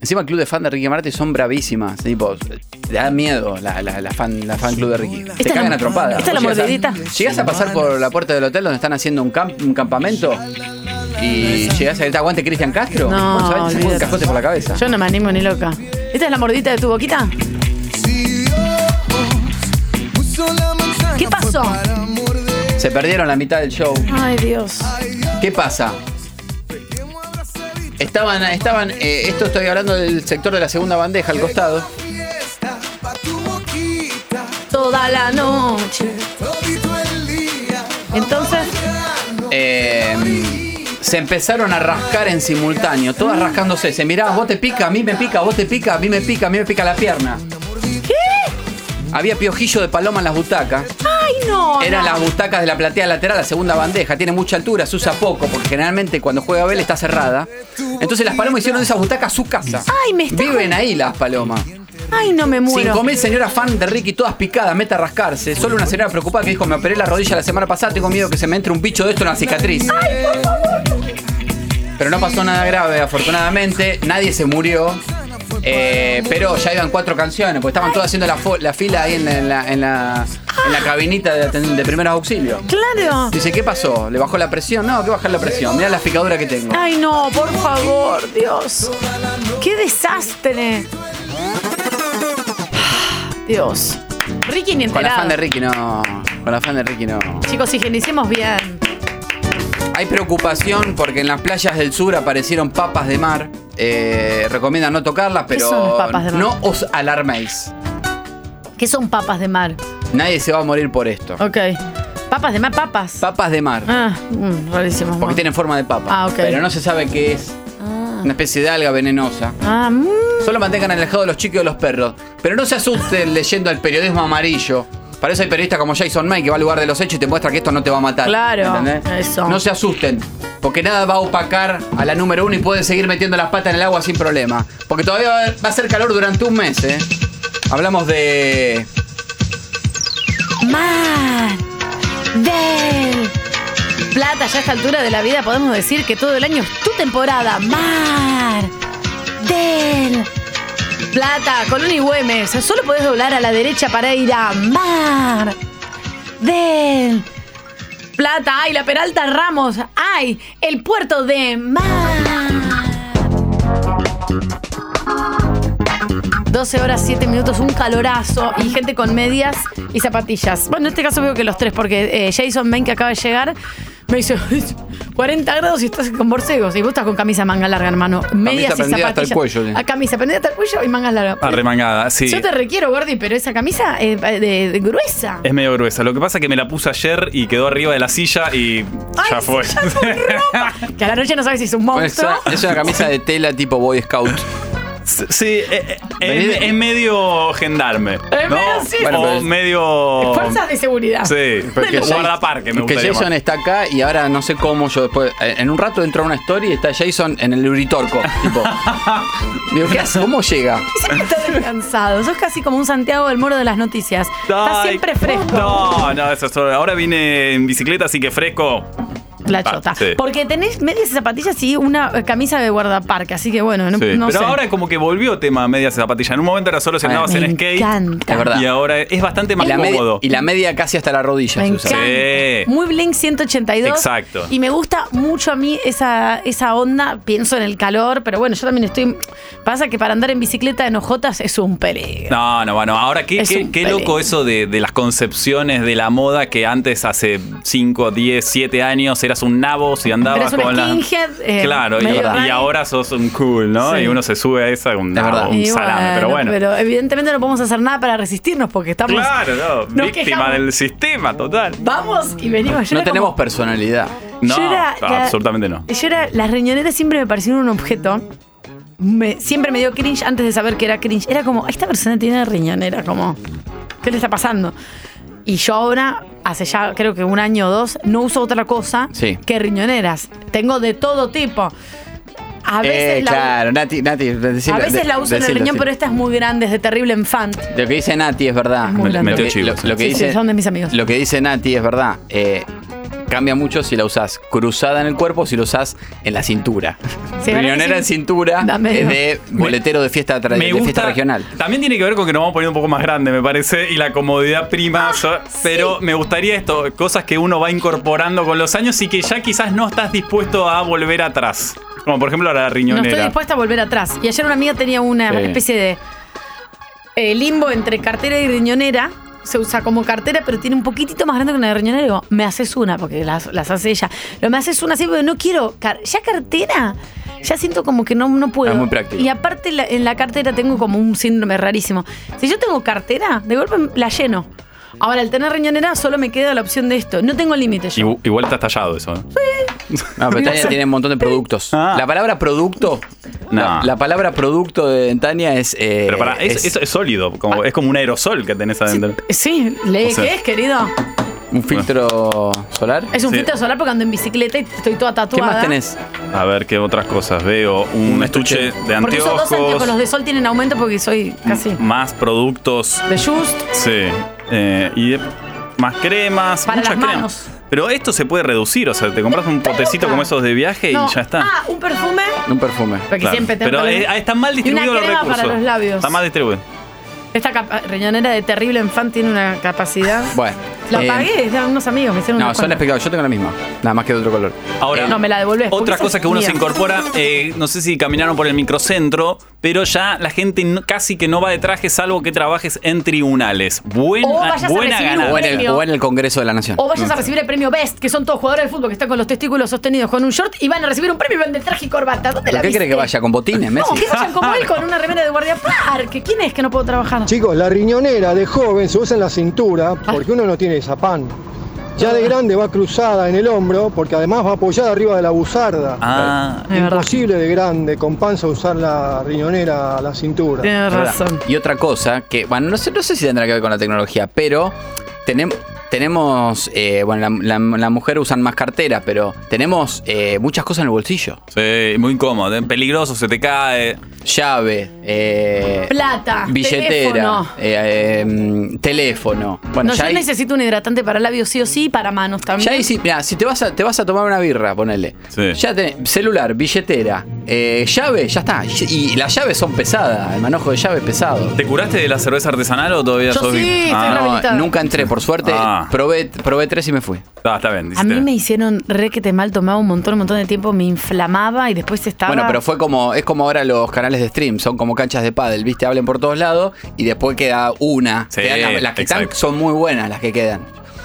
Encima el club de fan de Ricky Martin son bravísimas. Tipo, te da miedo la, la- la fan, la fan club de Ricky. te
es
cagan
la-
a trompadas.
esta es la
Vos llegas a-
mordidita.
Llegás a pasar por la puerta del hotel donde están haciendo un, camp- un campamento y llegás a gritar, aguante Cristian Castro.
No,
Vos sabés, te saca un
olvídate.
cajote por la cabeza.
Yo no me animo ni loca. ¿Esta es la mordita de tu boquita? ¿Qué pasó?
Se perdieron la mitad del show.
Ay, Dios.
¿Qué pasa? Estaban, estaban, eh, esto estoy hablando del sector de la segunda bandeja al costado.
Toda la noche. Entonces,
Eh, se empezaron a rascar en simultáneo, todas rascándose. Se miraban, vos te pica, a mí me pica, vos te pica, a mí me pica, a mí me pica la pierna. Había piojillo de paloma en las butacas.
¡ay, no!
Eran
no.
las butacas de la platea lateral, la segunda bandeja. Tiene mucha altura, se usa poco, porque generalmente cuando juega Abel está cerrada. Entonces las palomas hicieron de esas butacas su casa.
Ay, me está
Viven ahí las palomas.
Ay, no me muero.
5.000 señoras fan de Ricky, todas picadas, meta a rascarse. Solo una señora preocupada que dijo, me operé la rodilla la semana pasada, tengo miedo que se me entre un bicho de esto en la cicatriz. Pero no pasó nada grave, afortunadamente. Nadie se murió. Eh, pero ya iban cuatro canciones, porque estaban todas haciendo la, fo- la fila ahí en la, en la- en la- en la cabinita de, aten- de primeros auxilios.
Claro.
Dice, ¿qué pasó? ¿Le bajó la presión? No, que bajar la presión. Mirá la picadura que tengo.
Ay, no, por favor, Dios. ¡Qué desastre! Dios. Ricky ni
Con la fan
enterado.
de Ricky no. Con la fan de Ricky no.
Chicos, higienicemos bien.
Hay preocupación porque en las playas del sur aparecieron papas de mar. Eh, recomiendan no tocarlas, pero
son las papas de mar?
no os alarméis.
¿Qué son papas de mar?
Nadie se va a morir por esto.
Ok. Papas de mar, papas.
Papas de mar.
Ah, mm, rarísimo.
Porque tienen forma de papa.
Ah, ok.
Pero no se sabe qué es.
Ah.
Una especie de alga venenosa.
Ah, mm.
Solo mantengan alejados los chicos de los perros. Pero no se asusten leyendo el periodismo amarillo. Para eso hay periodistas como Jason May que va al lugar de los hechos y te muestra que esto no te va a matar.
Claro, eso.
No se asusten. Porque nada va a opacar a la número uno y pueden seguir metiendo las patas en el agua sin problema. Porque todavía va a, haber- va a ser calor durante un mes, ¿eh? Hablamos de.
Mar del Plata, ya a esta altura de la vida podemos decir que todo el año es tu temporada. Mar del Plata, Colón y Güemes. Solo podés doblar a la derecha para ir a Mar del Plata. Ay, la Peralta Ramos. Ay, el puerto de Mar. 12 horas, 7 minutos, un calorazo y gente con medias y zapatillas. Bueno, en este caso veo que los tres, porque eh, Jason Main, que acaba de llegar, me dice 40 grados y estás con borcegos. Y vos estás con camisa manga larga, hermano. Medias y
prendida
zapatillas.
hasta el cuello, sí.
A camisa prendida hasta el cuello y mangas largas.
Arremangada, sí.
Yo te requiero, Gordi, pero esa camisa es eh, de, de gruesa.
Es medio gruesa. Lo que pasa es que me la puse ayer y quedó arriba de la silla y ya fue.
Que a la noche no sabes si es un monstruo.
es una camisa de tela tipo Boy Scout.
sí, eh, eh, es, es medio gendarme.
Es
¿no?
medio, sí. Bueno,
o
pero es-
medio.
Fuerzas de seguridad.
Sí,
Porque Jason-
guardaparque me
que
gustaría
Jason
más.
está acá y ahora no sé cómo yo después. eh, En un rato entra una story y está Jason en el Uritorco. tipo. Digo, ¿qué hace? ¿Cómo llega?
Estás descansado. Sos casi como un Santiago del Moro de las noticias. Estás
Ay,
siempre fresco.
No, no, eso es todo. Ahora vine en bicicleta, así que fresco.
La
Ah,
chota.
sí.
Porque tenés medias y zapatillas y una eh, camisa de guardaparque, así que bueno, no,
Sí,
no
pero
sé.
ahora como que volvió tema medias y zapatillas. En un momento era solo si andabas
me
en skate.
encanta.
Es verdad.
Y ahora es bastante
Y
más
la, media,
cómodo.
y la media casi hasta la rodilla
Me
se usa.
Sí.
Muy Blink 182.
Exacto.
Y me gusta mucho a mí esa, esa onda. Pienso en el calor, pero bueno, yo también estoy. Pasa que para andar en bicicleta en ojotas es un peligro.
No, no, bueno, ahora qué, qué, qué loco eso de, de las concepciones de la moda que antes hace 5, 10, 7 años eras un nabo si andabas
Eres un
con la...
skinhead. eh,
Claro, y,
medio
y
raro.
ahora sos un cool, ¿no? Sí. Y uno se sube a esa, un, nabo, verdad.
Y
un salame, pero bueno.
Pero evidentemente no podemos hacer nada para resistirnos porque estamos.
Claro, no,
nos
víctima
quejamos.
del sistema, total.
Vamos y venimos. Yo
No
era
tenemos
como-
Personalidad.
No,
Yo era
no,
la-
absolutamente no.
Yo era, las riñoneras siempre me parecieron un objeto. Me- siempre me dio cringe antes de saber que era cringe. Era como, esta persona tiene riñonera, como, ¿qué le está pasando? Y yo ahora, hace ya creo que un año o dos, no uso otra cosa
Sí.
que riñoneras. Tengo de todo tipo. A veces,
eh,
la,
claro, Nati, Nati, decilo,
a veces
de-
la uso en el
decilo,
riñón,
decilo.
pero esta es muy grande, es de terrible infant.
Lo que dice Nati es verdad.
muy grande.
Lo
Metió
que,
chivo,
lo-
sí.
lo que
Sí, sí,
dice,
son de mis amigos.
Lo que dice Nati es verdad. Eh, Cambia mucho si la usás cruzada en el cuerpo o si la usás en la cintura.
Sí, ahora
Riñonera
sí.
en cintura
Dame.
es de boletero de fiesta, tra- de fiesta regional.
También tiene que ver con que nos vamos poniendo un poco más grande, me parece, y la comodidad
Ah,
prima. yo- Pero me gustaría esto, cosas que uno va incorporando con los años y que ya quizás no estás dispuesto a volver atrás. Como por ejemplo la
No estoy
riñonera.
dispuesta a volver atrás. Y ayer una amiga tenía una
Sí.
especie de eh, limbo entre cartera y riñonera. Se usa como cartera, pero tiene un poquitito más grande que una de riñonera. Y digo, me haces una, porque las, las hace ella. Pero me haces una así, porque no quiero. car- ya cartera. Ya siento como que no, no
Ah,
puedo.
Es muy práctico.
Y aparte la- en la cartera tengo como un síndrome rarísimo. Si yo tengo cartera, de golpe la lleno. Ahora, al tener riñonera, solo me queda la opción de esto. No tengo límite yo.
Igu- Igual está estallado eso. ¿eh?
No, pero Tania tiene un montón de productos. Ah. La palabra producto. La, la palabra producto de Tania es. eh,
Pero para, es,
es-
es- es sólido, como,
Ah.
es como un aerosol que tenés adentro.
Sí, le,
O sea-
¿qué es, querido?
un filtro solar.
Es un
Sí.
filtro solar porque ando en bicicleta y estoy toda tatuada.
A ver qué otras cosas veo. Un, estuche, de
Porque esos dos anteojos, los
anteojos.
de sol tienen aumento porque soy casi.
Más productos.
De Just.
Sí. eh, y de- más cremas.
Para
muchas
las
cremas.
manos.
Pero esto se puede reducir, o sea, te compras un potecito como esos de viaje
No.
y ya está.
Ah, un perfume.
Un perfume.
Porque siempre tengo
Pero
algún-
eh, ah, están mal
Y una
distribuidos los
crema para
recursos.
los labios.
Está mal distribuido.
Esta capa- riñonera de terrible fan tiene una capacidad.
Bueno.
La
eh,
pagué, es de unos amigos me hicieron
No,
una
son espectaculares. Yo tengo la misma. Nada más que de otro color.
Ahora,
No, me la devolvés. porque
Otra
esa
cosa
es
que uno
mía.
se incorpora, eh, no sé si caminaron por el microcentro, pero ya la gente no- casi que no va de traje salvo que trabajes en tribunales. Buen-
O Oh, vayas a
buena
recibir un
ganada.
O en, el,
premio.
o en el Congreso de la Nación.
O vayas a recibir el premio Best, que son todos jugadores de fútbol que están con los testículos sostenidos con un short y van a recibir un premio y van de traje y corbata. ¿Dónde
¿Pero
la
qué
viste?
crees que vaya? ¿Con botines, Messi?
No, que vayan como él con una remera de guardia parque. ¿Quién es que no puedo trabajar?
Chicos, la riñonera de joven se usa en la cintura porque uno no tiene zapán. Ya de grande va cruzada en el hombro porque además va apoyada arriba de la buzarda.
Ah,
Imposible de grande con panza usar la riñonera a la cintura.
Es verdad. Y otra cosa que, bueno, no sé, no sé si tendrá que ver con la tecnología, pero tenemos. Tenemos, eh, bueno, la, la- la mujer usan más cartera, pero tenemos eh, muchas cosas en el bolsillo.
Sí, muy incómodo, eh, peligroso, se te cae.
Llave, eh,
Plata,
billetera,
teléfono.
eh, eh, mm, teléfono. Bueno,
no,
ya,
yo
ahí-
necesito un hidratante para labios sí o sí, y para manos también.
ya ahí sí, mira, si te vas, a, te vas a tomar una birra, ponele. Ya tenés celular, billetera, eh, llave, ya está. Y, y las llaves son pesadas, el manojo de llave es pesado.
¿Te curaste de la cerveza artesanal o todavía
Yo
sos
sí,
vi-
estoy
no,
rehabilitada.
Ah, Nunca entré, por suerte.
Ah.
Probé, probé tres y me fui.
Ah, está bien,
A
hiciste
mí
bien.
me hicieron re que te mal, tomaba un montón, un montón de tiempo, me inflamaba y después estaba.
Bueno, pero fue como, es como ahora los canales de stream, son como canchas de pádel, viste, hablen por todos lados y después queda una.
Sí,
Quedan las, las que están
exacto.
son muy buenas las que quedan.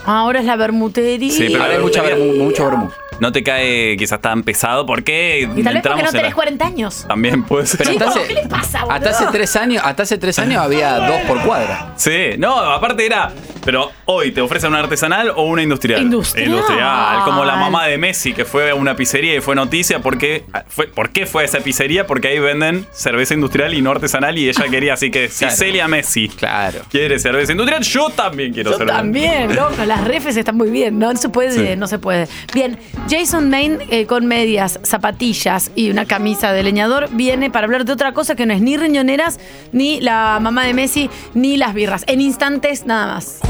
Ahora es la bermutería.
Sí, pero
Ahora hay
la
mucha
verdad-
vermu- mucho vermú.
No te cae quizás tan pesado porque
y tal vez porque no
entramos en
tenés
la-
40 años.
También puede ser.
Ah, Pero hasta
Chicos,
hace,
¿qué le pasa, boludo?
hasta hace tres años, hasta hace tres años había dos por cuadra.
Sí, no, aparte era, pero hoy te ofrecen una artesanal o una industrial.
Industrial.
Industrial, como la mamá de Messi que fue a una pizzería y fue noticia porque fue, ¿por qué fue a esa pizzería? Porque ahí venden cerveza industrial y no artesanal y ella quería, así que si Celia Messi quiere cerveza industrial, yo también quiero cerveza.
También, loco, las refes están muy bien, no se puede,
Sí.
no se puede. Bien, Jason Maine eh, con medias, zapatillas y una camisa de leñador viene para hablar de otra cosa que no es ni riñoneras, ni la mamá de Messi, ni las birras. En instantes nada más.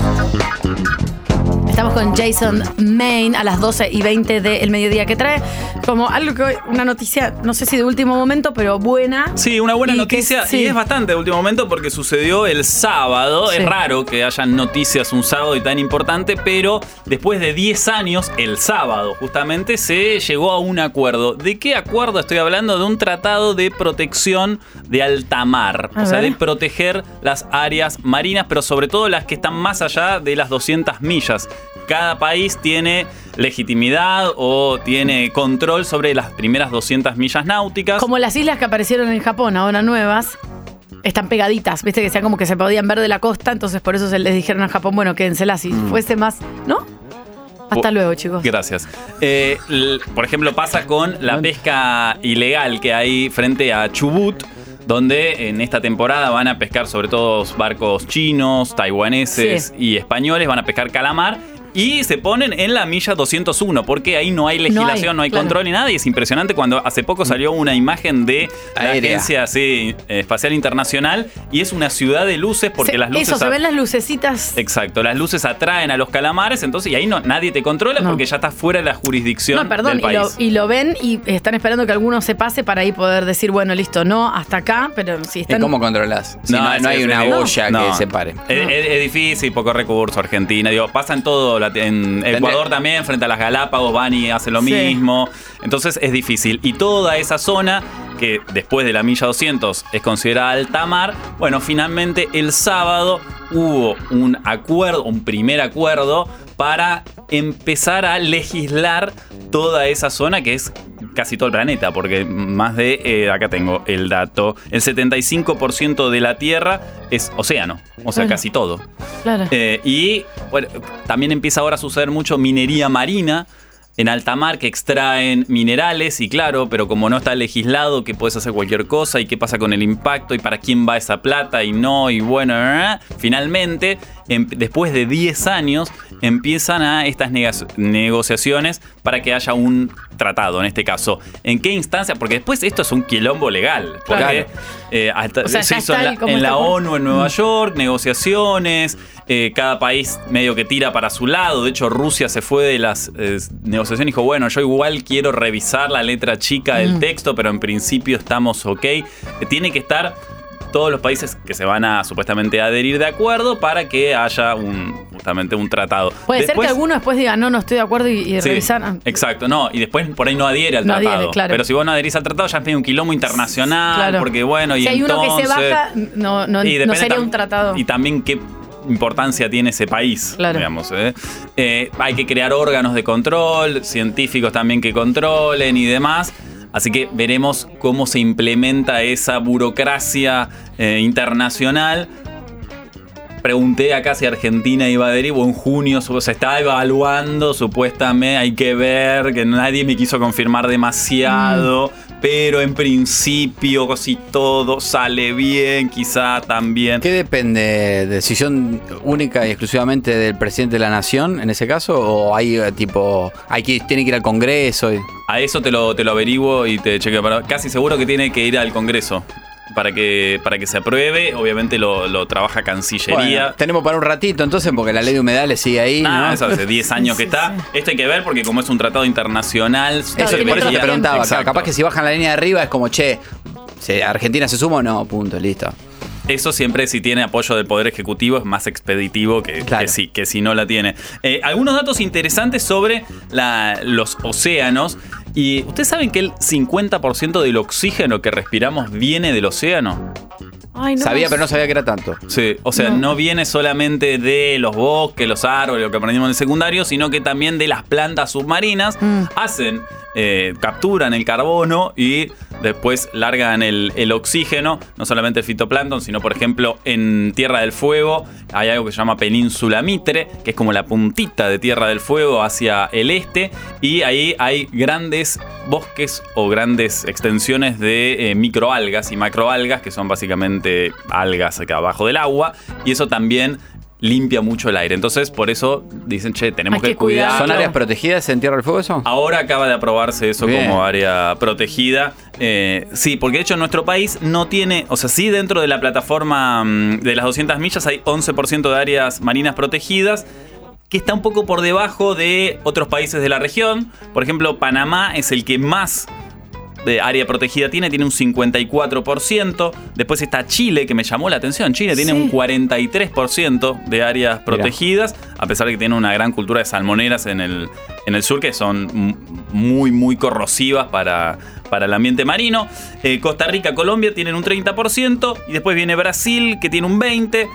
Estamos con Jason Maine a las 12 y 20 del mediodía que trae como algo que hoy- una noticia, no sé si de último momento, pero buena.
Sí, una buena
Y que-
noticia
sí.
y es bastante de último momento porque sucedió el sábado.
Sí.
Es raro que hayan noticias un sábado y tan importante, pero después de 10 años, el sábado justamente, se llegó a un acuerdo. ¿De qué acuerdo estoy hablando? De un tratado de protección de alta mar,
A
o sea,
ver.
de proteger las áreas marinas, pero sobre todo las que están más allá de las 200 millas. Cada país tiene legitimidad o tiene control sobre las primeras 200 millas náuticas.
Como las islas que aparecieron en Japón, ahora nuevas, están pegaditas, viste que sean como que se podían ver de la costa, entonces por eso se les dijeron a Japón, bueno, quédenselas si
Mm.
fuese más, ¿no? Hasta
Bu-
luego, chicos.
Gracias. Eh, l- por ejemplo, pasa con la pesca ilegal que hay frente a Chubut, donde en esta temporada van a pescar sobre todo barcos chinos, taiwaneses y españoles, van a pescar calamar. Y se ponen en la milla 201, porque ahí no hay legislación, no hay,
hay, claro.
control ni nada, y es impresionante cuando hace poco salió una imagen de la
Aérea.
Agencia sí, Espacial Internacional, y es una ciudad de luces, porque
Se-
las luces...
Eso, se
a-
ven las lucecitas.
Exacto, las luces atraen a los calamares, entonces y ahí no, nadie te controla porque ya estás fuera de la jurisdicción
No, perdón,
del
y lo,
país.
y lo ven y están esperando que alguno se pase para ahí poder decir, bueno, listo, no, hasta acá, pero si están.
cómo controlas? Si no,
es-
no hay
es-
una
es-
boya
no.
que separe.
Es, es- es difícil, poco recurso Argentina. Digo, pasa en todo. Lati- En Ecuador también, frente a las Galápagos, van y hacen lo
Sí.
mismo. Entonces es difícil. Y toda esa zona, que después de la milla 200 es considerada alta mar, bueno, finalmente el sábado hubo un acuerdo, un primer acuerdo para empezar a legislar toda esa zona que es casi todo el planeta, porque más de, eh, acá tengo el dato, el 75% de la Tierra es océano, o sea,
Claro.
casi todo.
Claro.
Eh, y bueno, también empieza ahora a suceder mucho minería marina en alta mar que extraen minerales y claro, pero como no está legislado que puedes hacer cualquier cosa y qué pasa con el impacto y para quién va esa plata y no y bueno, eh, finalmente em- después de 10 años empiezan a estas negas- negociaciones para que haya un tratado en este caso. ¿En qué instancia? Porque después esto es un quilombo legal. Porque
Claro.
eh, hasta-
O sea,
se
ya
hizo
está
en
el-
la,
como este
en
está
la
con-
ONU en Nueva York, negociaciones, eh, cada país medio que tira para su lado. De hecho, Rusia se fue de las eh, negociaciones y dijo, bueno, yo igual quiero revisar la letra chica del
Mm.
texto, pero en principio estamos ok. Eh, Tiene que estar todos los países que se van a supuestamente adherir de acuerdo para que haya un justamente un tratado.
Puede ser que
Después-
alguno después diga, no, no estoy de acuerdo y, y
Sí,
revisar. Ah,
Exacto, no, y después por ahí no adhiere al
No adhiere,
tratado.
claro.
Pero si vos no adherís al tratado ya es medio un quilombo internacional,
claro.
porque bueno, y
si hay uno que se
entonces-
baja, no, no,
Y
no
depende
sería
tam-
un tratado.
Y también qué importancia tiene ese país,
Claro.
digamos. ¿eh? Eh, hay que crear órganos de control, científicos también que controlen y demás. Así que veremos cómo se implementa esa burocracia eh, internacional. Pregunté acá si Argentina iba a adherir, o en junio su- se está evaluando, supuestamente hay que ver, que nadie me quiso confirmar demasiado,
Mm.
pero en principio, si todo sale bien, quizá también.
¿Qué depende? ¿Decisión única y exclusivamente del presidente de la nación en ese caso? ¿O hay eh, tipo. Hay que, tiene que ir al Congreso? y-
A eso te lo, te lo averiguo y te chequeo. Pero casi seguro que tiene que ir al Congreso para que, para que se apruebe. Obviamente lo, lo trabaja Cancillería.
Bueno, tenemos para un ratito entonces, porque la ley de humedales sigue ahí.
Nada,
¿no?
eso hace 10 años que está. Esto hay que ver porque como es un tratado internacional...
Eso, por eso te
debería-
preguntaba, claro,
Exacto.
capaz que si bajan la línea de arriba es como, che, ¿se- ¿Argentina se suma o no? Punto, listo.
Eso siempre si tiene apoyo del Poder Ejecutivo es más expeditivo que, que si, que si no la tiene. Eh, algunos datos interesantes sobre la- los océanos. Y ustedes saben que el 50% del oxígeno que respiramos viene del océano.
Ay, no. pues,
Sabía, pero no sabía que era tanto.
Sí, o sea, no. viene solamente de los bosques, los árboles, lo que aprendimos en el secundario, sino que también de las plantas submarinas. Hacen, eh, capturan el carbono y después largan el, el oxígeno, no solamente el fitoplancton, sino por ejemplo en Tierra del Fuego hay algo que se llama Península Mitre, que es como la puntita de Tierra del Fuego hacia el este, y ahí hay grandes bosques o grandes extensiones de eh, microalgas y macroalgas, que son básicamente algas acá abajo del agua, y eso también limpia mucho el aire. Entonces, por eso dicen, che, tenemos que, cuidar.
¿Son áreas protegidas en Tierra del Fuego eso?
Ahora acaba de aprobarse eso
Bien.
como área protegida. Eh, sí, porque de hecho nuestro país no tiene, o sea, sí dentro de la plataforma mm, de las 200 millas hay 11% de áreas marinas protegidas que está un poco por debajo de otros países de la región. Por ejemplo, Panamá es el que más de área protegida tiene, tiene un 54%. Después está Chile, que me llamó la atención. Chile tiene un 43% de áreas protegidas, a pesar de que tiene una gran cultura de salmoneras en el, en el sur, que son m- muy, muy corrosivas para, para el ambiente marino. Eh, Costa Rica, Colombia tienen un 30%, y después viene Brasil, que tiene un 20%. eh,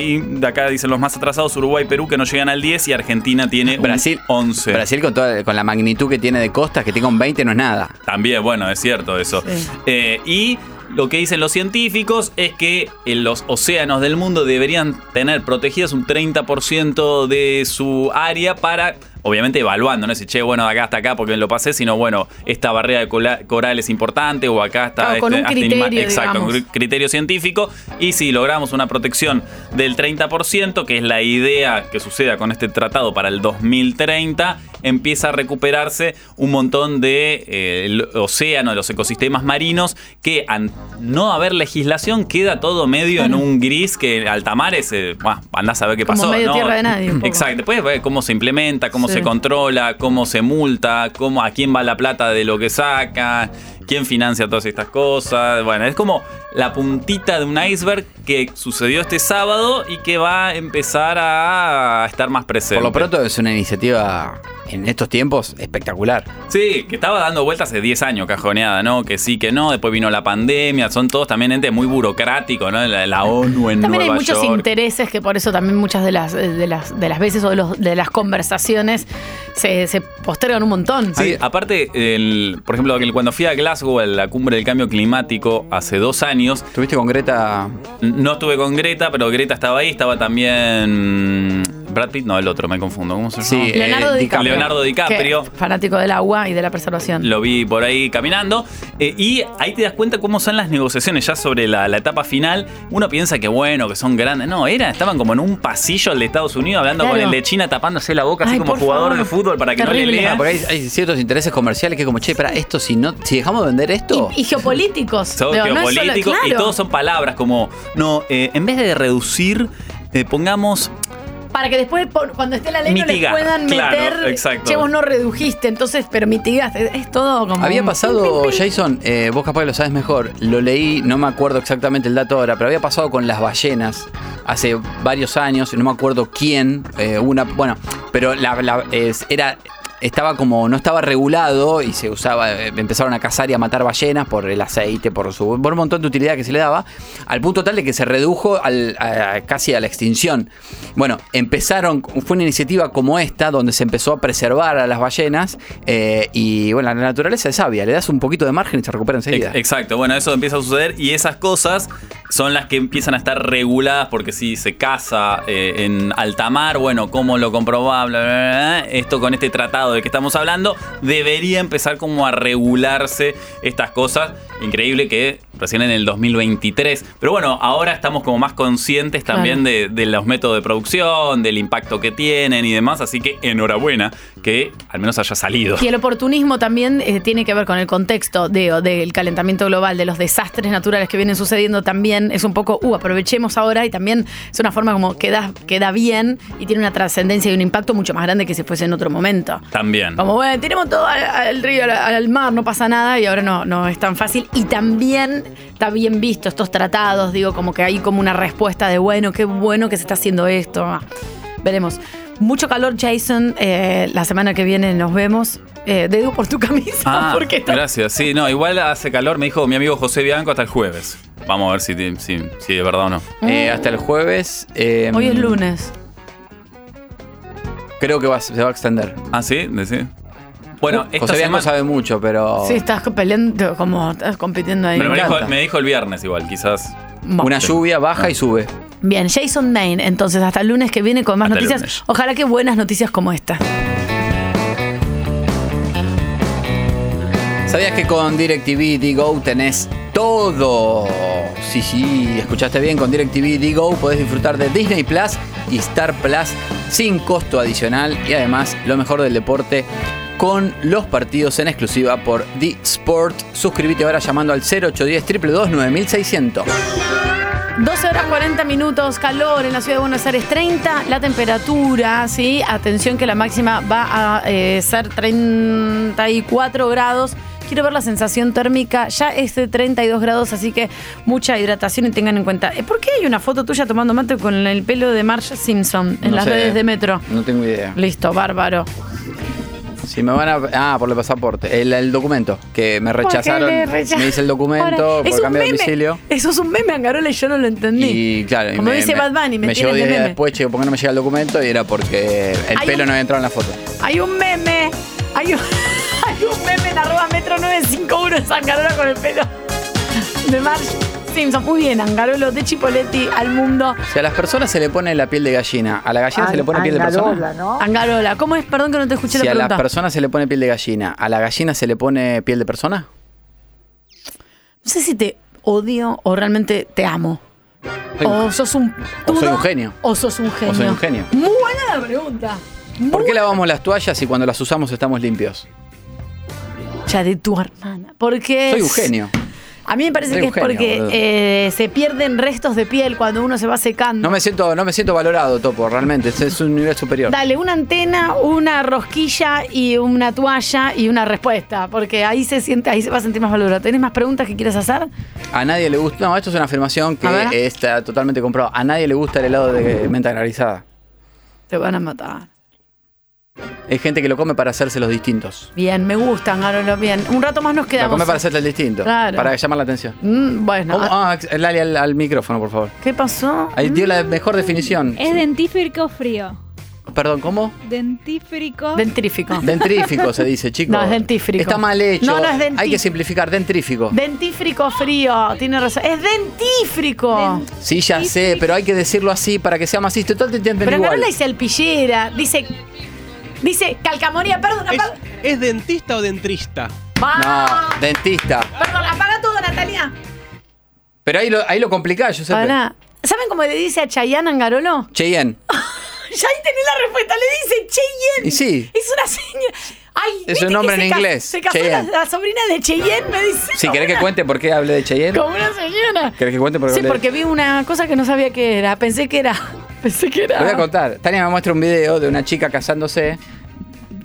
y de acá dicen los más atrasados, Uruguay, Perú, que no llegan al 10 y Argentina tiene
Brasil,
un 11.
Brasil con, toda- con la magnitud que tiene de costas, que tenga un 20 no es nada.
También, bueno, es cierto eso. Eh, y lo que dicen los científicos es que en los océanos del mundo deberían tener protegidas un 30% de su área para obviamente evaluando, no decir, che, bueno, de acá hasta acá porque lo pasé, sino bueno, esta barrera de cola- coral es importante o acá está.
Claro, con un
hasta inima-
criterio,
Exacto, un
digamos.
cri- criterio científico. Y si logramos una protección del 30%, que es la idea que suceda con este tratado para el 2030, empieza a recuperarse un montón de eh, el océano, de los ecosistemas marinos, que al no haber legislación queda todo medio en un gris que Altamares, eh, andás a ver qué
Como
pasó.
medio
¿no?
tierra de nadie, un poco.
Exacto. Después ver cómo se implementa, cómo
Sí.
se controla, cómo se multa, cómo a quién va la plata de lo que saca, quién financia todas estas cosas. Bueno, es como la puntita de un iceberg que sucedió este sábado y que va a empezar a estar más presente.
Por lo pronto es una iniciativa en estos tiempos espectacular.
Sí, que estaba dando vueltas hace 10 años, cajoneada, ¿no? Que sí, que no, después vino la pandemia, son todos también entes muy burocráticos, ¿no? La, la ONU en
También hay
Nueva
muchos
York.
intereses que por eso también muchas de las, eh, de las, de las veces o de, los- de las conversaciones se, se postergan un montón.
Sí, aparte, el- por ejemplo, que cuando fui a Glasgow a la cumbre del cambio climático hace dos años.
¿Estuviste con Greta?
No estuve con Greta, pero Greta estaba ahí, estaba también. mm, Brad Pitt, no, el otro, me confundo. ¿Cómo se llama?
Sí,
Leonardo DiCaprio.
eh, Leonardo
que-
DiCaprio.
fanático del agua y de la preservación.
Lo vi por ahí caminando. eh, y ahí te das cuenta cómo son las negociaciones ya sobre la, la etapa final. Uno piensa que bueno, que son grandes. No, era, estaban como en un pasillo el de Estados Unidos hablando
Claro.
con el de China tapándose la boca, así
Ay,
como
por
jugador
favor.
de fútbol para que no le lean.
Por ahí hay ciertos intereses comerciales que como, che, para esto, si no, si dejamos de vender esto.
Y geopolíticos.
Son
Digo, no es solo-
geopolíticos y
claro.
todos son palabras como, no, eh, en vez de reducir, eh, pongamos
Para que después, por- cuando esté la ley,
Mitigar,
no les puedan
claro,
meter.
exacto.
Che, vos no redujiste, entonces, pero mitigaste. Es, es todo como.
Había
un-
pasado, Jason, eh, vos capaz que lo sabes mejor, lo leí, no me acuerdo exactamente el dato ahora, pero había pasado con las ballenas hace varios años, no me acuerdo quién, eh, una, bueno, pero la, la- es- era, estaba como, no estaba regulado y se usaba, eh, empezaron a cazar y a matar ballenas por el aceite, por, su, por un montón de utilidad que se le daba, al punto tal de que se redujo al- a- casi a la extinción. Bueno, empezaron, fue una iniciativa como esta, donde se empezó a preservar a las ballenas, eh, y bueno, la naturaleza es sabia, le das un poquito de margen y se recupera enseguida.
Ex- Exacto, bueno, eso empieza a suceder y esas cosas son las que empiezan a estar reguladas porque si se casa eh, en alta mar, bueno, cómo lo comprobaba, bla, bla, bla, bla, esto con este tratado del que estamos hablando, debería empezar como a regularse estas cosas. Increíble que recién en el 2023, pero bueno, ahora estamos como más conscientes también de, de los métodos de producción, del impacto que tienen y demás, así que enhorabuena que al menos haya salido.
Y el oportunismo también eh, tiene que ver con el contexto de- o del calentamiento global, de los desastres naturales que vienen sucediendo también. Es un poco, uh, aprovechemos ahora y también es una forma como que da, que da bien y tiene una trascendencia y un impacto mucho más grande que si fuese en otro momento.
También.
Como bueno, tenemos todo al, al río, al, al mar, no pasa nada y ahora no, no es tan fácil. Y también está bien visto estos tratados, digo, como que hay como una respuesta de bueno, qué bueno que se está haciendo esto. Ah, Veremos. Mucho calor, Jason. Eh, la semana que viene nos vemos. Eh, dedo por tu camisa.
Ah,
porque está-
gracias. Sí, no, igual hace calor, me dijo mi amigo José Bianco hasta el jueves. Vamos a ver si, te- si, si es verdad o no.
Eh, hasta el jueves. eh,
Hoy es lunes.
Creo que va- se va a extender.
Ah, sí, Decí. Bueno, esta
José Bianco
semana-
sabe mucho, pero.
Sí, estás peleando, como estás compitiendo ahí.
Pero me, dijo, me dijo el viernes igual, quizás.
Una lluvia baja y sube.
Bien, Jason Main. Entonces, hasta el lunes que viene con más
Hasta el
noticias.
lunes.
Ojalá que buenas noticias como esta.
¿Sabías que con DirecTV Digo tenés todo? Sí, sí, escuchaste bien. Con DirecTV Digo podés disfrutar de Disney Plus y Star Plus sin costo adicional y además lo mejor del deporte con los partidos en exclusiva por The Sport. Suscríbete ahora llamando al 0810 222 9600.
12 horas 40 minutos, calor en la ciudad de Buenos Aires, 30 la temperatura, ¿sí? Atención que la máxima va a eh, ser 34 grados. Quiero ver la sensación térmica, ya es de 32 grados, así que mucha hidratación y tengan en cuenta. Eh, ¿Por qué hay una foto tuya tomando mate con el pelo de Marge Simpson en
No
las
sé.
redes de Metro?
No tengo idea.
Listo, bárbaro.
Si me van a. Ah, por el pasaporte. El, el documento. Que me
¿Por qué
rechazaron.
le rechaz-
Me dice el
Ahora,
documento
es
por
un
cambio de
meme.
domicilio.
Eso es un meme, Angarola, y yo no lo entendí.
Y claro, y
Como dice Bad Bunny, me
me llegó
tienen de
10 días
meme.
después, che, ¿por qué no me llega el documento? Y era porque el
Hay
pelo
un-
no había entrado en la foto.
Hay un meme. Hay un, hay un meme en arroba metro 951 en San Carola con el pelo de Marge Simpson. Muy bien, Angarolo, de Chipoletti al mundo.
Si a las personas se le pone la piel de gallina, a la gallina se le pone piel de persona.
Angarola, ¿cómo es? Perdón que no te escuché
Si
la
a las
pregunta.
personas se le pone piel de gallina, a la gallina se le pone piel de persona.
no sé si te odio o realmente te amo.
Soy un-
O sos un
O soy
tudo,
un genio.
O sos un genio.
O soy un genio.
Muy buena la pregunta.
¿Por qué lavamos las toallas y cuando las usamos estamos limpios?
Ya de tu hermana. Porque
Soy un
es-
genio.
A mí me parece
Soy
que
un
es
genio,
porque
boludo.
eh, se pierden restos de piel cuando uno se va secando.
No me siento, no me siento valorado, Topo, realmente. Este es un nivel superior.
Dale, una antena, una rosquilla y una toalla y una respuesta. Porque ahí se siente, ahí se va a sentir más valorado. ¿Tenés más preguntas que quieres hacer?
A nadie le gusta. No, esto es una afirmación
A ver.
que está totalmente comprobada. A nadie le gusta el helado de menta granizada.
Te van a matar.
Hay gente que lo come para hacerse los distintos.
Bien, me gustan, Garolo, bien. Un rato más nos
Lo
quedamos.
come para hacerse el distinto.
Claro.
Para llamar la atención.
Mm, bueno,
¿Cómo? Ah, Lali, al, al micrófono, por favor.
¿qué pasó?
Ahí dio la mejor definición.
Es dentífrico frío.
Perdón, ¿cómo?
Dentífrico.
Dentrífico.
Dentrífico se dice, chicos.
No, es dentífrico.
Está mal hecho.
No, no, es dentí-
Hay que simplificar, dentrífico.
Dentífrico frío, tiene razón. Es dentífrico.
sí, ya sé, pero hay que decirlo así para que sea más así. Total, te entienden
Pero
igual.
Garola dice alpillera, dice. Dice calcamonía, perdón, apaga.
¿Es dentista o dentrista?
Va.
No, dentista.
Perdón, apaga todo, Natalia.
Pero ahí lo, ahí lo complicás, yo sé.
Pará. ¿Saben cómo le dice a Chayanne Angarolo?
Cheyenne.
Ya ahí tenés la respuesta, le dice Cheyenne.
Y sí.
Es una señora. Ay,
Es
¿viste
un nombre
que
en
se ca-
inglés,
Se casó la,
Cheyenne.
la sobrina de Cheyenne, me dice.
Si querés que cuente por qué hablé de Cheyenne.
Como una señora.
¿Querés que cuente por qué
Sí,
hablé de-
porque vi una cosa que no sabía que era. Pensé que era. Pensé que
Lo voy a
era.
contar. Tania me muestra un video de una chica casándose.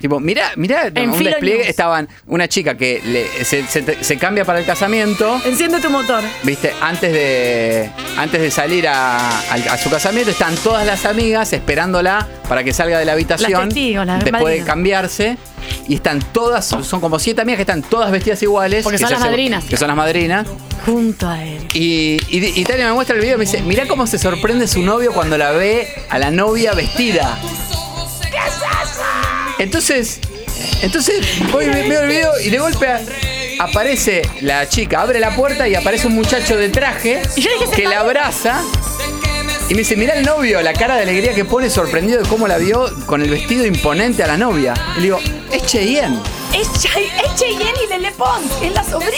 Tipo, mirá, mirá,
En
un
Filo
despliegue.
News.
Estaban una chica que le- se, se te- se cambia para el casamiento.
Enciende tu motor.
Viste, antes de, antes de salir a, al- a su casamiento, están todas las amigas esperándola para que salga de la habitación.
Las testigos, las
después de
madrinas.
cambiarse. Y están todas, son, son como siete amigas que están todas vestidas iguales.
Porque
que
son
se
las
hace-
madrinas.
Que son las madrinas.
Junto a él.
Y, y, di- y Tania me muestra el video y me dice, mirá cómo se sorprende su novio cuando la ve a la novia vestida.
¿Qué es eso?
Entonces, entonces voy, ve- veo el video y de golpe a- aparece la chica, abre la puerta y aparece un muchacho de traje que la abraza y me dice, mirá el novio, la cara de alegría que pone sorprendido de cómo la vio con el vestido imponente a la novia. Y le digo, es Cheyenne.
Es, Chay- es Cheyenne y Lele Pons, es la sobrina.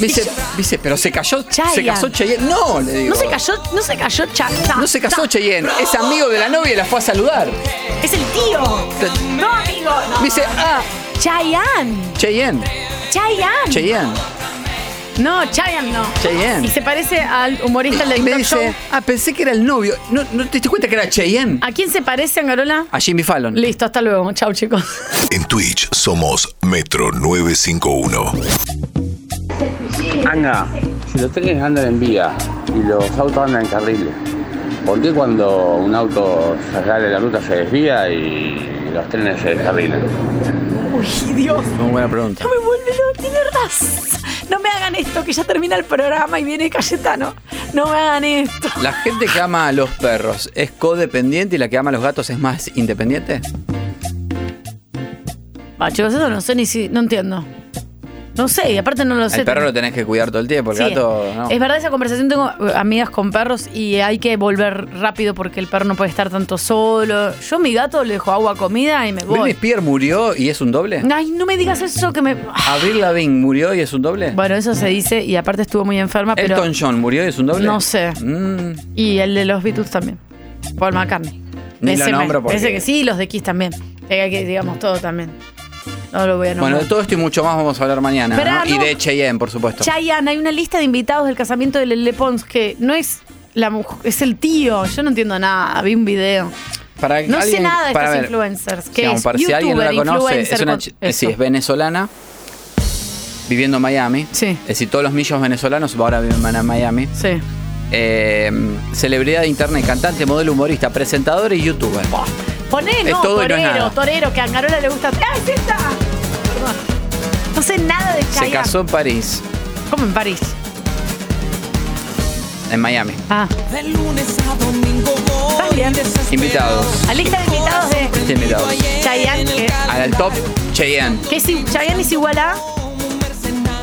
Me dice, me dice, pero se cayó, se
Chayanne.
casó Cheyenne. No, le digo.
No se cayó, no se cayó Cha- ta-
No se casó
ta-
Cheyenne, es amigo de la novia y la fue a saludar.
Es el tío. No, amigo. No.
Dice, ah.
Chayanne.
Cheyenne,
Chayanne.
Cheyenne.
No, Chayanne no.
Cheyenne.
Y se parece al humorista del
Y me
talk show.
dice, ah, pensé que era el novio. ¿No, no te diste cuenta que era Cheyenne?
¿A quién se parece, Angarola?
A Jimmy Fallon.
Listo, hasta luego. Chau, chicos.
En Twitch somos Metro 951.
Anga, si los trenes andan en vía y los autos andan en carriles, ¿por qué cuando un auto se sale de la ruta se desvía y los trenes se descarrilan?
Uy, Dios.
Muy buena pregunta.
No me vuelve loco, tiene razón. No me hagan esto, que ya termina el programa y viene Cayetano. No me hagan esto.
¿La gente que ama a los perros es codependiente y la que ama a los gatos es más independiente?
Ah, chicos, eso no sé ni si. No entiendo. No sé, y aparte no lo sé.
El perro lo tenés que cuidar todo el tiempo, el
Sí.
gato no.
Es verdad, esa conversación tengo eh, amigas con perros y hay que volver rápido porque el perro no puede estar tanto solo. Yo a mi gato le dejo agua, comida y me voy.
¿Britney Spears murió y es un doble?
Ay, no me digas eso que me.
¿Avril Lavigne murió y es un doble?
Bueno, eso se dice y aparte estuvo muy enferma, pero.
¿Elton John murió y es un doble?
No sé.
Mm,
Y el de los Beatles también. Paul McCartney.
Ni
ese
lo
me-
nombro porque-
ese que sí, y los de Kiss también. Que hay que, digamos, todo también. No lo voy a nombrar.
Bueno, de todo esto y mucho más vamos a hablar mañana.
Esperá,
¿no? Y
no.
de Cheyenne, por supuesto.
Chayanne, hay una lista de invitados del casamiento de Lele Pons que no es la mujer, es el tío. Yo no entiendo nada. Vi un video.
Para
No sé
alguien-
nada de
para
estos
ver,
influencers. Que
digamos,
es
para- si alguien no la
youtuber,
conoce, es,
influencer,
una
con-
chi- sí,
eso.
es venezolana, viviendo en Miami. Es decir, todos los millos venezolanos ahora viven en Miami. Eh,
Sí.
celebridad de internet, cantante, modelo, humorista, presentador y youtuber.
Poné,
Es
no,
todo y no
torero,
es nada.
torero, que a Angarola le gusta. ¡Ah, es esta! Perdón. No sé nada de Chayanne.
Se casó en París,
¿Cómo en París?
en Miami.
Ah. ¿Estás bien?
Invitados.
A lista de invitados de
Sí, invitados. Ah.
Chayanne, que,
Al top, Cheyenne,
que es i- Chayanne es igual a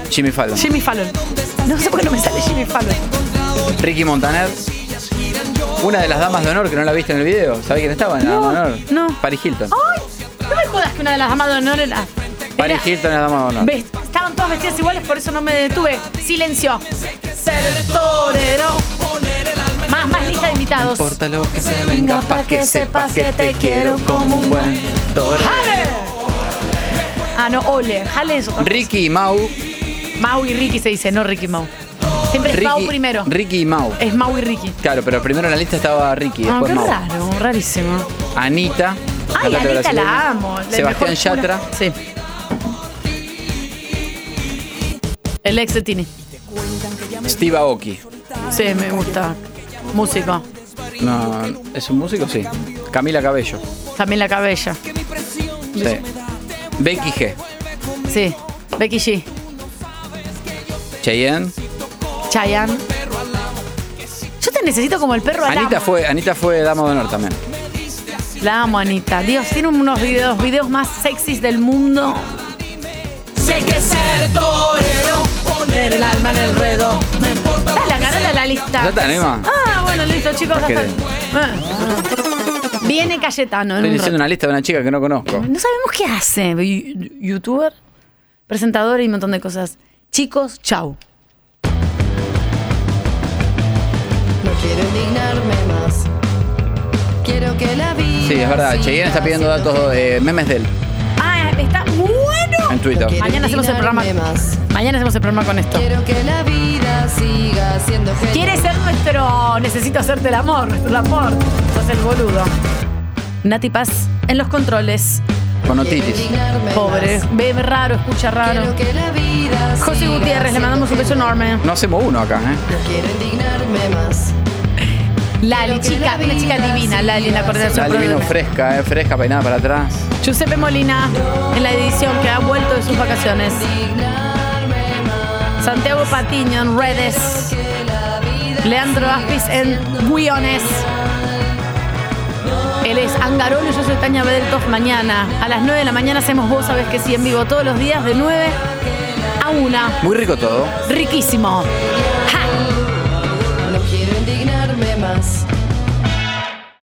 Jimmy Fallon.
Jimmy Fallon. No sé por qué no me sale Jimmy Fallon.
Ricky Montaner. Una de las damas de honor que no la viste en el video. ¿Sabés quién estaba en la dama de honor?
No. Oh,
Paris Hilton.
¡Ay! No me jodas que una de las damas de honor era.
Paris Hilton es la dama de honor.
Ves, Estaban todas vestidas iguales, por eso no me detuve. Silencio. Ser torero. Más, más lista de invitados.
Importa lo que se venga para que sepas que te quiero como un buen torero.
¡Jale! Ah, no, ole. Jale eso.
Ricky y Mau.
Mau y Ricky se dice, no Ricky Mau. Siempre es
Ricky-
Mau primero.
Ricky y Mau.
Es Mau y Ricky.
Claro, pero primero en la lista estaba Ricky,
Ah,
después
qué
Mau.
raro, rarísimo.
Anita.
Ay,
cantante
Anita
brasileña.
la amo. la
Sebastián
mejor cura.
Yatra.
Sí. El ex de Tini.
Steve Aoki.
Sí, me gusta. Música.
No, ¿Es un músico? Sí. Camila Cabello.
También la cabella.
Sí. Becky G.
Sí. Becky G.
Cheyenne.
Chayanne. Yo te necesito como el perro al
Anita
amo.
fue, Anita fue dama de honor también.
La amo, Anita. Dios, tiene unos videos, videos más sexys del mundo. Sé que ser torero, poner el alma en el redo. la ganada la lista.
¿Ya está, Nema?
Ah, bueno, listo, chicos, ya
¿Qué
está. Ah. Viene Cayetano. en
Estoy
un
diciendo
rato.
una lista de una chica que no conozco.
No sabemos qué hace. Y- Youtuber, presentador y un montón de cosas. Chicos, chau.
No quiero indignarme más. Quiero que la vida.
Sí, es verdad. Cheyenne está pidiendo datos, eh, memes de él
Ah, está muy bueno.
en Twitter.
Mañana hacemos el programa. Mañana hacemos el programa con esto.
Quiero que la vida siga siendo feliz.
Quiere ser nuestro necesito hacerte el amor, nuestro amor. Sos el boludo. Nati Paz en los controles.
Con otitis.
Pobre. Ve raro, escucha raro. José Gutiérrez, le mandamos un beso enorme.
No hacemos uno acá, ¿eh?
Quiero indignarme más.
Lali, chica, una chica divina, Lali, en la
La
coordinación.
vino
programa.
fresca, ¿eh? Fresca, peinada para atrás.
Giuseppe Molina en la edición que ha vuelto de sus vacaciones. Santiago Patiño en redes. Leandro Aspis en Guiones. Él es Angarolo y yo soy Tania Bedeltoff mañana. A las 9 de la mañana hacemos Vos Sabés Que Sí en vivo todos los días de 9 a 1.
Muy rico todo.
Riquísimo.
No quiero indignarme más.